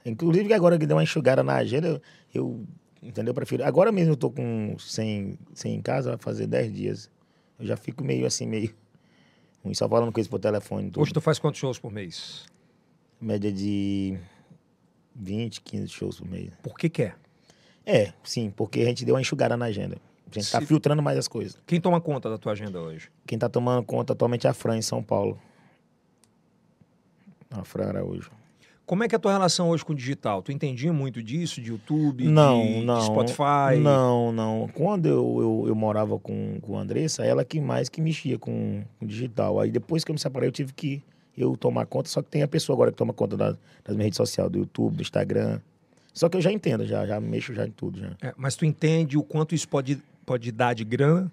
[SPEAKER 3] Inclusive que agora que deu uma enxugada na agenda, eu, eu, entendeu? Eu prefiro. Agora mesmo eu tô com 100, 100 em casa, vai fazer 10 dias. Eu já fico meio assim, meio. ruim, Só falando coisa por telefone. Tudo.
[SPEAKER 1] Hoje tu faz quantos shows por mês?
[SPEAKER 3] Média de 20, 15 shows por mês.
[SPEAKER 1] Por que que é?
[SPEAKER 3] É, sim, porque a gente deu uma enxugada na agenda. A gente tá
[SPEAKER 1] Se-
[SPEAKER 3] filtrando mais as coisas.
[SPEAKER 1] Quem toma conta da tua agenda hoje?
[SPEAKER 3] Quem tá tomando conta atualmente é a Fran, em São Paulo. A Fran Araújo.
[SPEAKER 1] Como é que é a tua relação hoje com o digital? Tu entendia muito disso, de YouTube,
[SPEAKER 3] não,
[SPEAKER 1] de, de
[SPEAKER 3] não.
[SPEAKER 1] Spotify?
[SPEAKER 3] Não, não. Quando eu, eu, eu morava com, com a Andressa, ela que mais que mexia com o digital. Aí depois que eu me separei, eu tive que eu tomar conta. Só que tem a pessoa agora que toma conta da- das minhas redes sociais, do YouTube, do Instagram. Só que eu já entendo, já, já mexo já em tudo, já.
[SPEAKER 1] É, mas tu entende o quanto isso pode, pode dar de grana?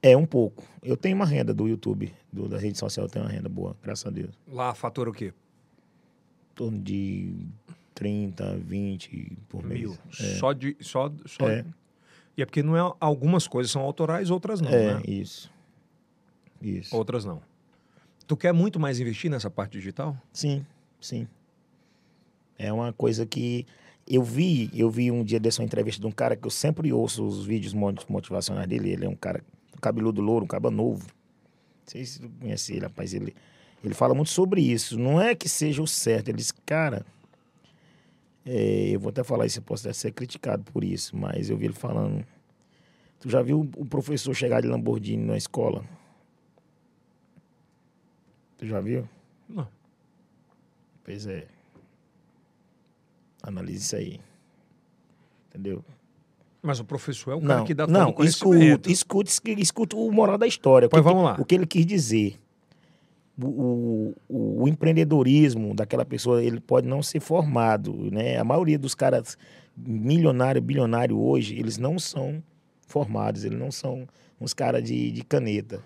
[SPEAKER 3] É, um pouco. Eu tenho uma renda do YouTube, do, da rede social, eu tenho uma renda boa, graças a Deus.
[SPEAKER 1] Lá fatura o quê?
[SPEAKER 3] Em torno de 30, 20 por
[SPEAKER 1] Mil.
[SPEAKER 3] mês.
[SPEAKER 1] Só de... Só, só...
[SPEAKER 3] É.
[SPEAKER 1] E é porque não é, algumas coisas são autorais, outras não,
[SPEAKER 3] é,
[SPEAKER 1] né?
[SPEAKER 3] isso. Isso.
[SPEAKER 1] Outras não. Tu quer muito mais investir nessa parte digital?
[SPEAKER 3] Sim, sim. É uma coisa que eu vi, eu vi um dia dessa entrevista de um cara que eu sempre ouço os vídeos mo- motivacionais dele. Ele é um cara um cabeludo louro, um caba novo. Não sei se tu conhece ele, rapaz. Ele, ele fala muito sobre isso. Não é que seja o certo. Ele diz, cara, é, eu vou até falar isso, eu posso até ser criticado por isso, mas eu vi ele falando. Tu já viu o professor chegar de Lamborghini na escola? Tu já viu?
[SPEAKER 1] Não.
[SPEAKER 3] Pois é. Analise isso aí. Entendeu?
[SPEAKER 1] Mas o professor é o cara que dá todo
[SPEAKER 3] não,
[SPEAKER 1] o
[SPEAKER 3] escuta,
[SPEAKER 1] conhecimento.
[SPEAKER 3] escuta, escu- escuta o moral da história. o
[SPEAKER 1] Pois
[SPEAKER 3] que-
[SPEAKER 1] vamos lá.
[SPEAKER 3] O que ele quis dizer. O, o, o empreendedorismo daquela pessoa, ele pode não ser formado, né? A maioria dos caras milionário, bilionário hoje, eles não são formados, eles não são uns caras de, de caneta.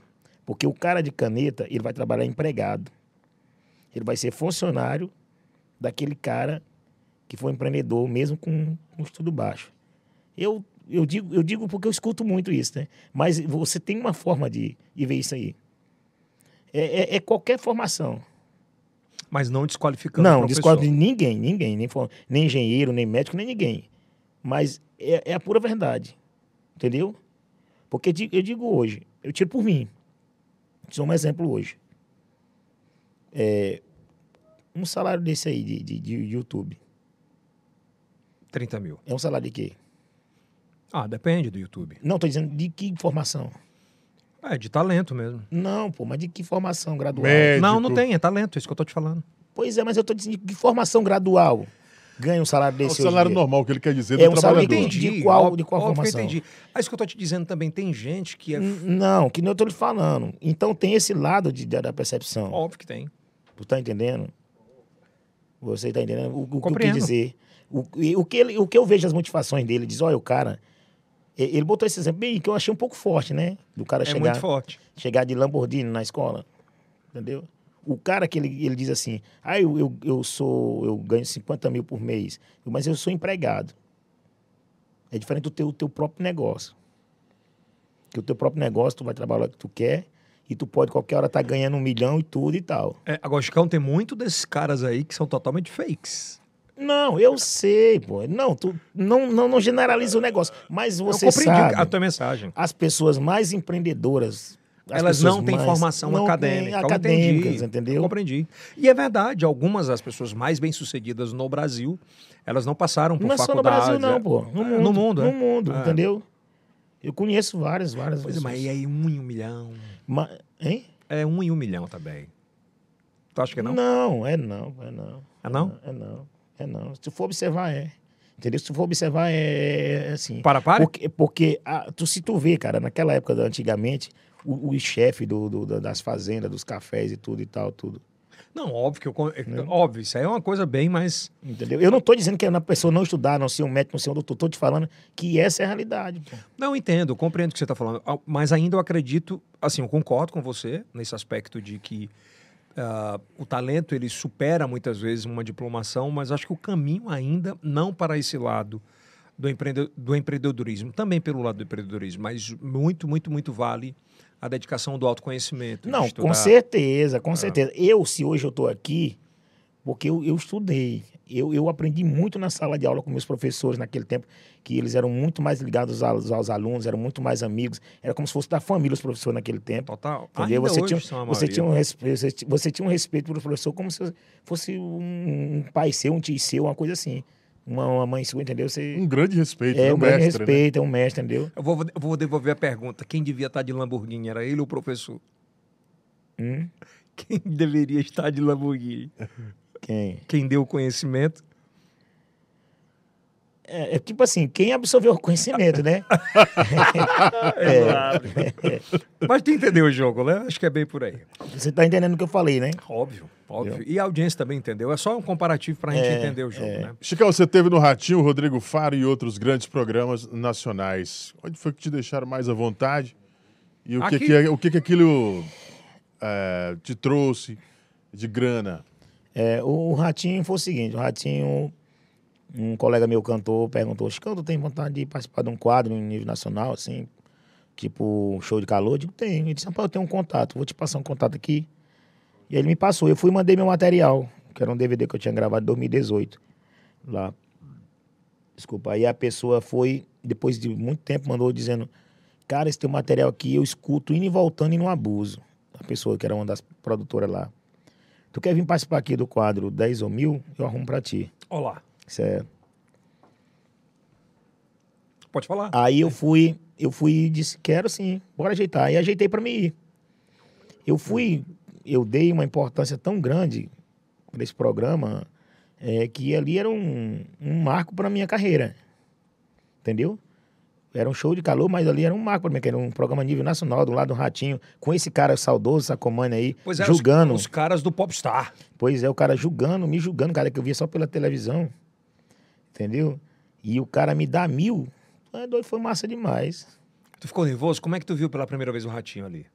[SPEAKER 3] Porque o cara de caneta, ele vai trabalhar empregado. Ele vai ser funcionário daquele cara que foi empreendedor, mesmo com um estudo baixo. Eu, eu, digo, eu digo porque eu escuto muito isso, né? Mas você tem uma forma de, de ver isso aí. É, é- é qualquer formação.
[SPEAKER 1] Mas não desqualificando o
[SPEAKER 3] Não,
[SPEAKER 1] professor.
[SPEAKER 3] discordo de ninguém, ninguém, nem, for- nem engenheiro, nem médico, nem ninguém. Mas é, é a pura verdade. Entendeu? Porque di- eu digo hoje, eu tiro por mim. Sou um exemplo hoje. É, um salário desse aí de, de, de YouTube.
[SPEAKER 1] 30 mil.
[SPEAKER 3] É um salário de quê?
[SPEAKER 1] Ah, depende do YouTube.
[SPEAKER 3] Não, tô dizendo de que formação?
[SPEAKER 1] É, de talento mesmo.
[SPEAKER 3] Não, pô, mas de que formação gradual?
[SPEAKER 2] Médico.
[SPEAKER 1] Não, não tem, é talento, é isso que eu tô te falando.
[SPEAKER 3] Pois é, mas eu tô dizendo de que formação gradual ganha um salário
[SPEAKER 2] É o
[SPEAKER 3] desse hoje em
[SPEAKER 2] salário
[SPEAKER 3] dia?
[SPEAKER 2] normal que ele quer dizer
[SPEAKER 3] É
[SPEAKER 2] do
[SPEAKER 3] um salário
[SPEAKER 2] trabalhador.
[SPEAKER 3] de- qual- de qual
[SPEAKER 1] óbvio que eu
[SPEAKER 3] formação? Hum.
[SPEAKER 1] entendi. Ah, isso que eu tô te dizendo também, tem gente que é...
[SPEAKER 3] N- Não, que nem eu tô lhe falando. Então tem esse lado de, da da percepção.
[SPEAKER 1] Óbvio que tem.
[SPEAKER 3] Tu tá entendendo? Você tá entendendo? O, o que eu quis
[SPEAKER 1] Compreendo.
[SPEAKER 3] dizer. O, e- o, que ele- o que eu vejo as motivações dele, diz, olha, o cara... e- Ele botou esse exemplo bem que eu achei um pouco forte, né? Do cara
[SPEAKER 1] É
[SPEAKER 3] chegar...
[SPEAKER 1] muito forte.
[SPEAKER 3] chegar de Lamborghini na escola. Entendeu? O cara que ele, ele diz assim, ah, eu, eu, eu sou, eu ganho 50 mil por mês, mas eu sou empregado. É diferente do teu, teu próprio negócio. Que o teu próprio negócio, tu vai trabalhar o que tu quer, E tu pode qualquer hora estar ganhando um milhão e tudo e tal.
[SPEAKER 1] É, agora, Chicão, tem muito desses caras aí que são totalmente fakes.
[SPEAKER 3] Não, eu sei, pô. Não, tu não, não, não generaliza o negócio. Mas você
[SPEAKER 1] Eu compreendi
[SPEAKER 3] sabe,
[SPEAKER 1] a tua mensagem.
[SPEAKER 3] as pessoas mais empreendedoras... as
[SPEAKER 1] Elas
[SPEAKER 3] pessoas
[SPEAKER 1] não têm
[SPEAKER 3] mais-
[SPEAKER 1] formação
[SPEAKER 3] não têm
[SPEAKER 1] acadêmica. eu
[SPEAKER 3] Acadêmicas,
[SPEAKER 1] entendi, Eu
[SPEAKER 3] entendeu?
[SPEAKER 1] compreendi. E é verdade, algumas das pessoas mais bem-sucedidas no Brasil, elas não passaram por
[SPEAKER 3] Não é só no
[SPEAKER 1] faculdade.
[SPEAKER 3] Brasil, não, pô. No mundo.
[SPEAKER 1] No mundo, é.
[SPEAKER 3] No mundo,
[SPEAKER 1] É.
[SPEAKER 3] entendeu? Eu conheço várias, várias
[SPEAKER 1] Pois é, mas e aí um em um milhão?
[SPEAKER 3] Ma- Hein?
[SPEAKER 1] É um em um milhão também. Tu acha que não?
[SPEAKER 3] Não, é não, é não.
[SPEAKER 1] Ah, não?
[SPEAKER 3] É não, é não. Se tu for observar, é. Entendeu? Se tu for observar, é, é assim.
[SPEAKER 1] Para, para?
[SPEAKER 3] Porque, porque ah, tu, se tu vê, cara, naquela época, da- antigamente, o, o chefe do, do- da- das fazendas, dos cafés e tudo e tal, tudo.
[SPEAKER 1] Não, óbvio que eu. con- é-
[SPEAKER 3] Né?
[SPEAKER 1] Óbvio, isso aí é uma coisa bem mais.
[SPEAKER 3] Entendeu? Eu não tô dizendo que a pessoa não estudar, não ser um médico, não ser um doutor. Tô te falando que essa é a realidade. pô.
[SPEAKER 1] Não, eu entendo, eu compreendo o que você está falando. Ah, Mas ainda eu acredito, assim, eu concordo com você nesse aspecto de que ah, o talento ele supera muitas vezes uma diplomação, mas acho que o caminho ainda não para esse lado do, empreende- do empreendedorismo, também pelo lado do empreendedorismo, mas muito, muito, muito vale a dedicação do autoconhecimento. de
[SPEAKER 3] Não, com
[SPEAKER 1] estudar. Ah.
[SPEAKER 3] certeza, com certeza. Eu, se hoje eu estou aqui, porque eu, eu estudei. Eu, eu aprendi muito na sala de aula com meus professores naquele tempo, que eles eram muito mais ligados aos, aos alunos, eram muito mais amigos. Era como se fosse da família os professores naquele tempo.
[SPEAKER 1] Total.
[SPEAKER 3] Entendeu?
[SPEAKER 1] Ainda
[SPEAKER 3] Você,
[SPEAKER 1] hoje
[SPEAKER 3] tinha,
[SPEAKER 1] são a
[SPEAKER 3] você,
[SPEAKER 1] maioria.
[SPEAKER 3] tinha um respeito, você ti- você tinha um respeito pelo professor como se fosse um, um pai seu, um tio seu, uma coisa assim. Uma, uma mãe sua, entendeu? Você,
[SPEAKER 2] Um grande respeito,
[SPEAKER 3] é
[SPEAKER 2] né?
[SPEAKER 3] um grande
[SPEAKER 2] mestre, né?
[SPEAKER 3] respeito, é um mestre, entendeu?
[SPEAKER 1] Eu vou, eu vou devolver a pergunta. Quem devia estar de Lamborghini? Era ele ou o professor?
[SPEAKER 3] Hum?
[SPEAKER 1] Quem deveria estar de Lamborghini?
[SPEAKER 3] Quem?
[SPEAKER 1] Quem deu o conhecimento?
[SPEAKER 3] É, é tipo assim, quem absorveu o conhecimento, né? É.
[SPEAKER 1] é Mas tu entendeu o jogo, né? Acho que é bem por aí.
[SPEAKER 3] Você tá entendendo o que eu falei, né?
[SPEAKER 1] Óbvio, óbvio. E a audiência também entendeu. É só um comparativo pra
[SPEAKER 3] É,
[SPEAKER 1] gente entender o jogo, né?
[SPEAKER 2] Chicão, você teve no Ratinho, Rodrigo Faro e outros grandes programas nacionais. Onde foi que te deixaram mais à vontade? E o que,
[SPEAKER 1] Aqui.
[SPEAKER 2] que- o que, que aquilo eh, te trouxe de grana?
[SPEAKER 3] É, o, o Ratinho foi o seguinte, o Ratinho, um colega meu cantor perguntou, Chicão, tu tem vontade de participar de um quadro em nível nacional, assim, tipo um show de calor? Eu digo, tenho. Ele disse, rapaz, eu tenho um contato, vou te passar um contato aqui. E aí ele me passou, eu fui e mandei meu material, que era um DVD que eu tinha gravado em 2018, lá. Desculpa, aí a pessoa foi, depois de muito tempo, mandou dizendo, cara, esse teu material aqui eu escuto indo e voltando e não abuso. A pessoa que era uma das produtoras lá. Tu quer vir participar aqui do quadro 10 ou 1000? Eu arrumo pra ti.
[SPEAKER 1] Olá.
[SPEAKER 3] Isso é-
[SPEAKER 1] Pode falar.
[SPEAKER 3] Aí eu fui, eu fui e disse, quero sim, bora ajeitar. E ajeitei pra mim ir. Eu fui, eu dei uma importância tão grande pra esse programa é, que ali era um, um marco pra minha carreira. Entendeu? Era um show de calor, mas ali era um marco pra mim, que era um programa a nível nacional, do lado do Ratinho, com esse cara saudoso, Sacomani aí,
[SPEAKER 1] Pois é,
[SPEAKER 3] julgando.
[SPEAKER 1] Os, os caras do Popstar.
[SPEAKER 3] Pois é, o cara julgando, me julgando, cara, que eu via só pela televisão. Entendeu? E o cara me dá mil. Tu É doido, foi massa demais.
[SPEAKER 1] Tu ficou nervoso? Como é que tu viu pela primeira vez o Ratinho ali?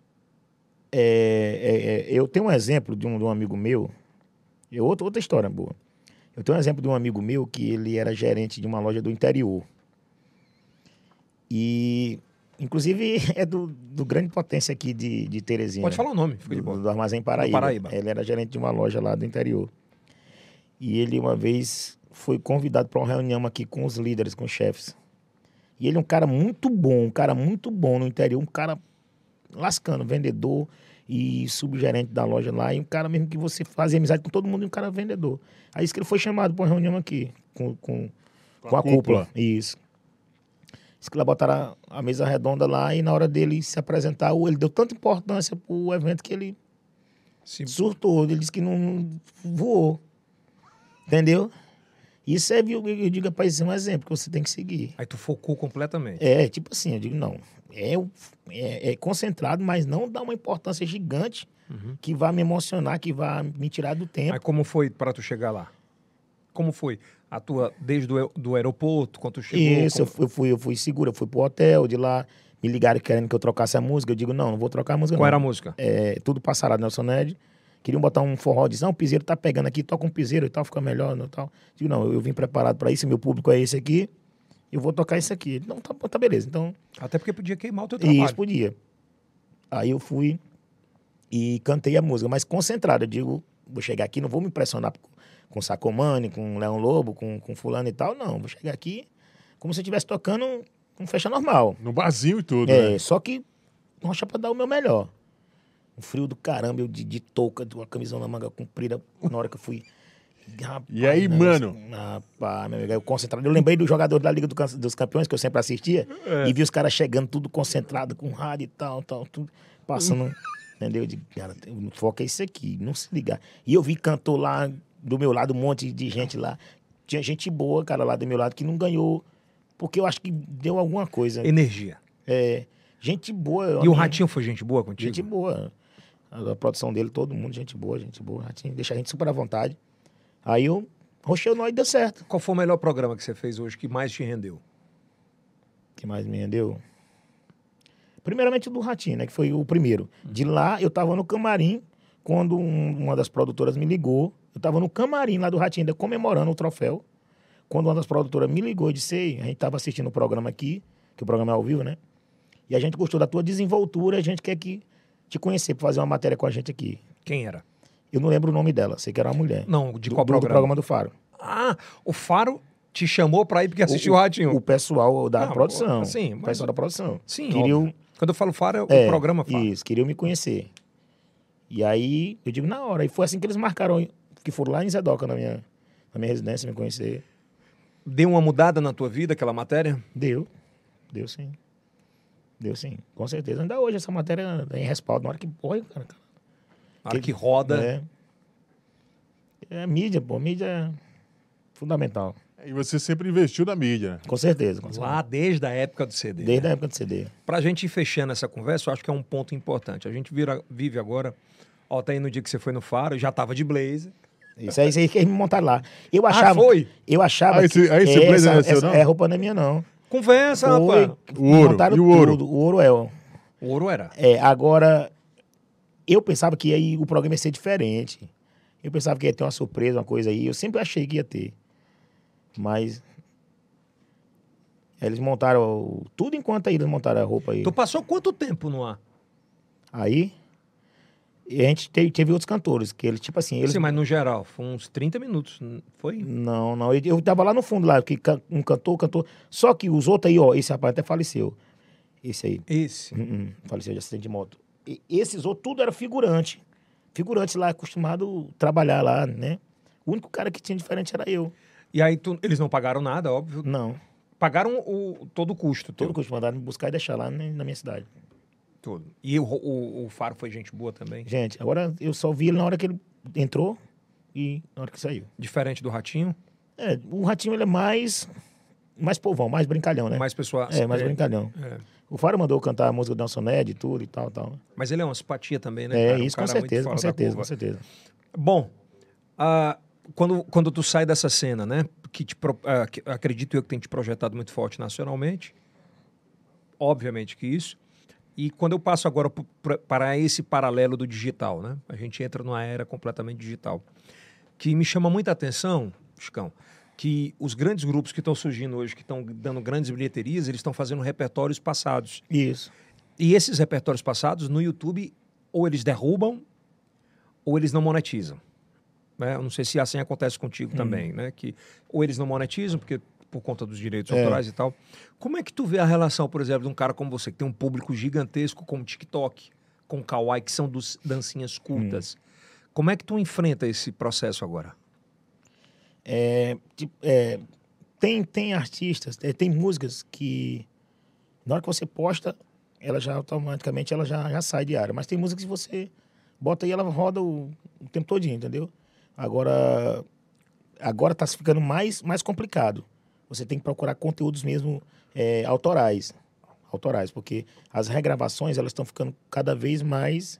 [SPEAKER 3] É, é, é, eu tenho um exemplo de um, de um amigo meu. É outra, outra história boa. Eu tenho um exemplo de um amigo meu que ele era gerente de uma loja do interior. E, inclusive, é do, do grande potência aqui de, de Teresina.
[SPEAKER 1] Pode falar o nome, fica de
[SPEAKER 3] do,
[SPEAKER 1] boa.
[SPEAKER 3] do Armazém Paraíba.
[SPEAKER 1] Paraíba.
[SPEAKER 3] Ele era gerente de uma loja lá do interior. E ele, uma vez, foi convidado para uma reunião aqui com os líderes, com os chefes. E ele é um cara muito bom, um cara muito bom no interior, um cara lascando, vendedor e subgerente da loja lá. E um cara mesmo que você fazia amizade com todo mundo e um cara vendedor. Aí isso que ele foi chamado para uma reunião aqui com, com, com a cúpula. Isso. Diz que lá botaram a a mesa redonda lá e na hora dele se apresentar, o- ele deu tanta importância pro evento que ele Tipo,
[SPEAKER 1] Sim.
[SPEAKER 3] surtou. Ele disse que não- não voou. Entendeu? Isso é, eu eu digo, rapaz, isso é um exemplo que você tem que seguir.
[SPEAKER 1] Aí tu focou completamente.
[SPEAKER 3] É, tipo assim, eu digo, não. É, o- é, é concentrado, mas não dá uma importância gigante
[SPEAKER 1] Uhum.
[SPEAKER 3] que vá me emocionar, que vá me tirar do tempo.
[SPEAKER 1] Mas como foi para tu chegar lá? Como foi? A tua, desde o aer- do aeroporto, quando tu chegou?
[SPEAKER 3] Isso, eu
[SPEAKER 1] como-
[SPEAKER 3] fui, eu fui, eu fui seguro, eu fui pro hotel de lá, me ligaram querendo que eu trocasse a música. Eu digo, não, não vou trocar a música.
[SPEAKER 1] Qual
[SPEAKER 3] não.
[SPEAKER 1] era a música?
[SPEAKER 3] É, tudo passará Nelson Ned. Queriam botar um forró, diz, não, o piseiro tá pegando aqui, toca um piseiro e tal, fica melhor e tal. Digo, não, eu vim preparado pra isso, meu público é esse aqui, eu vou tocar isso aqui. Ele, Não, tá, bom, tá beleza. Então,
[SPEAKER 1] Até porque podia queimar o teu
[SPEAKER 3] E
[SPEAKER 1] trabalho.
[SPEAKER 3] Isso, podia. Aí eu fui, E cantei a música, mas concentrado. Eu digo, vou chegar aqui, não vou me impressionar com- com Sacomani, com Leão Lobo, com, com fulano e tal, não. Vou chegar aqui como se eu estivesse tocando um festa normal.
[SPEAKER 2] No barzinho e tudo,
[SPEAKER 3] É,
[SPEAKER 2] né?
[SPEAKER 3] só que não achava pra dar o meu melhor. Um frio do caramba, eu de, de touca, de uma camisão na manga comprida, na hora que eu fui. Rapaz,
[SPEAKER 2] E aí, mano?
[SPEAKER 3] Rapaz, meu amigo, eu concentrado. Eu lembrei dos jogadores da Liga do Can- dos Campeões, que eu sempre assistia,
[SPEAKER 2] É.
[SPEAKER 3] e vi os caras chegando tudo concentrado, com rádio e tal, tal, tudo, passando. entendeu? Eu digo, cara, o foco é isso aqui, não se ligar. E eu vi cantor lá do meu lado, um monte de gente lá. Tinha gente boa, cara, lá do meu lado, que não ganhou, porque eu acho que deu alguma coisa.
[SPEAKER 1] Energia.
[SPEAKER 3] É, gente boa.
[SPEAKER 1] E o
[SPEAKER 3] homem,
[SPEAKER 1] Ratinho foi gente boa contigo?
[SPEAKER 3] Uhum. Gente boa. A, a produção dele, todo mundo, gente boa, gente boa. Ratinho, deixa a gente super à vontade. Aí eu rochei o nó e deu certo.
[SPEAKER 1] Qual foi o melhor programa que você fez hoje que mais te rendeu?
[SPEAKER 3] O que mais me rendeu? Primeiramente o do Ratinho, né? Que foi o primeiro. De
[SPEAKER 1] Uhum.
[SPEAKER 3] lá, eu tava no camarim, quando um- uma das produtoras me ligou. Eu tava no camarim lá do Ratinho, ainda comemorando o troféu. Quando uma das produtoras me ligou e disse, Ei, a gente tava assistindo o programa aqui, que o programa é ao vivo, né? E a gente gostou da tua desenvoltura, a gente quer que te conhecer pra fazer uma matéria com a gente aqui.
[SPEAKER 1] Quem era?
[SPEAKER 3] Eu não lembro o nome dela, sei que era uma mulher.
[SPEAKER 1] Não, de
[SPEAKER 3] do,
[SPEAKER 1] qual
[SPEAKER 3] do,
[SPEAKER 1] programa?
[SPEAKER 3] Do programa do Faro.
[SPEAKER 1] Ah, o Faro te chamou pra ir porque assistiu o, Ratinho.
[SPEAKER 3] O pessoal da
[SPEAKER 1] Ah,
[SPEAKER 3] produção.
[SPEAKER 1] sim,
[SPEAKER 3] o
[SPEAKER 1] mas-
[SPEAKER 3] pessoal da produção.
[SPEAKER 1] Sim,
[SPEAKER 3] Queriam,
[SPEAKER 1] óbvio. Quando eu falo Faro, é o
[SPEAKER 3] um- É,
[SPEAKER 1] programa Faro.
[SPEAKER 3] Isso, queriam me conhecer. E aí, eu digo na hora. E foi assim que eles marcaram, que foram lá em Zedoca, na minha, na minha residência, me conhecer.
[SPEAKER 1] Deu uma mudada na tua vida, aquela matéria?
[SPEAKER 3] Deu. Deu sim. Deu sim, com certeza. Ainda hoje essa matéria tem respaldo. Na hora que. Olha, cara. cara,
[SPEAKER 1] A hora
[SPEAKER 3] Que-
[SPEAKER 1] que roda.
[SPEAKER 3] né? É, mídia, pô. Mídia é fundamental.
[SPEAKER 2] E você sempre investiu na mídia, né?
[SPEAKER 3] Com certeza. Com certeza.
[SPEAKER 1] Lá desde a época do CD. né?
[SPEAKER 3] Desde a época do CD.
[SPEAKER 1] Para a gente ir fechando essa conversa, eu acho que é um ponto importante. A gente vira- vive agora, ó, tá aí no dia que você foi no Faro, já tava de blazer.
[SPEAKER 3] Isso aí, isso aí que eles me montaram lá. Eu achava.
[SPEAKER 1] foi?
[SPEAKER 3] Eu achava.
[SPEAKER 2] Ah, esse-
[SPEAKER 3] que
[SPEAKER 2] ah, esse
[SPEAKER 3] essa,
[SPEAKER 2] blazer não é seu,
[SPEAKER 3] essa-
[SPEAKER 2] não?
[SPEAKER 3] é, roupa não é minha, não.
[SPEAKER 1] Conversa,
[SPEAKER 3] Foi,
[SPEAKER 1] rapaz.
[SPEAKER 2] O ouro,
[SPEAKER 3] montaram
[SPEAKER 2] e o ouro?
[SPEAKER 3] tudo. O ouro é. ó.
[SPEAKER 1] O ouro era.
[SPEAKER 3] É, agora, eu pensava que aí o programa ia ser diferente. Eu pensava que ia ter uma surpresa, uma coisa aí. Eu sempre achei que ia ter. Mas. Eles montaram o- tudo enquanto aí eles montaram a roupa aí.
[SPEAKER 1] Tu passou quanto tempo no ar?
[SPEAKER 3] Aí. E a gente te- teve outros cantores, que eles, tipo assim, eles.
[SPEAKER 1] Sim, mas no geral, foi uns 30 minutos. n- Foi?
[SPEAKER 3] Não, não. Eu, eu tava lá no fundo, lá, que can- um cantor, cantor. Só que os outros aí, ó, esse rapaz até faleceu. Esse aí.
[SPEAKER 1] Esse.
[SPEAKER 3] Hum, hum, faleceu de acidente de moto. E esses outros, tudo era figurante. Figurante lá, acostumado a trabalhar lá, né? O único cara que tinha diferente era eu.
[SPEAKER 1] E aí tu- eles não pagaram nada, óbvio.
[SPEAKER 3] Não.
[SPEAKER 1] Pagaram o, todo o custo.
[SPEAKER 3] Todo
[SPEAKER 1] Todo.
[SPEAKER 3] que eles mandaram me buscar e deixar lá né, na minha cidade.
[SPEAKER 1] todo. E o, o- o Faro foi gente boa também.
[SPEAKER 3] Gente, agora eu só vi ele na hora que ele entrou e na hora que saiu.
[SPEAKER 1] Diferente do Ratinho,
[SPEAKER 3] É, o Ratinho, ele é mais... Mais povão, mais brincalhão, né?
[SPEAKER 1] mais pessoa.
[SPEAKER 3] é, mais
[SPEAKER 1] é,
[SPEAKER 3] brincalhão.
[SPEAKER 1] é.
[SPEAKER 3] O Faro mandou eu cantar a música do Nelson Ned e tudo e tal, tal.
[SPEAKER 1] Mas ele é uma simpatia também, né?
[SPEAKER 3] É,
[SPEAKER 1] cara? Um
[SPEAKER 3] isso, com
[SPEAKER 1] cara muito
[SPEAKER 3] certeza,
[SPEAKER 1] fora
[SPEAKER 3] com
[SPEAKER 1] da
[SPEAKER 3] certeza,
[SPEAKER 1] curva.
[SPEAKER 3] com certeza.
[SPEAKER 1] Bom, ah, quando, quando tu sai dessa cena, né? Que, te pro- ah, que- acredito eu que tem te projetado muito forte nacionalmente. Obviamente que isso. E quando eu passo agora pro- pra- para esse paralelo do digital, né? A gente entra numa era completamente digital. Que me chama muita atenção, Chicão, que os grandes grupos que estão surgindo hoje, que estão dando grandes bilheterias, eles estão fazendo repertórios passados.
[SPEAKER 3] Isso.
[SPEAKER 1] E esses repertórios passados no YouTube, ou eles derrubam, ou eles não monetizam. Né? Eu não sei se assim acontece contigo também, né? Que ou eles não monetizam, porque por conta dos direitos
[SPEAKER 3] É.
[SPEAKER 1] autorais e tal. Como é que tu vê a relação, por exemplo, de um cara como você, que tem um público gigantesco com o TikTok, com o Kawaii, que são dos dancinhas cultas? Como é que tu enfrenta esse processo agora?
[SPEAKER 3] É, tipo, é, tem, tem artistas, é, tem músicas que na hora que você posta, ela já automaticamente ela já, já sai de área. Mas tem música que você bota aí, ela roda o, o tempo todinho, entendeu? Agora, agora tá se ficando mais, mais complicado. Você tem que procurar conteúdos mesmo é, autorais. Autorais, porque as regravações elas estão ficando cada vez mais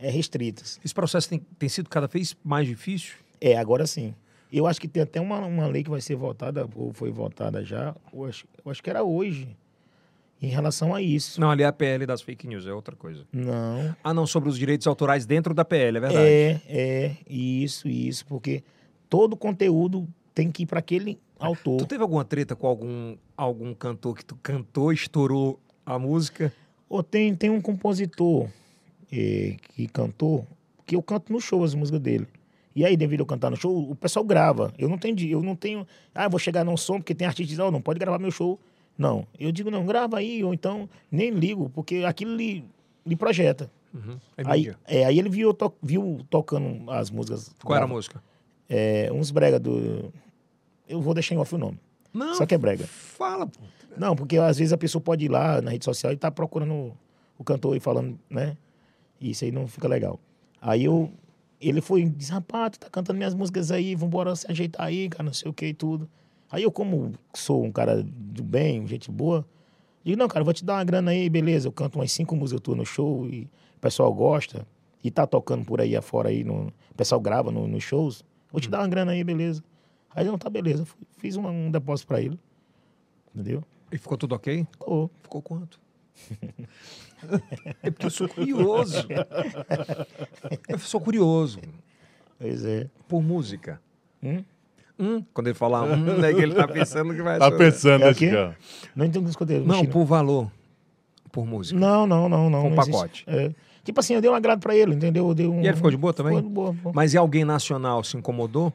[SPEAKER 3] é, restritas.
[SPEAKER 1] Esse processo tem, tem sido cada vez mais difícil?
[SPEAKER 3] É, agora sim. Eu acho que tem até uma, uma lei que vai ser votada, ou foi votada já, eu acho, eu acho que era hoje, em relação a isso.
[SPEAKER 1] Não, ali é a PL das fake news, é outra coisa.
[SPEAKER 3] Não.
[SPEAKER 1] Ah, não, sobre os direitos autorais dentro da PL, é verdade.
[SPEAKER 3] É, é, isso, isso, porque todo conteúdo tem que ir para aquele
[SPEAKER 1] Tu
[SPEAKER 3] autor.
[SPEAKER 1] teve alguma treta com algum, algum cantor que tu cantou, estourou a música?
[SPEAKER 3] Ou tem, tem um compositor eh, que cantou, que eu canto no show as músicas dele. E aí, devido a eu cantar no show, o pessoal grava. Eu não entendi, eu não tenho. Ah, eu vou chegar num som, porque tem artista que diz, "Ó, não pode gravar meu show. Não. Eu digo, não, grava aí, ou então nem ligo, porque aquilo lhe, lhe projeta.
[SPEAKER 1] Uhum.
[SPEAKER 3] Aí, é, aí ele viu, eu to- viu tocando as músicas.
[SPEAKER 1] Qual era a
[SPEAKER 3] grava-
[SPEAKER 1] música?
[SPEAKER 3] É, uns brega do. Eu vou deixar em off o nome.
[SPEAKER 1] Não.
[SPEAKER 3] Só que é brega.
[SPEAKER 1] Fala, pô.
[SPEAKER 3] Não, porque às vezes a pessoa pode ir lá na rede social e tá procurando o cantor e falando, né? E isso aí não fica legal. Aí eu. Ele foi e disse, rapaz, tu tá cantando minhas músicas aí, vambora se ajeitar aí, cara, não sei o que e tudo. Aí eu, como sou um cara do bem, gente boa, digo, não, cara, eu vou te dar uma grana aí, beleza. Eu canto umas cinco músicas tuas no show e o pessoal gosta. E tá tocando por aí afora aí, no, o pessoal grava no- nos shows. Vou te dar uma grana aí, beleza. Aí não, tá beleza. Eu fui- Fiz um, um depósito pra ele. Entendeu?
[SPEAKER 1] E ficou tudo ok?
[SPEAKER 3] Ficou.
[SPEAKER 1] Ficou quanto? é porque eu sou curioso. Eu sou curioso
[SPEAKER 3] Pois é.
[SPEAKER 1] por música.
[SPEAKER 3] Hum?
[SPEAKER 1] Hum, quando ele falar hum, é que ele tá pensando que vai
[SPEAKER 2] Tá
[SPEAKER 1] sobrar.
[SPEAKER 2] pensando,
[SPEAKER 3] É
[SPEAKER 2] né,
[SPEAKER 3] o quê?
[SPEAKER 2] Chicão?
[SPEAKER 3] Não então escutei.
[SPEAKER 1] Não,
[SPEAKER 3] China.
[SPEAKER 1] por valor. Por música.
[SPEAKER 3] não, não, não, não.
[SPEAKER 1] Com
[SPEAKER 3] não
[SPEAKER 1] pacote.
[SPEAKER 3] existe. É. Tipo assim, eu dei um agrado pra ele, entendeu? Eu dei um...
[SPEAKER 1] E ele ficou de boa também?
[SPEAKER 3] Ficou de boa, pô.
[SPEAKER 1] Mas e alguém nacional se incomodou?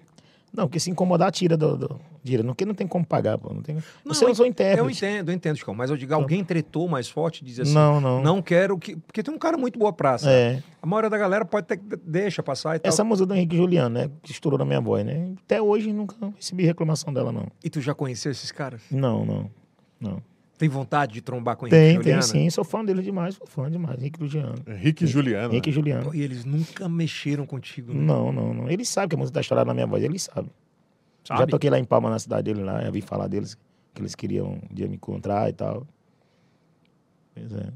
[SPEAKER 3] Não, porque se incomodar, tira do. do... Tira. Não, porque não tem como pagar, pô. Não tem...
[SPEAKER 1] Não, é um
[SPEAKER 3] Você não
[SPEAKER 1] eu-
[SPEAKER 3] sou
[SPEAKER 1] eu
[SPEAKER 3] intérprete.
[SPEAKER 1] entendo, eu entendo, Chicão. Mas eu digo, alguém tretou mais forte e diz assim:
[SPEAKER 3] Não, não.
[SPEAKER 1] Não quero que. Porque tem um cara muito boa praça.
[SPEAKER 3] É.
[SPEAKER 1] A maioria da galera pode ter que deixa passar e tal.
[SPEAKER 3] Essa música do Henrique Juliano, né? Que estourou na minha voz, né? Até hoje nunca recebi reclamação dela, não.
[SPEAKER 1] E tu já conheceu esses caras?
[SPEAKER 3] Não, não. Não.
[SPEAKER 1] Tem vontade de trombar com
[SPEAKER 3] Tem,
[SPEAKER 1] Henrique
[SPEAKER 3] tem
[SPEAKER 1] Juliana?
[SPEAKER 3] sim. Sou fã dele demais, sou fã demais. Henrique Juliano.
[SPEAKER 2] Henrique e Juliano. né?
[SPEAKER 3] Henrique Juliano.
[SPEAKER 1] Pô, e eles nunca mexeram contigo, né?
[SPEAKER 3] Não, não, não. Ele sabe que a música tá estourada na minha voz, ele sabe.
[SPEAKER 1] sabe?
[SPEAKER 3] Já toquei lá em Palma, na cidade dele lá, eu vi falar deles, que eles queriam um dia me encontrar e tal. Pois é.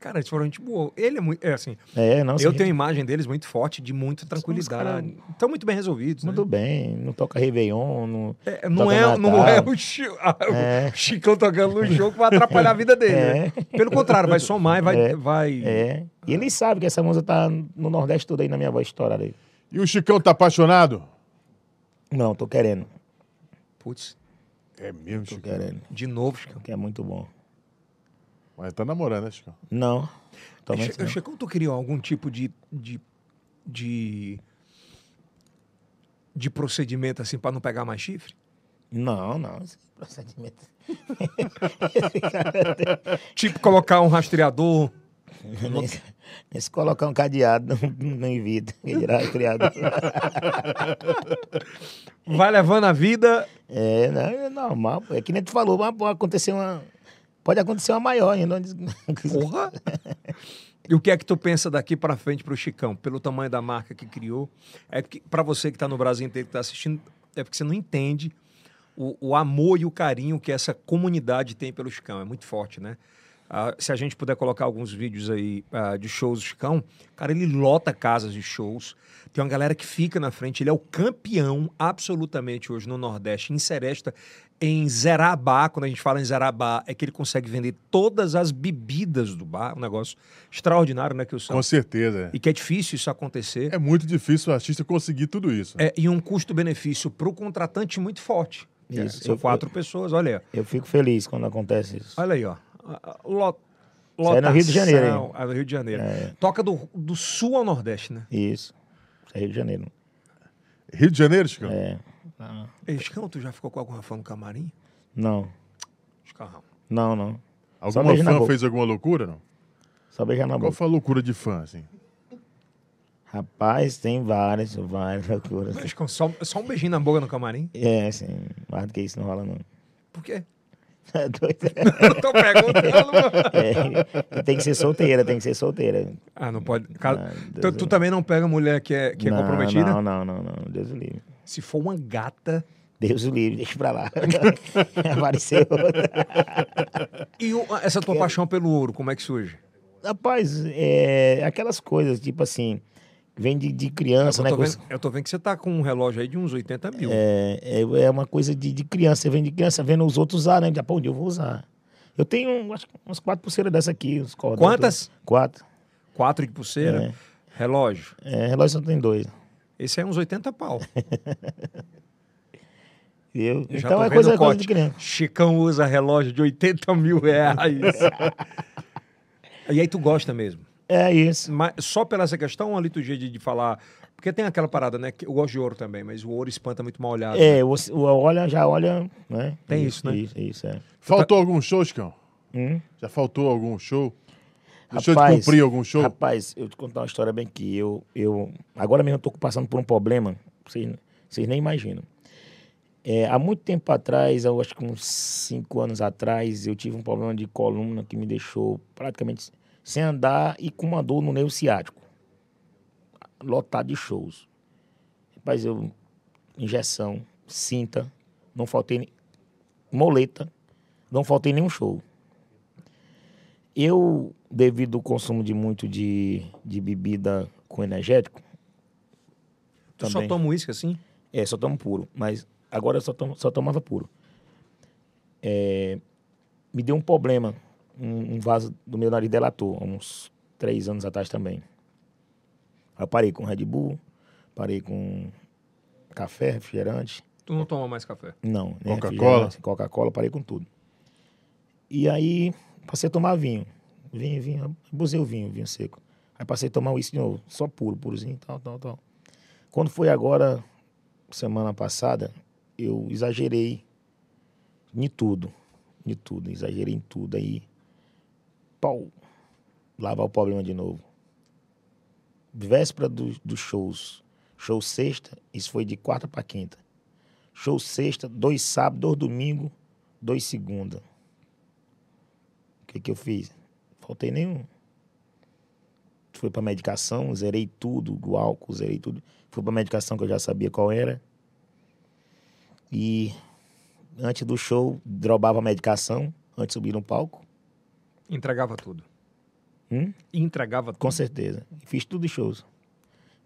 [SPEAKER 1] Cara, eles foram gente boa. Ele é muito. É assim,
[SPEAKER 3] É, não,
[SPEAKER 1] eu
[SPEAKER 3] sim,
[SPEAKER 1] tenho a imagem deles muito forte, de muita tranquilidade. Estão muito bem resolvidos. né?
[SPEAKER 3] Muito bem, não toca Réveillon, não...
[SPEAKER 1] É, não,
[SPEAKER 3] Toca
[SPEAKER 1] é,
[SPEAKER 3] Natal.
[SPEAKER 1] não é o, Chi- ah, o
[SPEAKER 3] É.
[SPEAKER 1] Chicão tocando no jogo que vai atrapalhar a vida dele. né? Pelo contrário, vai somar e vai.
[SPEAKER 3] É.
[SPEAKER 1] vai...
[SPEAKER 3] É. E ele sabe que essa música tá no Nordeste todo aí na minha voz estourada aí.
[SPEAKER 2] E o Chicão tá apaixonado?
[SPEAKER 3] Não, tô querendo,
[SPEAKER 1] Putz,
[SPEAKER 2] É mesmo,
[SPEAKER 3] tô
[SPEAKER 2] Chicão.
[SPEAKER 3] querendo,
[SPEAKER 1] de novo, Chicão.
[SPEAKER 3] que é muito bom.
[SPEAKER 2] Mas tá namorando, né, Chicão?
[SPEAKER 3] Não, também
[SPEAKER 1] Chi- Chicão, tu queria algum tipo de. de. de, de procedimento assim pra não pegar mais chifre?
[SPEAKER 3] não. Não, não, esse procedimento...
[SPEAKER 1] Tipo, colocar um rastreador.
[SPEAKER 3] Esse colocar um cadeado não, não evita, que dirá criado.
[SPEAKER 1] Vai levando a vida.
[SPEAKER 3] É, não, é normal. pô. É que nem tu falou, mas pode acontecer uma. Pode acontecer uma maior ainda. onde-
[SPEAKER 1] Porra! E o que é que tu pensa daqui pra frente pro Chicão, pelo tamanho da marca que criou? É que para você que tá no Brasil inteiro que tá assistindo, é porque você não entende o, o amor e o carinho que essa comunidade tem pelo Chicão. É muito forte, né? Ah, se a gente puder colocar alguns vídeos aí ah, de shows do Chicão, cara, ele lota casas de shows. Tem uma galera que fica na frente. Ele é o campeão absolutamente hoje no Nordeste, em Seresta, em Zerabá. Quando a gente fala em Zerabá, é que ele consegue vender todas as bebidas do bar. Um negócio extraordinário, né, que eu sou.
[SPEAKER 2] Com certeza.
[SPEAKER 1] E que é difícil isso acontecer.
[SPEAKER 2] É muito difícil o artista conseguir tudo isso.
[SPEAKER 1] É, e um custo-benefício para o contratante muito forte. É,
[SPEAKER 3] Isso,
[SPEAKER 1] são
[SPEAKER 3] eu-
[SPEAKER 1] quatro pessoas, olha aí. ó.
[SPEAKER 3] Eu fico feliz quando acontece isso.
[SPEAKER 1] Olha aí, ó. A- a- Lo,
[SPEAKER 3] Isso aí é no Rio
[SPEAKER 1] lotação.
[SPEAKER 3] de Janeiro, hein?
[SPEAKER 1] Ah, no Rio de Janeiro.
[SPEAKER 3] É.
[SPEAKER 1] Toca do, do sul ao nordeste, né?
[SPEAKER 3] Isso. Isso é Rio de Janeiro.
[SPEAKER 2] Rio de Janeiro, Chicão?
[SPEAKER 3] É.
[SPEAKER 1] Escão, tu já ficou com alguma fã no camarim?
[SPEAKER 3] Não,
[SPEAKER 1] Escarrão.
[SPEAKER 3] não, não. Só
[SPEAKER 2] Alguma
[SPEAKER 3] beijo na
[SPEAKER 2] fã
[SPEAKER 3] boca.
[SPEAKER 2] fez alguma loucura, não?
[SPEAKER 3] Só beijar na
[SPEAKER 2] Qual
[SPEAKER 3] boca.
[SPEAKER 2] foi a loucura de fã, assim?
[SPEAKER 3] Rapaz, tem várias, várias loucuras.
[SPEAKER 1] Escão, só, só um beijinho na boca no camarim?
[SPEAKER 3] É, assim, mais do que isso não rola, não.
[SPEAKER 1] Por quê?
[SPEAKER 3] É doido.
[SPEAKER 1] Eu tô perguntando. mano.
[SPEAKER 3] É, e tem que ser solteira, tem que ser solteira.
[SPEAKER 1] ah, não pode. Ca-
[SPEAKER 3] Ah, Deus
[SPEAKER 1] tu,
[SPEAKER 3] me
[SPEAKER 1] tu
[SPEAKER 3] livre.
[SPEAKER 1] também não pega mulher que é, que é
[SPEAKER 3] não,
[SPEAKER 1] comprometida?
[SPEAKER 3] Não, não, não, não. Deus o livre.
[SPEAKER 1] Se for uma gata.
[SPEAKER 3] Deus o livre, deixa pra lá. Apareceu outra.
[SPEAKER 1] E o- essa tua paixão pelo ouro, como é que surge?
[SPEAKER 3] Rapaz, é, aquelas coisas, tipo assim, vem de, de
[SPEAKER 1] Eu
[SPEAKER 3] criança, né?
[SPEAKER 1] tô,
[SPEAKER 3] com-
[SPEAKER 1] vendo, eu tô vendo que você tá com um relógio aí de uns 80 mil.
[SPEAKER 3] É, é, é uma coisa de, de criança, vem de criança vendo os outros usar, né? Já, pô, onde eu vou usar? Eu tenho, um, acho que umas quatro pulseiras dessa aqui, uns cordões.
[SPEAKER 1] Quantas?
[SPEAKER 3] Quatro.
[SPEAKER 1] Quatro de pulseira,
[SPEAKER 3] É.
[SPEAKER 1] relógio.
[SPEAKER 3] É, relógio só tem dois.
[SPEAKER 1] Esse aí é uns 80 pau.
[SPEAKER 3] Eu,
[SPEAKER 1] Eu já
[SPEAKER 3] então
[SPEAKER 1] tô
[SPEAKER 3] é
[SPEAKER 1] vendo
[SPEAKER 3] coisa,
[SPEAKER 1] o
[SPEAKER 3] é coisa de
[SPEAKER 1] corte.
[SPEAKER 3] criança.
[SPEAKER 1] Chicão usa relógio de 80 mil reais. e aí tu gosta mesmo.
[SPEAKER 3] É isso.
[SPEAKER 1] Mas só pela essa questão, a liturgia de, de falar. Porque tem aquela parada, né? Que eu gosto de ouro também, mas o ouro espanta muito mal olhado. né?
[SPEAKER 3] É, o, o olha, já olha, né?
[SPEAKER 1] Tem isso, né?
[SPEAKER 3] Isso, isso, é.
[SPEAKER 2] Faltou algum show, Chicão?
[SPEAKER 3] Hum?
[SPEAKER 2] Já faltou algum show? Deixou de
[SPEAKER 3] Rapaz,
[SPEAKER 2] cumprir algum um show?
[SPEAKER 3] Rapaz, eu te contar uma história bem que eu, eu agora mesmo eu tô passando por um problema, vocês, vocês nem imaginam. É, há muito tempo atrás, eu acho que uns cinco anos atrás, eu tive um problema de coluna que me deixou praticamente sem andar e com uma dor no nervo ciático. Lotado de shows. Rapaz, eu injeção, cinta, não faltei nem- moleta, não faltei nenhum show. Eu, devido ao consumo de muito de, de bebida com energético,
[SPEAKER 1] Tu só
[SPEAKER 3] também.
[SPEAKER 1] toma uísque assim?
[SPEAKER 3] é, só tomo puro, mas agora eu só, tomo- só tomava puro. É, me deu um problema, um, um vaso do meu nariz delatou, há uns três anos atrás também. Aí eu parei com Red Bull, parei com café, refrigerante,
[SPEAKER 1] Tu não toma mais café.
[SPEAKER 3] Não, nem
[SPEAKER 2] Coca-Cola?
[SPEAKER 3] refrigerante, Coca-Cola, parei com tudo. E aí passei a tomar vinho. Vinho, vinho, abusei o vinho, vinho seco. Aí passei a tomar uísque de novo, só puro, purozinho, tal, tal, tal. Quando foi agora, semana passada, eu exagerei em tudo. Em tudo, exagerei em tudo. Aí, pau, lá vai o problema de novo. Véspera do- dos shows. Show sexta, isso foi de quarta para quinta. Show sexta, dois sábados, dois domingos, dois segunda. O que que eu fiz? Faltei nenhum. Fui pra medicação, zerei tudo, o álcool, zerei tudo. Fui pra medicação que eu já sabia qual era. E antes do show, drobava a medicação, antes de subir no palco.
[SPEAKER 1] Entregava tudo.
[SPEAKER 3] Hum?
[SPEAKER 1] Entregava tudo.
[SPEAKER 3] Com certeza. Fiz tudo de shows.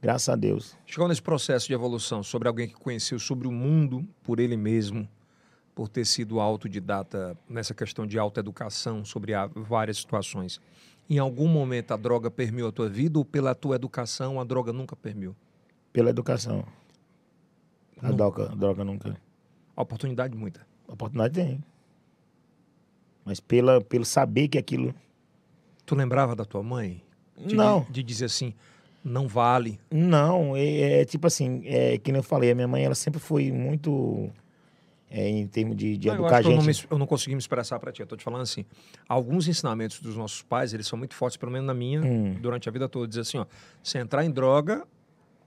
[SPEAKER 3] Graças a Deus.
[SPEAKER 1] Chegou nesse processo de evolução sobre alguém que conheceu sobre o mundo por ele mesmo, por ter sido autodidata nessa questão de autoeducação sobre a- várias situações. Em algum momento a droga permeou a tua vida ou pela tua educação a droga nunca permeou?
[SPEAKER 3] Pela educação. A
[SPEAKER 1] Não.
[SPEAKER 3] droga, a droga nunca.
[SPEAKER 1] A oportunidade muita.
[SPEAKER 3] A oportunidade tem. Mas pela, pelo saber que aquilo.
[SPEAKER 1] Tu lembrava da tua mãe? Te di-
[SPEAKER 3] não,
[SPEAKER 1] De, dizer assim, não vale.
[SPEAKER 3] não. É, é tipo assim, é que nem eu falei, a minha mãe ela sempre foi muito. é, em termos de, de
[SPEAKER 1] Não, Ah, eu
[SPEAKER 3] educar a
[SPEAKER 1] acho que eu não, me
[SPEAKER 3] gente.
[SPEAKER 1] es- eu não consegui me expressar para ti. Eu tô te falando assim, alguns ensinamentos dos nossos pais, eles são muito fortes, pelo menos na minha,
[SPEAKER 3] Hum.
[SPEAKER 1] durante a vida toda. Diz assim, ó, se entrar em droga,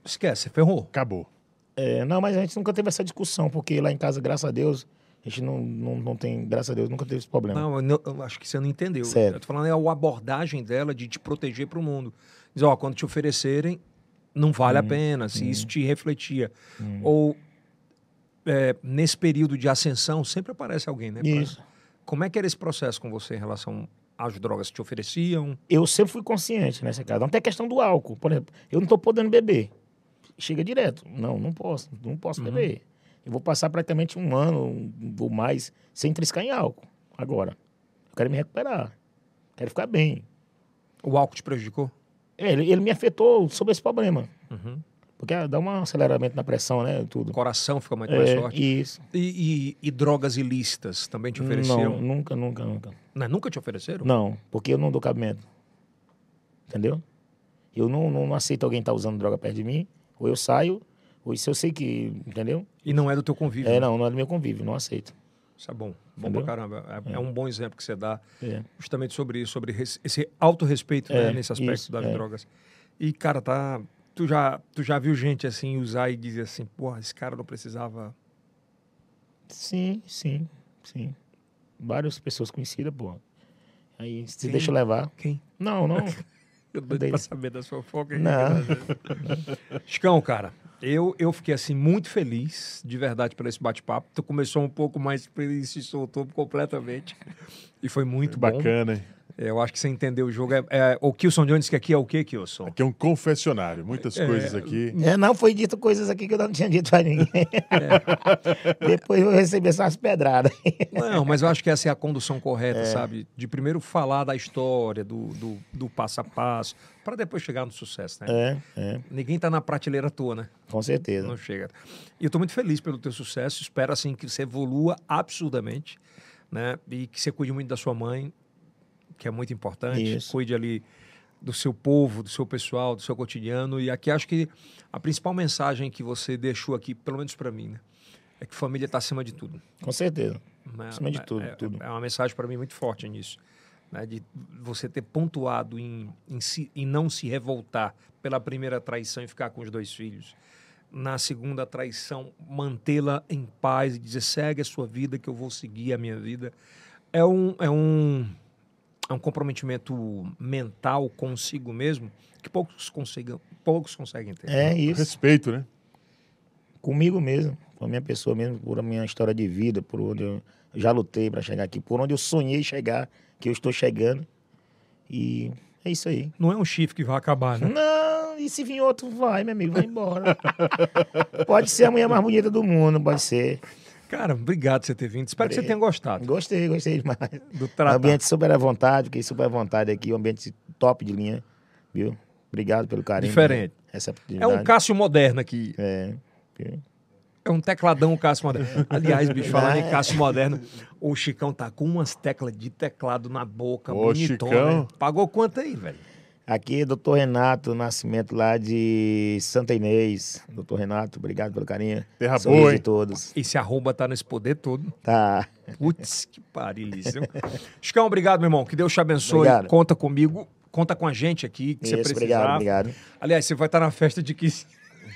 [SPEAKER 1] esquece, você ferrou.
[SPEAKER 2] Acabou.
[SPEAKER 3] É, não, mas a gente nunca teve essa discussão, porque lá em casa, graças a Deus, a gente não, não, não tem, graças a Deus, nunca teve esse problema.
[SPEAKER 1] Não, eu, não- eu acho que você não entendeu.
[SPEAKER 3] É. Certo.
[SPEAKER 1] Eu tô falando é a abordagem dela de te proteger para o mundo. Diz, ó, quando te oferecerem, não vale
[SPEAKER 3] Hum.
[SPEAKER 1] a pena, se isso te refletia. Ou é, nesse período de ascensão, sempre aparece alguém, né? pra-
[SPEAKER 3] Isso.
[SPEAKER 1] Como é que era esse processo com você em relação às drogas? Te ofereciam?
[SPEAKER 3] Eu sempre fui consciente nessa casa. Até a questão do álcool, por exemplo, eu não estou podendo beber. Chega direto. Não, não posso, não posso beber. Eu vou passar praticamente um ano um- ou mais sem triscar em álcool. Agora, eu quero me recuperar. Quero ficar bem.
[SPEAKER 1] O álcool te prejudicou?
[SPEAKER 3] É, ele, ele me afetou sobre esse problema.
[SPEAKER 1] Uhum.
[SPEAKER 3] Porque ah, dá um aceleramento na pressão, né?
[SPEAKER 1] O
[SPEAKER 3] Tudo.
[SPEAKER 1] coração fica muito mais
[SPEAKER 3] É,
[SPEAKER 1] forte.
[SPEAKER 3] isso.
[SPEAKER 1] E, e- e drogas ilícitas também te
[SPEAKER 3] Não,
[SPEAKER 1] ofereceram?
[SPEAKER 3] nunca, nunca, nunca.
[SPEAKER 1] Não, nunca te ofereceram?
[SPEAKER 3] Não, porque eu não dou cabimento. Entendeu? Eu não, não, não aceito alguém estar usando droga perto de mim. Ou eu saio, ou se eu sei que. Entendeu?
[SPEAKER 1] E não é do teu convívio?
[SPEAKER 3] É,
[SPEAKER 1] né?
[SPEAKER 3] não, não é do meu convívio, não aceito.
[SPEAKER 1] Isso é bom. Bom
[SPEAKER 3] Entendeu?
[SPEAKER 1] pra caramba. É, é um bom exemplo que você dá
[SPEAKER 3] É.
[SPEAKER 1] justamente sobre isso, sobre res- esse autorrespeito né,
[SPEAKER 3] É,
[SPEAKER 1] nesse aspecto
[SPEAKER 3] isso,
[SPEAKER 1] das
[SPEAKER 3] é.
[SPEAKER 1] drogas. E, cara, tá. Tu já, tu já viu gente assim usar e dizer assim, porra, esse cara não precisava.
[SPEAKER 3] Sim, sim, sim. Várias pessoas conhecidas, pô. Aí se
[SPEAKER 1] Sim.
[SPEAKER 3] deixa levar.
[SPEAKER 1] Quem?
[SPEAKER 3] Não, não.
[SPEAKER 1] Eu doido
[SPEAKER 3] Dei-
[SPEAKER 1] pra saber das fofocas. hein?
[SPEAKER 3] Não.
[SPEAKER 1] Chicão, cara, eu, eu fiquei assim muito feliz, de verdade, por esse bate-papo. Tu começou um pouco mais feliz, se soltou completamente. E foi muito bom. É,
[SPEAKER 2] Bacana, hein?
[SPEAKER 1] Eu acho que você entendeu o jogo. É, é, o Kilson Jones, que aqui é o quê, Kilson?
[SPEAKER 2] Aqui é um confessionário. Muitas coisas aqui.
[SPEAKER 3] É, não, foi dito coisas aqui que eu não tinha dito pra ninguém. Depois eu recebi essas pedradas.
[SPEAKER 1] Não, mas eu acho que essa é a condução correta, sabe? De primeiro falar da história, do, do, do passo a passo, para depois chegar no sucesso, né?
[SPEAKER 3] É, é,
[SPEAKER 1] Ninguém tá na prateleira à toa, né?
[SPEAKER 3] com certeza.
[SPEAKER 1] Não chega. E eu estou muito feliz pelo teu sucesso. Espero assim que você evolua absurdamente, né? E que você cuide muito da sua mãe, que é muito importante.
[SPEAKER 3] Isso.
[SPEAKER 1] Cuide ali do seu povo, do seu pessoal, do seu cotidiano. E aqui acho que a principal mensagem que você deixou aqui, pelo menos para mim, né, é que família está acima de tudo.
[SPEAKER 3] Com certeza.
[SPEAKER 1] né?
[SPEAKER 3] Acima de
[SPEAKER 1] É-
[SPEAKER 3] tudo,
[SPEAKER 1] é,
[SPEAKER 3] tudo.
[SPEAKER 1] é uma mensagem para mim muito forte nisso. né, De você ter pontuado em, em, se- em não se revoltar pela primeira traição e ficar com os dois filhos. Na segunda traição, mantê-la em paz e dizer: segue a sua vida, que eu vou seguir a minha vida. É um, é um, é um comprometimento mental consigo mesmo que poucos, consigam, poucos conseguem ter.
[SPEAKER 3] É isso.
[SPEAKER 2] Respeito, né?
[SPEAKER 3] comigo mesmo, com a minha pessoa mesmo, por a minha história de vida, por onde eu já lutei para chegar aqui, por onde eu sonhei chegar, que eu estou chegando. E é isso aí.
[SPEAKER 1] Não é um chifre que vai acabar, né?
[SPEAKER 3] Não, e se vir outro, vai, meu amigo, vai embora. pode ser a mulher mais bonita do mundo, pode ser.
[SPEAKER 1] Cara, obrigado por você ter vindo. Espero que você tenha
[SPEAKER 3] Obrigado.
[SPEAKER 1] gostado
[SPEAKER 3] Gostei, gostei demais.
[SPEAKER 1] do
[SPEAKER 3] Um
[SPEAKER 1] trabalho.
[SPEAKER 3] ambiente super à vontade, fiquei super à vontade aqui, um ambiente top de linha, viu? Obrigado pelo carinho.
[SPEAKER 1] Diferente.
[SPEAKER 3] Essa
[SPEAKER 1] É um Cássio moderno aqui.
[SPEAKER 3] É.
[SPEAKER 1] É um tecladão Cássio moderno. Aliás, bicho, falando em
[SPEAKER 3] É.
[SPEAKER 1] Cássio moderno, o Chicão tá com umas teclas de teclado na boca,
[SPEAKER 2] Ô,
[SPEAKER 1] bonitona.
[SPEAKER 2] Chicão.
[SPEAKER 1] né? Pagou quanto aí, velho?
[SPEAKER 3] Aqui é doutor Renato Nascimento, lá de Santa Inês. Doutor Renato, obrigado pelo carinho.
[SPEAKER 2] Terra
[SPEAKER 3] Sorriso
[SPEAKER 2] boa, hein?
[SPEAKER 3] de todos.
[SPEAKER 1] Esse arroba tá nesse poder todo.
[SPEAKER 3] Tá.
[SPEAKER 1] Putz, que parilhice. viu? Chicão, obrigado, meu irmão. Que Deus te abençoe.
[SPEAKER 3] Obrigado.
[SPEAKER 1] Conta comigo. Conta com a gente aqui, que você
[SPEAKER 3] Isso,
[SPEAKER 1] precisar.
[SPEAKER 3] obrigado, obrigado.
[SPEAKER 1] Aliás, você vai estar na festa de 15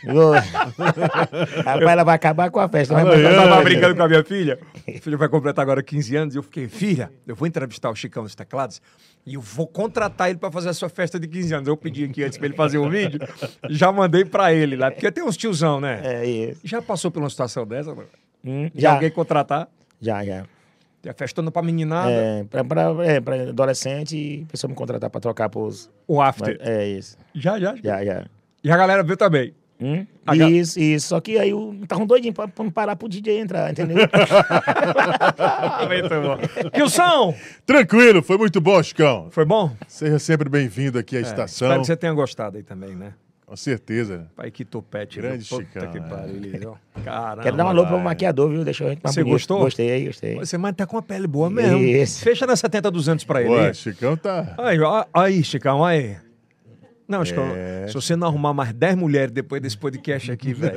[SPEAKER 3] Ô, Rapaz, ela vai acabar com a festa. né? Vai
[SPEAKER 2] Amanhã.
[SPEAKER 1] Eu
[SPEAKER 3] botar
[SPEAKER 1] tava
[SPEAKER 3] pra
[SPEAKER 1] brincando com a minha filha. A filha vai completar agora 15 anos. E eu fiquei, filha, eu vou entrevistar o Chicão dos Teclados e eu vou contratar ele pra fazer a sua festa de 15 anos. Eu pedi aqui antes pra ele fazer um vídeo, já mandei pra ele lá. Porque tem uns tiozão, né?
[SPEAKER 3] É isso.
[SPEAKER 1] Já passou por uma situação dessa? mano?
[SPEAKER 3] Hum,
[SPEAKER 1] Já
[SPEAKER 3] já,
[SPEAKER 1] alguém Ah, contratar?
[SPEAKER 3] já, já.
[SPEAKER 1] Tem a festona pra meninada,
[SPEAKER 3] É, pra, pra- é, pra adolescente e pessoa me contratar pra trocar pros.
[SPEAKER 1] o after.
[SPEAKER 3] É isso.
[SPEAKER 1] Já, já, já.
[SPEAKER 3] Já, já.
[SPEAKER 1] E a galera viu também.
[SPEAKER 3] Hum?
[SPEAKER 1] A ga-
[SPEAKER 3] Isso, isso. Só que aí eu tava doidinho pra, pra não parar pro DJ entrar, entendeu?
[SPEAKER 1] Muito bom. Tilson,
[SPEAKER 2] Tranquilo, foi muito bom, Chicão.
[SPEAKER 1] foi bom?
[SPEAKER 2] Seja sempre bem-vindo
[SPEAKER 3] É,
[SPEAKER 2] aqui à
[SPEAKER 3] Tá
[SPEAKER 1] Espero
[SPEAKER 2] estação.
[SPEAKER 1] que você tenha gostado aí também, né?
[SPEAKER 2] Com certeza. né?
[SPEAKER 1] Pai, que topete.
[SPEAKER 2] Grande
[SPEAKER 1] viu?
[SPEAKER 2] Chicão,
[SPEAKER 1] que
[SPEAKER 2] é.
[SPEAKER 1] pariu, viu? Caramba.
[SPEAKER 3] Quero dar um alô
[SPEAKER 2] vai.
[SPEAKER 3] pro maquiador, viu? Deixou a gente mais
[SPEAKER 1] Você
[SPEAKER 3] é bonito.
[SPEAKER 1] gostou?
[SPEAKER 3] Gostei, gostei.
[SPEAKER 1] Você, mas tá com uma pele boa mesmo.
[SPEAKER 3] Isso.
[SPEAKER 1] Fecha na 70 200 pra ele.
[SPEAKER 2] Ué, Chicão tá.
[SPEAKER 1] Aí, ó, aí, Chicão, aí. Não, Chicão,
[SPEAKER 2] É.
[SPEAKER 1] se você não arrumar mais 10 mulheres depois desse podcast aqui, velho.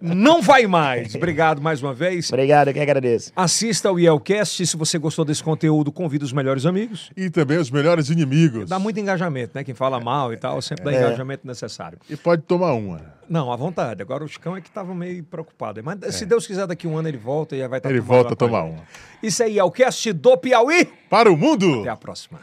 [SPEAKER 1] não vai mais. Obrigado mais uma vez.
[SPEAKER 3] Obrigado, eu que agradeço.
[SPEAKER 1] Assista ao IELCast. Se você gostou desse conteúdo, convida os melhores amigos.
[SPEAKER 2] E também os melhores inimigos.
[SPEAKER 1] Dá muito engajamento, né? Quem fala mal e tal, sempre dá engajamento necessário.
[SPEAKER 2] E pode tomar uma.
[SPEAKER 1] Não, à vontade. Agora o Chicão é que tava meio preocupado. Mas se Deus quiser, daqui um ano ele volta e já vai estar
[SPEAKER 2] Ele volta a tomar uma.
[SPEAKER 1] Isso aí é o cast do Piauí.
[SPEAKER 2] Para o mundo!
[SPEAKER 1] Até a próxima.